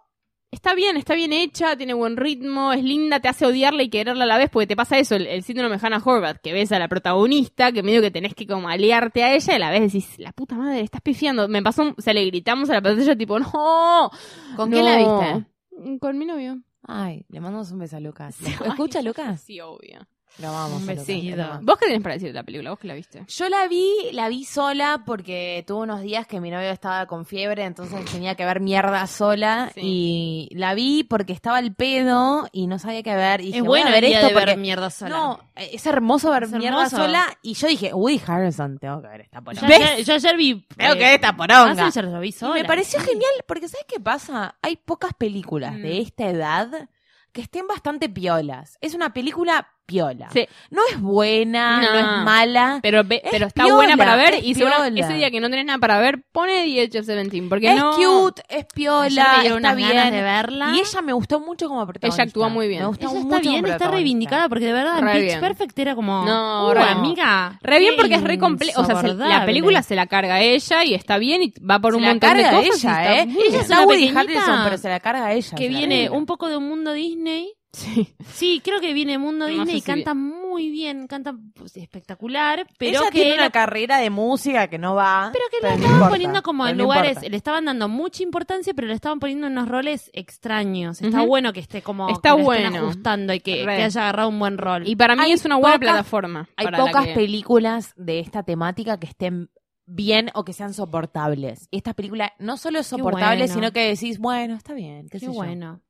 Speaker 4: está bien, está bien hecha, tiene buen ritmo, es linda, te hace odiarla y quererla a la vez, porque te pasa eso, el, el síndrome de Hannah Horvath, que ves a la protagonista, que medio que tenés que como aliarte a ella y a la vez decís, la puta madre, estás pifiando. Me pasó, un- o sea, le gritamos a la pantalla tipo, no.
Speaker 3: ¿Con qué la
Speaker 4: no".
Speaker 3: viste?
Speaker 4: Con mi novio.
Speaker 3: Ay, le mandamos un beso a Lucas.
Speaker 4: Sí,
Speaker 3: ¿Escucha,
Speaker 4: ay.
Speaker 3: Lucas?
Speaker 4: Sí, obvio.
Speaker 3: Lo vamos.
Speaker 2: Un
Speaker 3: a Lucas,
Speaker 2: besito.
Speaker 3: lo amamos.
Speaker 4: ¿Vos qué tenés para decir de la película? ¿Vos que la viste?
Speaker 3: Yo la vi, la vi sola porque tuve unos días que mi novio estaba con fiebre, entonces tenía que ver mierda sola y la vi porque estaba al pedo y no sabía qué ver. Y dije,
Speaker 2: es
Speaker 3: voy a
Speaker 2: bueno
Speaker 3: ver
Speaker 2: el día
Speaker 3: esto
Speaker 2: de ver
Speaker 3: porque
Speaker 2: mierda sola.
Speaker 3: no, eh, es hermoso ver
Speaker 2: Es
Speaker 3: mierda
Speaker 2: hermoso.
Speaker 3: sola y yo dije, Woody Harrison, tengo que ver esta
Speaker 2: Yo
Speaker 3: poronga.
Speaker 2: ayer, yo ayer vi.
Speaker 3: Tengo
Speaker 2: eh,
Speaker 3: que ver esta poronga.
Speaker 2: Passengers lo vi
Speaker 3: Y
Speaker 2: sola.
Speaker 3: me pareció
Speaker 2: Sí.
Speaker 3: genial porque ¿sabes qué pasa? Hay pocas películas
Speaker 4: Mm.
Speaker 3: de esta edad que estén bastante piolas. Es una película piola.
Speaker 4: Sí.
Speaker 3: No es buena, no,
Speaker 4: No.
Speaker 3: es mala.
Speaker 4: Pero, ve-
Speaker 3: Es
Speaker 4: pero está
Speaker 3: piola,
Speaker 4: buena para ver
Speaker 3: es
Speaker 4: y seguro
Speaker 3: piola.
Speaker 4: ese día que no tenés nada para ver, pone The Edge of 17 porque
Speaker 3: es
Speaker 4: no...
Speaker 3: cute, es
Speaker 2: Ayer
Speaker 3: piola,
Speaker 2: me dieron
Speaker 3: está
Speaker 2: unas ganas
Speaker 3: bien.
Speaker 2: de verla.
Speaker 3: Y ella me gustó mucho como protagonista.
Speaker 4: Ella actúa muy bien.
Speaker 3: Me gustó
Speaker 2: Ella
Speaker 3: mucho
Speaker 2: está
Speaker 3: como
Speaker 2: bien, está
Speaker 3: protagonista.
Speaker 2: reivindicada porque de verdad en
Speaker 4: Re
Speaker 2: Pitch
Speaker 4: bien.
Speaker 2: Perfect era como.
Speaker 4: No,
Speaker 2: "Uh,
Speaker 4: re-
Speaker 2: amiga.
Speaker 4: Re bien
Speaker 2: qué
Speaker 4: porque es re compleja. O sea, se- la
Speaker 2: insabordable".
Speaker 4: película se la carga ella y está bien y va por
Speaker 3: Se
Speaker 4: un
Speaker 3: la
Speaker 4: montón de
Speaker 3: carga
Speaker 4: cosas. y
Speaker 3: ella,
Speaker 4: está
Speaker 3: ¿eh?
Speaker 4: muy
Speaker 3: Ella
Speaker 4: bien.
Speaker 3: es
Speaker 2: una
Speaker 3: una Woody
Speaker 2: pequeñita
Speaker 3: Harrison, pero se la carga ella.
Speaker 2: Que
Speaker 3: se la
Speaker 2: viene
Speaker 3: carga.
Speaker 2: un poco de un mundo Disney.
Speaker 4: Sí.
Speaker 2: Sí, creo que viene Mundo
Speaker 4: No
Speaker 2: Disney
Speaker 4: sé
Speaker 2: y
Speaker 4: si
Speaker 2: canta muy bien, canta pues, espectacular, pero
Speaker 3: Ella
Speaker 2: que
Speaker 3: tiene una
Speaker 2: la-
Speaker 3: carrera de música que no va.
Speaker 2: pero que la
Speaker 3: no
Speaker 2: estaban
Speaker 3: importa,
Speaker 2: poniendo como
Speaker 3: pero
Speaker 2: en
Speaker 3: no
Speaker 2: lugares,
Speaker 3: importa.
Speaker 2: le estaban dando mucha importancia, pero le estaban poniendo en unos roles extraños. Está
Speaker 4: Ujú.
Speaker 2: bueno que esté como
Speaker 4: Está
Speaker 2: que lo estén
Speaker 4: bueno.
Speaker 2: ajustando y que,
Speaker 4: Re.
Speaker 2: que haya agarrado un buen rol.
Speaker 4: Y para mí
Speaker 3: Hay
Speaker 4: es una buena
Speaker 3: pocas-
Speaker 4: plataforma.
Speaker 3: Hay
Speaker 4: para la
Speaker 3: pocas
Speaker 4: que-
Speaker 3: películas de esta temática que estén bien o que sean soportables. Y esta película no solo es soportable,
Speaker 2: bueno.
Speaker 3: sino que decís, bueno, está bien, qué,
Speaker 2: qué
Speaker 3: sé yo.
Speaker 2: bueno.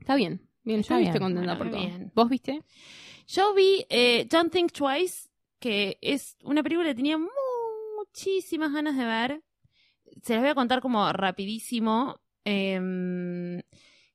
Speaker 4: Está bien. Bien,
Speaker 3: Está
Speaker 4: yo viste
Speaker 3: bien.
Speaker 4: contenta
Speaker 2: Bueno,
Speaker 4: por todo.
Speaker 2: bien.
Speaker 4: ¿Vos viste?
Speaker 2: Yo vi eh, Don't Think Twice, que es una película que tenía mu- muchísimas ganas de ver. Se las voy a contar como rapidísimo. em,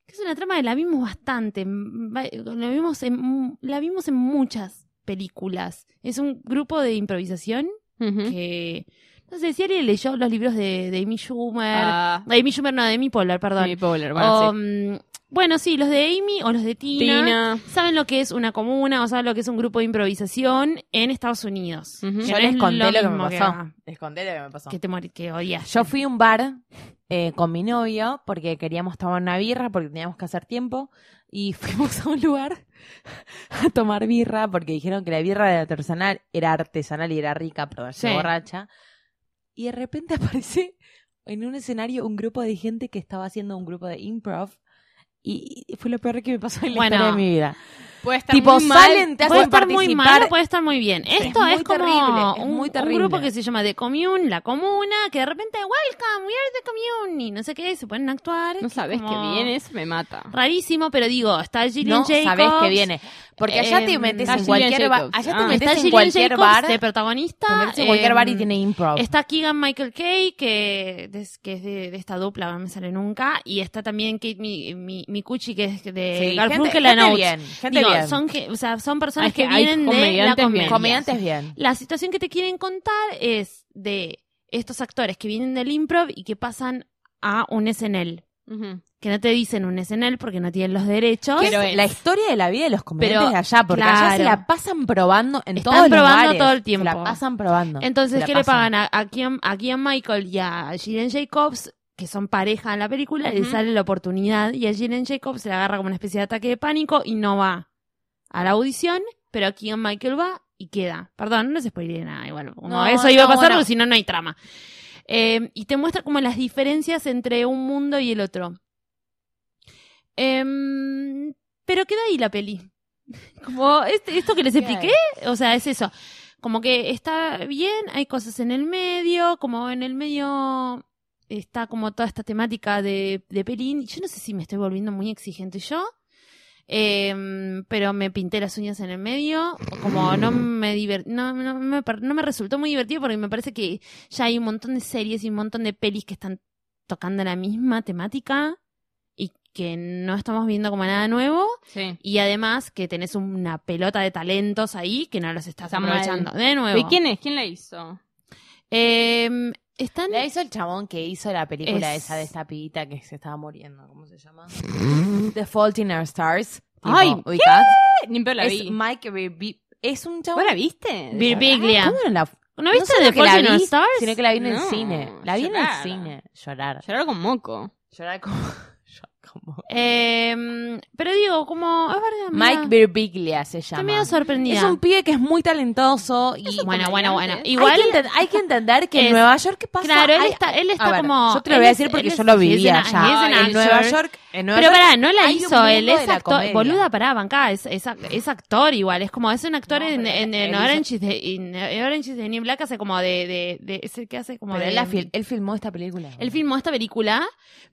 Speaker 2: que es una trama que la vimos bastante. m- va- La vimos en, mu- la vimos en muchas películas. Es un grupo de improvisación
Speaker 4: Ujú.
Speaker 2: que... No sé si alguien leyó los libros de, de Amy Schumer.
Speaker 4: Ah,
Speaker 2: De Amy Schumer, no, de Amy Poehler, perdón.
Speaker 4: Amy Poehler, bueno,
Speaker 3: Oh,
Speaker 2: O, mm, bueno, sí, los de Amy o los de
Speaker 4: sí.
Speaker 2: Tina
Speaker 4: Tina.
Speaker 2: saben lo que es una comuna o saben lo que es un grupo de improvisación en Estados Unidos.
Speaker 4: Ujú.
Speaker 2: Que
Speaker 4: Yo
Speaker 2: no
Speaker 3: les
Speaker 2: es
Speaker 3: conté lo que me
Speaker 2: mismo
Speaker 3: pasó.
Speaker 2: acá,
Speaker 3: Les conté lo que me pasó.
Speaker 2: Que te mor- que odias.
Speaker 3: Yo fui a un bar eh, con mi novio porque queríamos tomar una birra porque teníamos que hacer tiempo y fuimos a un lugar a tomar birra porque dijeron que la birra era artesanal, era artesanal y era rica, pero
Speaker 4: Sí.
Speaker 3: se borracha. Y de repente aparece en un escenario un grupo de gente que estaba haciendo un grupo de improv y y fue lo peor que me pasó en la
Speaker 2: Bueno.
Speaker 3: historia de mi vida.
Speaker 4: Puede estar
Speaker 3: Tipo,
Speaker 4: muy mal.
Speaker 3: salen, te
Speaker 2: puede
Speaker 3: hacen
Speaker 2: estar muy
Speaker 3: participar.
Speaker 2: mal, puede estar muy bien. Esto
Speaker 3: Es
Speaker 2: es,
Speaker 3: muy
Speaker 2: como
Speaker 3: terrible, es
Speaker 2: un,
Speaker 3: muy
Speaker 2: un
Speaker 3: terrible.
Speaker 2: grupo que se llama The Commune, la comuna, que de repente, welcome, we are the commune, y no sé qué, se ponen a actuar.
Speaker 4: No sabes
Speaker 2: qué
Speaker 4: que viene, eso me mata.
Speaker 2: Rarísimo, pero digo, está Gillian
Speaker 3: No
Speaker 2: Jacobs.
Speaker 3: sabés que viene. Porque allá te
Speaker 2: Em,
Speaker 3: metes
Speaker 4: está
Speaker 3: en cualquier
Speaker 4: Gillian
Speaker 3: bar.
Speaker 4: Jacobs.
Speaker 3: Allá
Speaker 4: Ah.
Speaker 3: te metes
Speaker 2: Está
Speaker 3: en
Speaker 2: Gillian
Speaker 3: cualquier
Speaker 2: Jacobs
Speaker 3: bar.
Speaker 2: de protagonista.
Speaker 3: Te metes en cualquier bar y
Speaker 2: em,
Speaker 3: tiene improv.
Speaker 2: Está Keegan Michael Kay, que, des- que es de, de esta dupla, no me sale nunca. Y está también Kate Mi- Mi- Micucci, que es de
Speaker 3: Sí, gente,
Speaker 2: Garfunkel and
Speaker 3: gente
Speaker 2: Oates.
Speaker 3: bien, gente
Speaker 2: Digo,
Speaker 3: bien.
Speaker 2: Son, ge- o sea, son personas
Speaker 4: Hay
Speaker 2: que
Speaker 4: que- hay
Speaker 2: vienen de la
Speaker 4: comediantes
Speaker 2: comedia.
Speaker 4: bien.
Speaker 3: comediantes bien.
Speaker 2: La situación que te quieren contar es de estos actores que vienen del improv y que pasan a un SNL.
Speaker 4: Ujú.
Speaker 2: Que no te dicen un SNL porque no tienen los derechos.
Speaker 4: Pero
Speaker 3: es
Speaker 4: es.
Speaker 3: la historia de la vida de los comediantes
Speaker 2: Pero,
Speaker 3: de allá, porque allá se
Speaker 2: claro.
Speaker 3: la pasan probando en
Speaker 2: Están
Speaker 3: todos los
Speaker 2: probando
Speaker 3: lugares.
Speaker 2: todo el tiempo.
Speaker 3: Se la pasan probando. Se
Speaker 2: Entonces,
Speaker 3: la
Speaker 2: ¿qué le
Speaker 3: pasan.
Speaker 2: pagan a, a, Keegan- a Keegan Michael y a Gillian Jacobs, que son pareja en la película, le
Speaker 4: Ujú.
Speaker 2: sale la oportunidad y a Gillian Jacobs se le agarra como una especie de ataque de pánico y no va a la audición, pero Keegan Michael va y queda. Perdón, no se spoileé nada, igual. Como
Speaker 3: No,
Speaker 2: eso iba a
Speaker 3: no,
Speaker 2: pasar,
Speaker 3: bueno.
Speaker 2: porque si no, no hay trama. Eh, y te muestra como las diferencias entre un mundo y el otro. Em, pero queda ahí la peli. Como este- esto que les
Speaker 3: Queda
Speaker 2: expliqué, o sea, es eso. Como que está bien, hay cosas en el medio, como en el medio está como toda esta temática de, de pelín. Yo no sé si me estoy volviendo muy exigente yo, em, pero me pinté las uñas en el medio, como no me diver- no, no me, par- no me resultó muy divertido porque me parece que ya hay un montón de series y un montón de pelis que están tocando la misma temática y que no estamos viendo como nada nuevo.
Speaker 4: Sí.
Speaker 2: Y además que tenés una pelota de talentos ahí que no los estás
Speaker 4: Está mal.
Speaker 2: aprovechando. De nuevo.
Speaker 4: ¿Y quién es? ¿Quién la hizo?
Speaker 2: Em, están...
Speaker 3: La hizo el chabón que hizo la película
Speaker 2: Es-
Speaker 3: esa de esta pibita que se estaba muriendo. ¿Cómo se llama? The Fault in Our Stars. Tipo,
Speaker 4: Ay,
Speaker 3: ubicás.
Speaker 4: Eh, Ni peor la
Speaker 3: Es
Speaker 4: vi.
Speaker 3: Mike Birbi- Es un chabón.
Speaker 4: ¿Vos la viste?
Speaker 2: Birbiglia.
Speaker 3: ¿Cómo no la
Speaker 2: ¿No viste
Speaker 3: solo
Speaker 2: de
Speaker 3: que la
Speaker 2: Fault in Our
Speaker 3: vi,
Speaker 2: Stars?
Speaker 3: Sino que la vi en el
Speaker 4: No,
Speaker 3: cine. La vi en el
Speaker 4: llorar.
Speaker 3: cine. Llorar.
Speaker 4: Llorar con moco.
Speaker 3: Llorar como. llorar como-
Speaker 2: Em, pero digo, como... Es verdad,
Speaker 3: Mike
Speaker 2: mira,
Speaker 3: Birbiglia se llama.
Speaker 2: Estoy medio sorprendida.
Speaker 3: Es un pibe que es muy talentoso y
Speaker 2: Bueno, bueno, bueno.
Speaker 4: comediante.
Speaker 2: Igual...
Speaker 3: hay, que enten- hay que entender que
Speaker 2: es-
Speaker 3: en Nueva York qué pasa.
Speaker 2: Claro, él
Speaker 3: Hay-
Speaker 2: está, él está
Speaker 3: a ver,
Speaker 2: como...
Speaker 3: Yo te lo voy
Speaker 2: él
Speaker 3: a
Speaker 2: es-
Speaker 3: decir porque
Speaker 2: él
Speaker 3: yo
Speaker 2: es-
Speaker 3: lo
Speaker 2: he's
Speaker 3: vivía
Speaker 2: an- he's an
Speaker 3: allá. En
Speaker 2: actor.
Speaker 3: Nueva York, en Nueva
Speaker 2: Pero
Speaker 3: York
Speaker 2: pará, no la
Speaker 3: hay un
Speaker 2: hizo él,
Speaker 3: mundo
Speaker 2: es
Speaker 3: de la
Speaker 2: actor.
Speaker 3: comedia.
Speaker 2: Boluda, pará, bancá, es, es, ac- es actor igual, es como, es un actor
Speaker 3: No,
Speaker 2: en,
Speaker 3: pero
Speaker 2: en, en
Speaker 3: él
Speaker 2: Orange, is the, in- en Orange is the New Black, hace como de, de, de ese que hace como
Speaker 3: Pero
Speaker 2: de...
Speaker 3: él, la fil- él filmó esta película.
Speaker 2: él filmó esta película,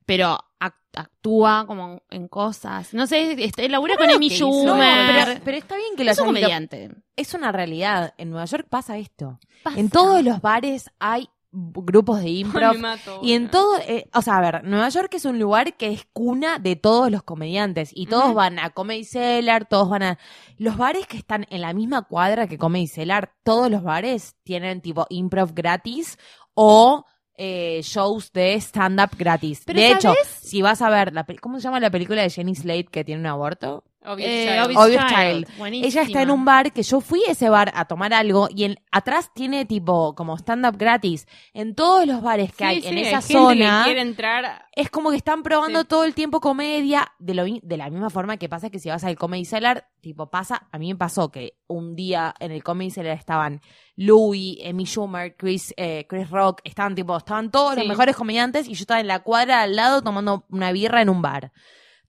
Speaker 2: pero ac- actúa como en cosas, no sé, este, labura con Amy
Speaker 3: No,
Speaker 2: Schumer,
Speaker 3: pero, pero está bien que lo
Speaker 2: es un
Speaker 3: hayan ido-
Speaker 2: comediante.
Speaker 3: Es una realidad. En Nueva York pasa esto.
Speaker 2: Pasa.
Speaker 3: En todos los bares hay grupos de improv.
Speaker 4: Me mato,
Speaker 3: Y en
Speaker 4: boluda.
Speaker 3: todo, eh, o sea, a ver, Nueva York es un lugar que es cuna de todos los comediantes y todos
Speaker 4: Ujú.
Speaker 3: van a Comedy Cellar, todos van a... Los bares que están en la misma cuadra que Comedy Cellar, todos los bares tienen tipo improv gratis o eh, shows de stand-up gratis.
Speaker 2: Pero,
Speaker 3: de hecho,
Speaker 2: ¿sabes?
Speaker 3: si vas a ver, la, pe- ¿cómo se llama la película de Jenny Slate que tiene un aborto?
Speaker 4: Obvious
Speaker 2: Eh,
Speaker 4: Child.
Speaker 2: Obvious
Speaker 3: Obvious
Speaker 2: Child,
Speaker 3: Child. Ella está en
Speaker 2: buenísima.
Speaker 3: un bar que yo fui a ese bar a tomar algo y en, atrás tiene tipo como stand-up gratis. En todos los bares que
Speaker 4: Sí,
Speaker 3: hay
Speaker 4: sí,
Speaker 3: en esa
Speaker 4: gente que
Speaker 3: zona
Speaker 4: quiere entrar.
Speaker 3: es como que están probando
Speaker 4: Sí.
Speaker 3: todo el tiempo comedia. De, lo, mi- de la misma forma que pasa que si vas al Comedy Cellar, tipo pasa, a mí me pasó que un día en el Comedy Cellar estaban Louis, Amy Schumer, Chris, eh, Chris Rock, estaban tipo, estaban todos los
Speaker 4: Sí.
Speaker 3: mejores comediantes y yo estaba en la cuadra al lado tomando una birra en un bar.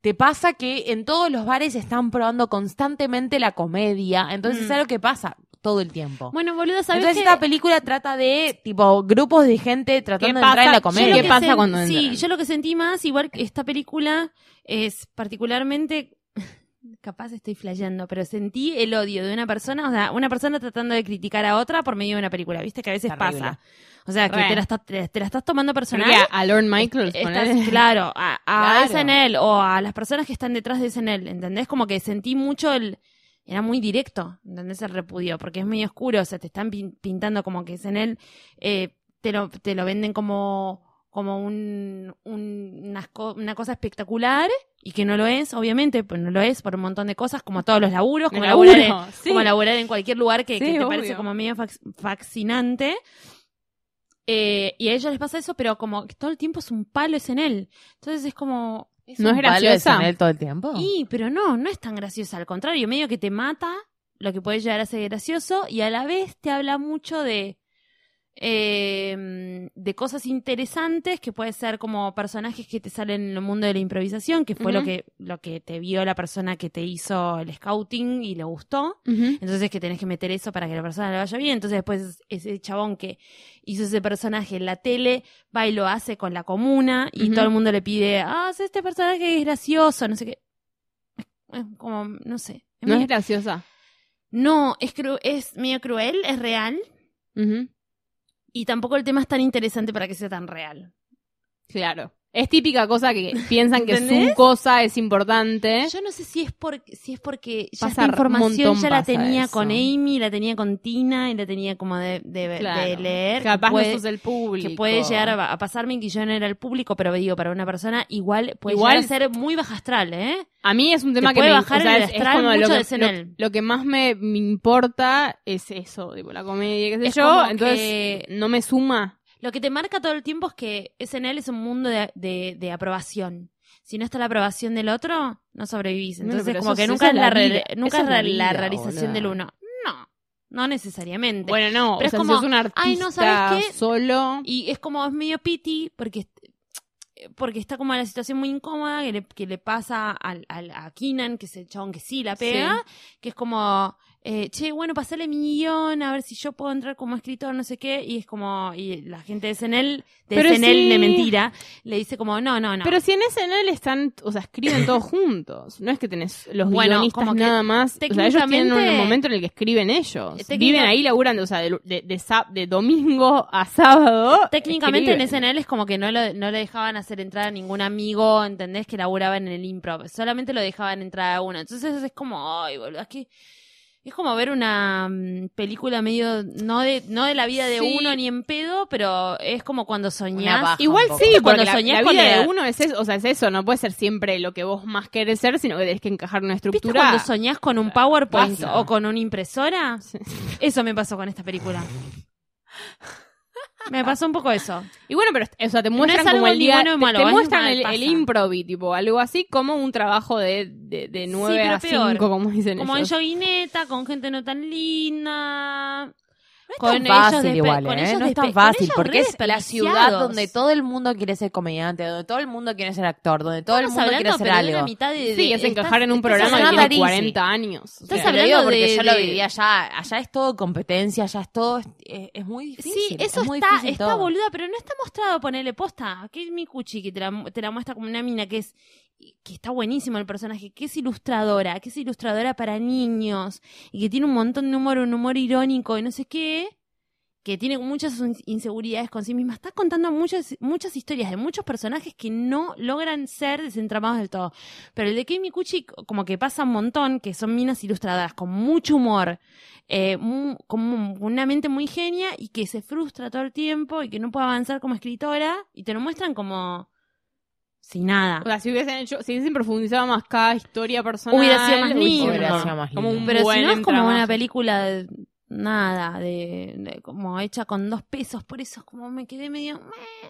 Speaker 3: Te pasa que en todos los bares están probando constantemente la comedia, entonces
Speaker 2: Mm.
Speaker 3: es algo que pasa todo el tiempo.
Speaker 2: Bueno, boluda, ¿sabes
Speaker 3: entonces
Speaker 2: qué?
Speaker 3: esta película trata de tipo grupos de gente tratando de entrar
Speaker 4: pasa?
Speaker 3: en la
Speaker 4: Yo lo
Speaker 3: comedia.
Speaker 4: ¿Qué
Speaker 2: que
Speaker 4: pasa
Speaker 2: sen-
Speaker 4: cuando
Speaker 2: Sí,
Speaker 4: entran?
Speaker 2: yo lo que sentí más, igual que esta película, es particularmente capaz estoy flayando, pero sentí el odio de una persona, o sea, una persona tratando de criticar a otra por medio de una película, viste que a veces
Speaker 3: Terrible.
Speaker 2: pasa. O sea, que
Speaker 4: Re.
Speaker 2: te la, estás, te, te la estás tomando personal.
Speaker 4: Porque a- a Lorne Michaels,
Speaker 2: Estás-
Speaker 4: ponele.
Speaker 2: claro, a, a
Speaker 3: Claro.
Speaker 2: SNL o a las personas que están detrás de SNL, ¿entendés? Como que sentí mucho el... Era muy directo, ¿entendés? El repudio, porque es muy oscuro, o sea, te están pin- pintando como que SNL eh, te, lo, te lo venden como, como un, un- unas co- una cosa espectacular y que no lo es, obviamente, pues no lo es por un montón de cosas, como todos los laburos, como
Speaker 4: Me
Speaker 2: laburar en-
Speaker 4: laburo, sí.
Speaker 2: como laburar en cualquier lugar que,
Speaker 4: Sí,
Speaker 2: que te
Speaker 4: obvio.
Speaker 2: parece como medio fac- fascinante. Eh, y a ella les pasa eso, pero como que todo el tiempo es un palo, es en él. Entonces es como...
Speaker 4: ¿No es
Speaker 3: un palo de
Speaker 4: graciosa?
Speaker 3: Chanel todo el
Speaker 4: Oh.
Speaker 3: tiempo?
Speaker 2: Y, pero no, no es tan graciosa. Al contrario, medio que te mata lo que puede llegar a ser gracioso y a la vez te habla mucho de... eh, de cosas interesantes que puede ser como personajes que te salen en el mundo de la improvisación que fue lo
Speaker 4: Ujú.
Speaker 2: que lo que te vio la persona que te hizo el scouting y le gustó
Speaker 4: Ujú.
Speaker 2: entonces que tenés que meter eso para que la persona le vaya bien. Entonces después ese chabón que hizo ese personaje en la tele va y lo hace con la comuna y
Speaker 4: Ujú.
Speaker 2: todo el mundo le pide, ah, haz este personaje que es gracioso, no sé qué. Es- es como, no sé. Es
Speaker 4: No es
Speaker 2: medio-
Speaker 4: graciosa.
Speaker 2: no, es, cru- es medio cruel, es real
Speaker 4: Ujú.
Speaker 2: y tampoco el tema es tan interesante para que sea tan real.
Speaker 4: Claro. Es típica cosa que piensan que su
Speaker 2: ¿Entendés?
Speaker 4: cosa es importante.
Speaker 2: Yo no sé si es, por, si es porque ya
Speaker 4: ¿Eh? Pasa
Speaker 2: esta información
Speaker 4: montón
Speaker 2: ya la
Speaker 4: pasa
Speaker 2: tenía
Speaker 4: eso.
Speaker 2: con Amy, la tenía con Tina y la tenía como de, de- de
Speaker 4: Claro.
Speaker 2: leer. pues
Speaker 4: Capaz
Speaker 2: Puede-
Speaker 4: no sos el público.
Speaker 2: que puede llegar a, a pasarme que yo no era el público, pero digo, para una persona igual puede
Speaker 4: Igual-
Speaker 2: llegar a ser muy baja astral, ¿eh?
Speaker 4: A mí es un tema
Speaker 2: Te
Speaker 4: que
Speaker 2: puede
Speaker 4: me
Speaker 2: bajar
Speaker 4: o sea,
Speaker 2: el
Speaker 4: es- es
Speaker 2: astral
Speaker 4: como
Speaker 2: mucho
Speaker 4: lo
Speaker 2: de
Speaker 4: que,
Speaker 2: SNL.
Speaker 4: lo- lo que más me, me importa es eso, tipo, la comedia, qué sé
Speaker 2: Es
Speaker 4: yo.
Speaker 2: como
Speaker 4: Entonces,
Speaker 2: que-
Speaker 4: no me suma.
Speaker 2: Lo que te marca todo el tiempo es que SNL es un mundo de, de- de aprobación. Si no está la aprobación del otro, no sobrevivís.
Speaker 4: Bueno,
Speaker 2: Entonces,
Speaker 4: pero
Speaker 2: como
Speaker 4: eso-
Speaker 2: que
Speaker 4: eso
Speaker 2: nunca
Speaker 4: es
Speaker 2: es
Speaker 4: la
Speaker 2: la, re-
Speaker 4: vida.
Speaker 2: nunca
Speaker 4: Eso
Speaker 2: es
Speaker 4: es
Speaker 2: la,
Speaker 4: la
Speaker 2: la
Speaker 4: vida,
Speaker 2: realización
Speaker 4: boluda.
Speaker 2: del uno. No, no necesariamente.
Speaker 4: Bueno, no,
Speaker 2: Pero
Speaker 4: o
Speaker 2: es
Speaker 4: sea,
Speaker 2: como,
Speaker 4: si sos un artista
Speaker 2: "Ay, no, ¿sabes qué?"
Speaker 4: solo.
Speaker 2: Y es como es medio pity porque, eh, porque está como en la situación muy incómoda que le, que le pasa al, al- a Keenan, que es el chabón que sí la pega, que es como, eh, che, bueno, pasale mi guión, a ver si yo puedo entrar como escritor, no sé qué, y es como, y la gente de SNL, de
Speaker 4: Pero
Speaker 2: SNL
Speaker 4: sí.
Speaker 2: de mentira, le dice como, no, no, no.
Speaker 4: Pero si en SNL están, o sea, escriben todos juntos. No es que tenés los
Speaker 2: Bueno,
Speaker 4: guionistas
Speaker 2: como que
Speaker 4: nada más. O sea, ellos tienen un
Speaker 2: técnicamente-
Speaker 4: momento en el que escriben ellos.
Speaker 2: Eh, técnica-
Speaker 4: Viven ahí, laburan, o sea, de, de, de sá- de domingo a sábado.
Speaker 2: Técnicamente en
Speaker 4: escriben.
Speaker 2: SNL es como que no, lo- no le dejaban hacer entrar a ningún amigo, ¿entendés? Que laburaba en el improv. Solamente lo dejaban entrar a uno. Entonces es como, ay, boludo, es que... Es como ver una mm, película medio, no de, no de la vida de
Speaker 4: Sí.
Speaker 2: uno ni en pedo, pero es como cuando
Speaker 3: Una
Speaker 2: soñás.
Speaker 3: paja.
Speaker 4: Igual
Speaker 3: Tampoco.
Speaker 4: sí, porque
Speaker 2: Cuando
Speaker 4: la,
Speaker 2: soñás
Speaker 4: la
Speaker 2: con
Speaker 4: vida
Speaker 2: la-
Speaker 4: de uno es eso, o sea, es eso, no puede ser siempre lo que vos más querés ser, sino que tenés que encajar en una
Speaker 2: ¿Viste
Speaker 4: estructura.
Speaker 2: cuando soñás con un PowerPoint
Speaker 4: Basta.
Speaker 2: o con una impresora?
Speaker 4: Sí.
Speaker 2: Eso me pasó con esta película. Me pasó un poco eso.
Speaker 4: Y bueno, pero o sea, te
Speaker 2: No
Speaker 4: muestran
Speaker 2: es algo
Speaker 4: como el
Speaker 2: ni
Speaker 4: día,
Speaker 2: bueno ni
Speaker 4: te-
Speaker 2: malo,
Speaker 4: te,
Speaker 2: es
Speaker 4: muestran
Speaker 2: una
Speaker 4: el,
Speaker 2: pasa.
Speaker 4: el improv y tipo algo así como un trabajo de, de, de 9
Speaker 2: pero
Speaker 4: a 5,
Speaker 2: peor.
Speaker 4: como dicen
Speaker 2: Como en
Speaker 4: ellos.
Speaker 2: joguineta, con gente no tan linda. No es
Speaker 3: Con fácil igual, ¿eh? No es tan fácil, porque es la ciudad donde todo el mundo quiere ser comediante, donde todo el mundo quiere ser actor, donde todo el mundo quiere hacer algo.
Speaker 4: Sí, es encajar en un programa que
Speaker 3: hablando
Speaker 4: tiene
Speaker 3: rarísimo.
Speaker 4: 40 años. O
Speaker 2: Estás
Speaker 4: sea,
Speaker 3: Te lo digo
Speaker 2: hablando
Speaker 3: porque
Speaker 2: de-
Speaker 3: yo lo
Speaker 2: de-
Speaker 3: vivía allá, allá es todo competencia, allá es todo, es, es muy difícil.
Speaker 2: Sí, eso
Speaker 3: es muy
Speaker 2: está,
Speaker 3: difícil
Speaker 2: está
Speaker 3: todo.
Speaker 2: boluda, pero no está mostrado ponerle posta. Aquí es Mikuchi que te la, mu- te la muestra como una mina que es que está buenísimo el personaje, que es ilustradora, que es ilustradora para niños y que tiene un montón de humor, un humor irónico y no sé qué, que tiene muchas in- inseguridades con sí misma. Está contando muchas muchas historias de muchos personajes que no logran ser desentramados del todo. Pero el de Kei Mikuchi como que pasa un montón, que son minas ilustradoras con mucho humor, eh, mu- con mu- una mente muy genia y que se frustra todo el tiempo y que no puede avanzar como escritora y te lo muestran como sin nada.
Speaker 4: o sea, si hubiesen hecho, si hubiesen profundizado más cada historia personal,
Speaker 2: Hubiera sido más lindo.
Speaker 3: Hubiera sido más
Speaker 4: Como
Speaker 3: lindo.
Speaker 4: un
Speaker 2: Pero si
Speaker 4: buen
Speaker 2: no es como
Speaker 4: entramaje.
Speaker 2: una película de- nada, de, de- como hecha con dos pesos, por eso es como me quedé medio...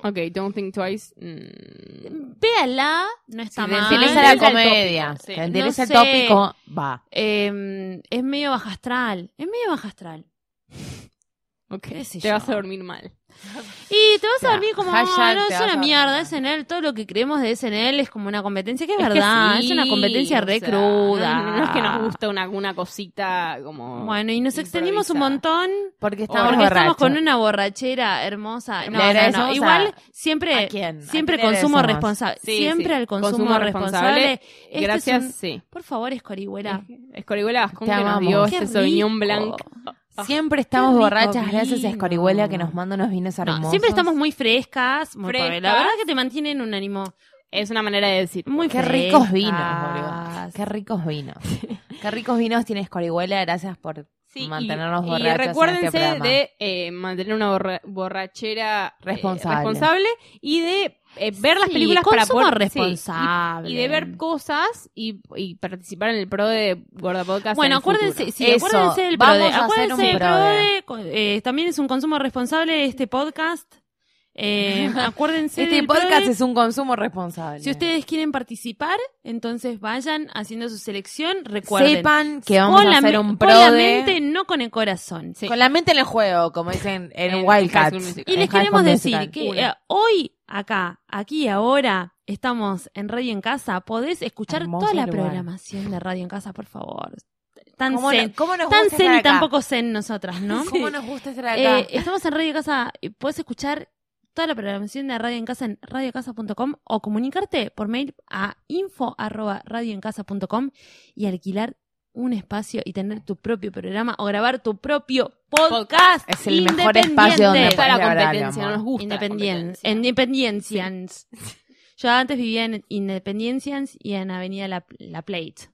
Speaker 4: Ok, Don't Think Twice. mm.
Speaker 2: Véala, no está
Speaker 3: Si te
Speaker 2: mal.
Speaker 3: interesa
Speaker 4: Te
Speaker 3: Ah, la
Speaker 4: interesa el
Speaker 3: comedia,
Speaker 4: tópico, sí.
Speaker 3: te
Speaker 2: No
Speaker 3: interesa el
Speaker 2: sé.
Speaker 3: tópico, va.
Speaker 2: em, Eh, es medio bajastral, es medio bajastral.
Speaker 4: Ok,
Speaker 2: Qué sé
Speaker 4: te
Speaker 2: yo.
Speaker 4: vas a dormir mal.
Speaker 2: Y te vas
Speaker 3: Ya,
Speaker 2: a dormir como,
Speaker 3: hashtag
Speaker 2: "Ah, no,
Speaker 3: te
Speaker 2: es
Speaker 3: vas a
Speaker 2: una
Speaker 3: dormir".
Speaker 2: mierda, SNL, todo lo que creemos de SNL es como una competencia, que es,
Speaker 4: Es que
Speaker 2: verdad,
Speaker 4: sí,
Speaker 2: es una competencia re
Speaker 4: o sea,
Speaker 2: cruda.
Speaker 4: No, no es que nos gusta una, una cosita como.
Speaker 2: Bueno, y nos extendimos un
Speaker 4: improvisada.
Speaker 2: montón
Speaker 3: Porque estamos
Speaker 2: porque estamos
Speaker 3: borrachos.
Speaker 2: con una borrachera hermosa. No,
Speaker 3: Le
Speaker 2: no, no.
Speaker 3: agradecemos
Speaker 2: Igual
Speaker 3: a-
Speaker 2: siempre,
Speaker 3: ¿a quién? ¿A
Speaker 2: siempre
Speaker 3: quién le
Speaker 2: consumo
Speaker 3: agradecemos?
Speaker 2: responsable.
Speaker 4: Sí,
Speaker 2: siempre
Speaker 4: sí.
Speaker 2: al consumo,
Speaker 4: Consumo responsable.
Speaker 2: responsable. Este es
Speaker 4: Gracias,
Speaker 2: un-
Speaker 4: sí.
Speaker 2: por favor, Escorihuela.
Speaker 4: Escorihuela Vascón
Speaker 3: Te
Speaker 4: que nos
Speaker 3: amamos.
Speaker 4: dio
Speaker 2: Qué
Speaker 4: ese Sauvignon
Speaker 2: rico.
Speaker 4: Blanc.
Speaker 3: Siempre estamos
Speaker 2: qué rico
Speaker 3: borrachas gracias a
Speaker 2: vino.
Speaker 3: Escorihuela que nos manda unos vinos
Speaker 2: No,
Speaker 3: hermosos.
Speaker 2: siempre estamos muy frescas. muy
Speaker 4: Frescas.
Speaker 2: pobre. La verdad que te mantienen un ánimo
Speaker 4: Es una manera de decir.
Speaker 2: muy
Speaker 3: Qué
Speaker 2: frescas.
Speaker 3: ricos vinos, boludo. Qué ricos vinos. Qué ricos vinos tiene Escorihuela. Gracias por
Speaker 4: Sí,
Speaker 3: mantenernos
Speaker 4: y,
Speaker 3: borrachos en
Speaker 4: Y
Speaker 3: este
Speaker 4: recuérdense
Speaker 3: programa.
Speaker 4: de eh, mantener una borra- borrachera eh,
Speaker 3: Responsable.
Speaker 4: responsable y de eh, ver las
Speaker 2: Sí,
Speaker 4: películas para
Speaker 2: consumo
Speaker 4: poder- sí, y-
Speaker 2: responsable.
Speaker 4: y, de ver cosas y, y participar en el pro de Gorda Podcast. en
Speaker 2: Bueno,
Speaker 4: el
Speaker 2: acuérdense,
Speaker 4: futuro.
Speaker 2: sí,
Speaker 3: Eso,
Speaker 2: acuérdense del
Speaker 3: vamos
Speaker 2: PRODE.
Speaker 3: a hacer
Speaker 2: Acuérdense
Speaker 3: un
Speaker 2: del
Speaker 3: PRODE.
Speaker 2: PRODE. co- eh, también es un consumo responsable de este podcast. Eh, acuérdense
Speaker 3: Este
Speaker 2: del
Speaker 3: podcast
Speaker 2: PRODE.
Speaker 3: es un consumo responsable.
Speaker 2: Si ustedes quieren participar, entonces vayan haciendo su selección. Recuerden,
Speaker 3: sepan que vamos
Speaker 2: con
Speaker 3: a
Speaker 2: la
Speaker 3: hacer
Speaker 2: me-
Speaker 3: un
Speaker 2: con la
Speaker 3: pro
Speaker 2: mente,
Speaker 3: de...
Speaker 2: no con el corazón.
Speaker 4: Sí.
Speaker 3: Con la mente en el juego, como dicen en,
Speaker 4: En High School
Speaker 3: Wildcats.
Speaker 4: Musical.
Speaker 2: Y les
Speaker 3: En High
Speaker 2: queremos
Speaker 3: School
Speaker 2: decir
Speaker 3: Musical.
Speaker 2: que
Speaker 3: Uno.
Speaker 2: eh, hoy, acá, aquí y ahora, estamos en Radio en Casa. Podés escuchar
Speaker 3: Hermoso
Speaker 2: toda la
Speaker 3: lugar.
Speaker 2: programación de Radio en Casa, por favor. Tan
Speaker 3: ¿Cómo, no-
Speaker 2: zen,
Speaker 3: cómo nos
Speaker 2: tan
Speaker 3: gusta estar
Speaker 2: zen y
Speaker 3: acá?
Speaker 2: tan poco zen nosotras, ¿no?
Speaker 3: ¿Cómo nos gusta estar acá?
Speaker 2: Eh, estamos en Radio Casa. y Puedes escuchar toda la programación de Radio en Casa en radioencasa.com o comunicarte por mail a info.radioencasa.com y alquilar un espacio y tener tu propio programa o grabar tu propio podcast.
Speaker 3: Es el mejor espacio donde
Speaker 2: independiente.
Speaker 4: Está la
Speaker 3: Dale, dale,
Speaker 4: competencia,
Speaker 3: amor.
Speaker 4: no nos gusta. la
Speaker 2: Independien-
Speaker 4: competencia.
Speaker 2: en Independencians. Yo antes vivía en Independencians y en Avenida La, La Plate.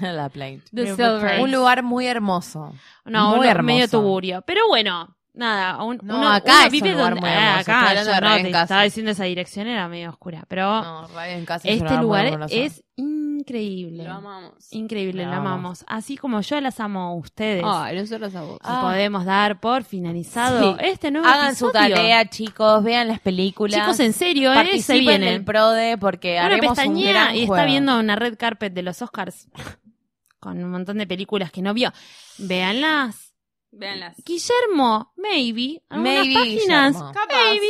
Speaker 3: La Plain.
Speaker 4: The
Speaker 2: Me
Speaker 4: Silver.
Speaker 2: parece.
Speaker 3: Un lugar muy hermoso.
Speaker 2: No,
Speaker 3: Muy
Speaker 2: uno-
Speaker 3: hermoso.
Speaker 2: medio tugurio. Pero bueno, nada, un-
Speaker 3: No,
Speaker 2: uno,
Speaker 3: acá
Speaker 2: uno
Speaker 3: es un
Speaker 2: vive
Speaker 3: lugar
Speaker 2: donde-
Speaker 3: muy
Speaker 2: ah, acá,
Speaker 3: hermoso. Estoy hablando
Speaker 2: yo
Speaker 3: de
Speaker 2: no,
Speaker 3: Radio
Speaker 2: te
Speaker 3: en Casa.
Speaker 2: estaba diciendo esa dirección era medio oscura, pero
Speaker 3: No, radio en casa es un
Speaker 2: este
Speaker 3: muy
Speaker 2: lugar
Speaker 3: hermoso.
Speaker 2: es increíble.
Speaker 4: Lo amamos.
Speaker 2: Increíble,
Speaker 3: La
Speaker 2: la
Speaker 3: amamos.
Speaker 2: amamos.
Speaker 3: Ah.
Speaker 2: Así como yo las amo a ustedes.
Speaker 4: Ay, nosotros a vos.
Speaker 2: Y Podemos dar por finalizado
Speaker 3: Sí.
Speaker 2: este nuevo
Speaker 3: Hagan su
Speaker 2: episodio.
Speaker 3: tarea, chicos. Vean las películas.
Speaker 2: Chicos, en serio, ¿eh? se
Speaker 3: participen
Speaker 2: viene.
Speaker 3: del PRODE porque
Speaker 2: Una
Speaker 3: haremos un
Speaker 2: pestañea
Speaker 3: gran
Speaker 2: y está
Speaker 3: juego.
Speaker 2: viendo una red carpet de los Oscars con un montón de películas que no vio. Véanlas.
Speaker 4: Veanlas.
Speaker 2: Guillermo, maybe, algunas
Speaker 3: Maybe,
Speaker 2: páginas,
Speaker 3: Guillermo.
Speaker 2: maybe.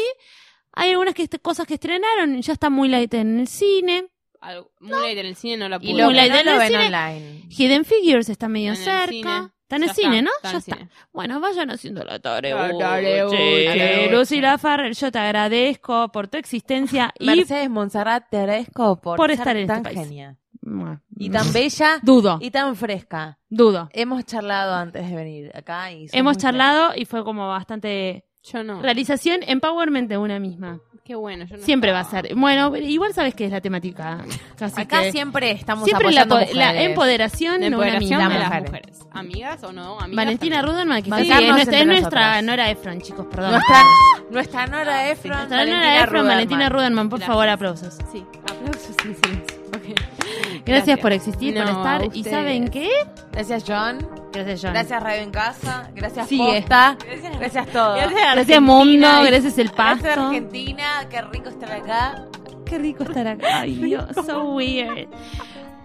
Speaker 2: Hay algunas que est- cosas que estrenaron, ya está Moonlight en el cine.
Speaker 4: Algo- Moonlight en el cine no la pude
Speaker 3: Y lo
Speaker 2: Moonlight
Speaker 3: que no
Speaker 2: en el
Speaker 3: lo ven
Speaker 2: cine.
Speaker 3: online.
Speaker 2: Hidden Figures está
Speaker 4: En
Speaker 2: medio
Speaker 4: el cine.
Speaker 2: cerca. Está en el
Speaker 4: Ya
Speaker 2: cine, ¿no?
Speaker 4: está
Speaker 2: ya
Speaker 4: en el
Speaker 2: está.
Speaker 4: cine.
Speaker 2: Bueno, vayan haciendo la tarea.
Speaker 4: La tarea,
Speaker 2: che.
Speaker 4: uche.
Speaker 2: Lucila Farrell, yo te agradezco por tu existencia y
Speaker 3: Mercedes Montserrat, te agradezco por,
Speaker 2: Por
Speaker 3: ser
Speaker 2: estar en
Speaker 3: tan
Speaker 2: este país.
Speaker 3: genia.
Speaker 2: Mua.
Speaker 3: Y tan bella
Speaker 2: dudo,
Speaker 3: y tan fresca.
Speaker 2: dudo.
Speaker 3: Hemos charlado antes de venir acá. Y somos
Speaker 2: Hemos
Speaker 3: muy
Speaker 2: charlado y fue como bastante
Speaker 4: Yo no.
Speaker 2: Mm. realización, empowerment de una misma.
Speaker 4: Qué bueno. Yo no
Speaker 2: Siempre va a
Speaker 4: estaba.
Speaker 2: ser. Bueno, igual sabes que es la temática. Así
Speaker 3: frescas. Acá
Speaker 2: que-
Speaker 3: siempre estamos
Speaker 2: Siempre la,
Speaker 3: apoyando
Speaker 2: po- la
Speaker 3: mujeres.
Speaker 2: empoderación,
Speaker 4: La
Speaker 2: no una
Speaker 4: empoderación
Speaker 2: misma.
Speaker 4: de las
Speaker 3: mujer.
Speaker 4: mujeres. ¿Amigas o no? Amigas
Speaker 2: Valentina
Speaker 4: también.
Speaker 2: Ruderman, que está
Speaker 3: Bancarnos
Speaker 2: acá, es nuestra,
Speaker 3: entre
Speaker 2: es nuestra
Speaker 3: nosotras.
Speaker 2: Nora Efron, chicos, perdón.
Speaker 3: Nuestra, nuestra Nora Efron,
Speaker 2: Nuestra
Speaker 3: Valentina
Speaker 2: Nora Efron,
Speaker 3: Ruderman.
Speaker 2: Valentina Ruderman, por
Speaker 4: Gracias.
Speaker 2: favor, aplausos. Gracias,
Speaker 4: Sí, aplausos en silencio. Ok. Gracias,
Speaker 2: por existir, por
Speaker 4: No,
Speaker 2: estar.
Speaker 4: a
Speaker 2: ¿Y
Speaker 4: ustedes.
Speaker 2: saben qué?
Speaker 3: Gracias, John.
Speaker 2: Gracias, John.
Speaker 3: Gracias, Radio en Casa. Gracias,
Speaker 2: Sigue.
Speaker 3: Posta. Gracias, todo.
Speaker 2: Gracias, Mundo. Gracias, El
Speaker 3: Gracias,
Speaker 2: Pasto.
Speaker 3: Argentina. Qué rico estar acá.
Speaker 2: Qué rico estar acá. Ay, Dios, so weird.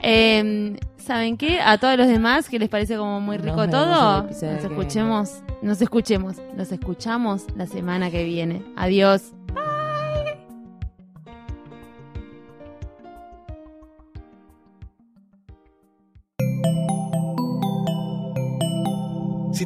Speaker 2: Eh, ¿Saben qué? A todos los demás que les parece como muy
Speaker 3: Nos
Speaker 2: rico
Speaker 3: vemos
Speaker 2: todo,
Speaker 3: en el
Speaker 2: nos
Speaker 3: episodio que viene.
Speaker 2: escuchemos, nos escuchemos, nos escuchamos la semana que viene. Adiós.
Speaker 1: Si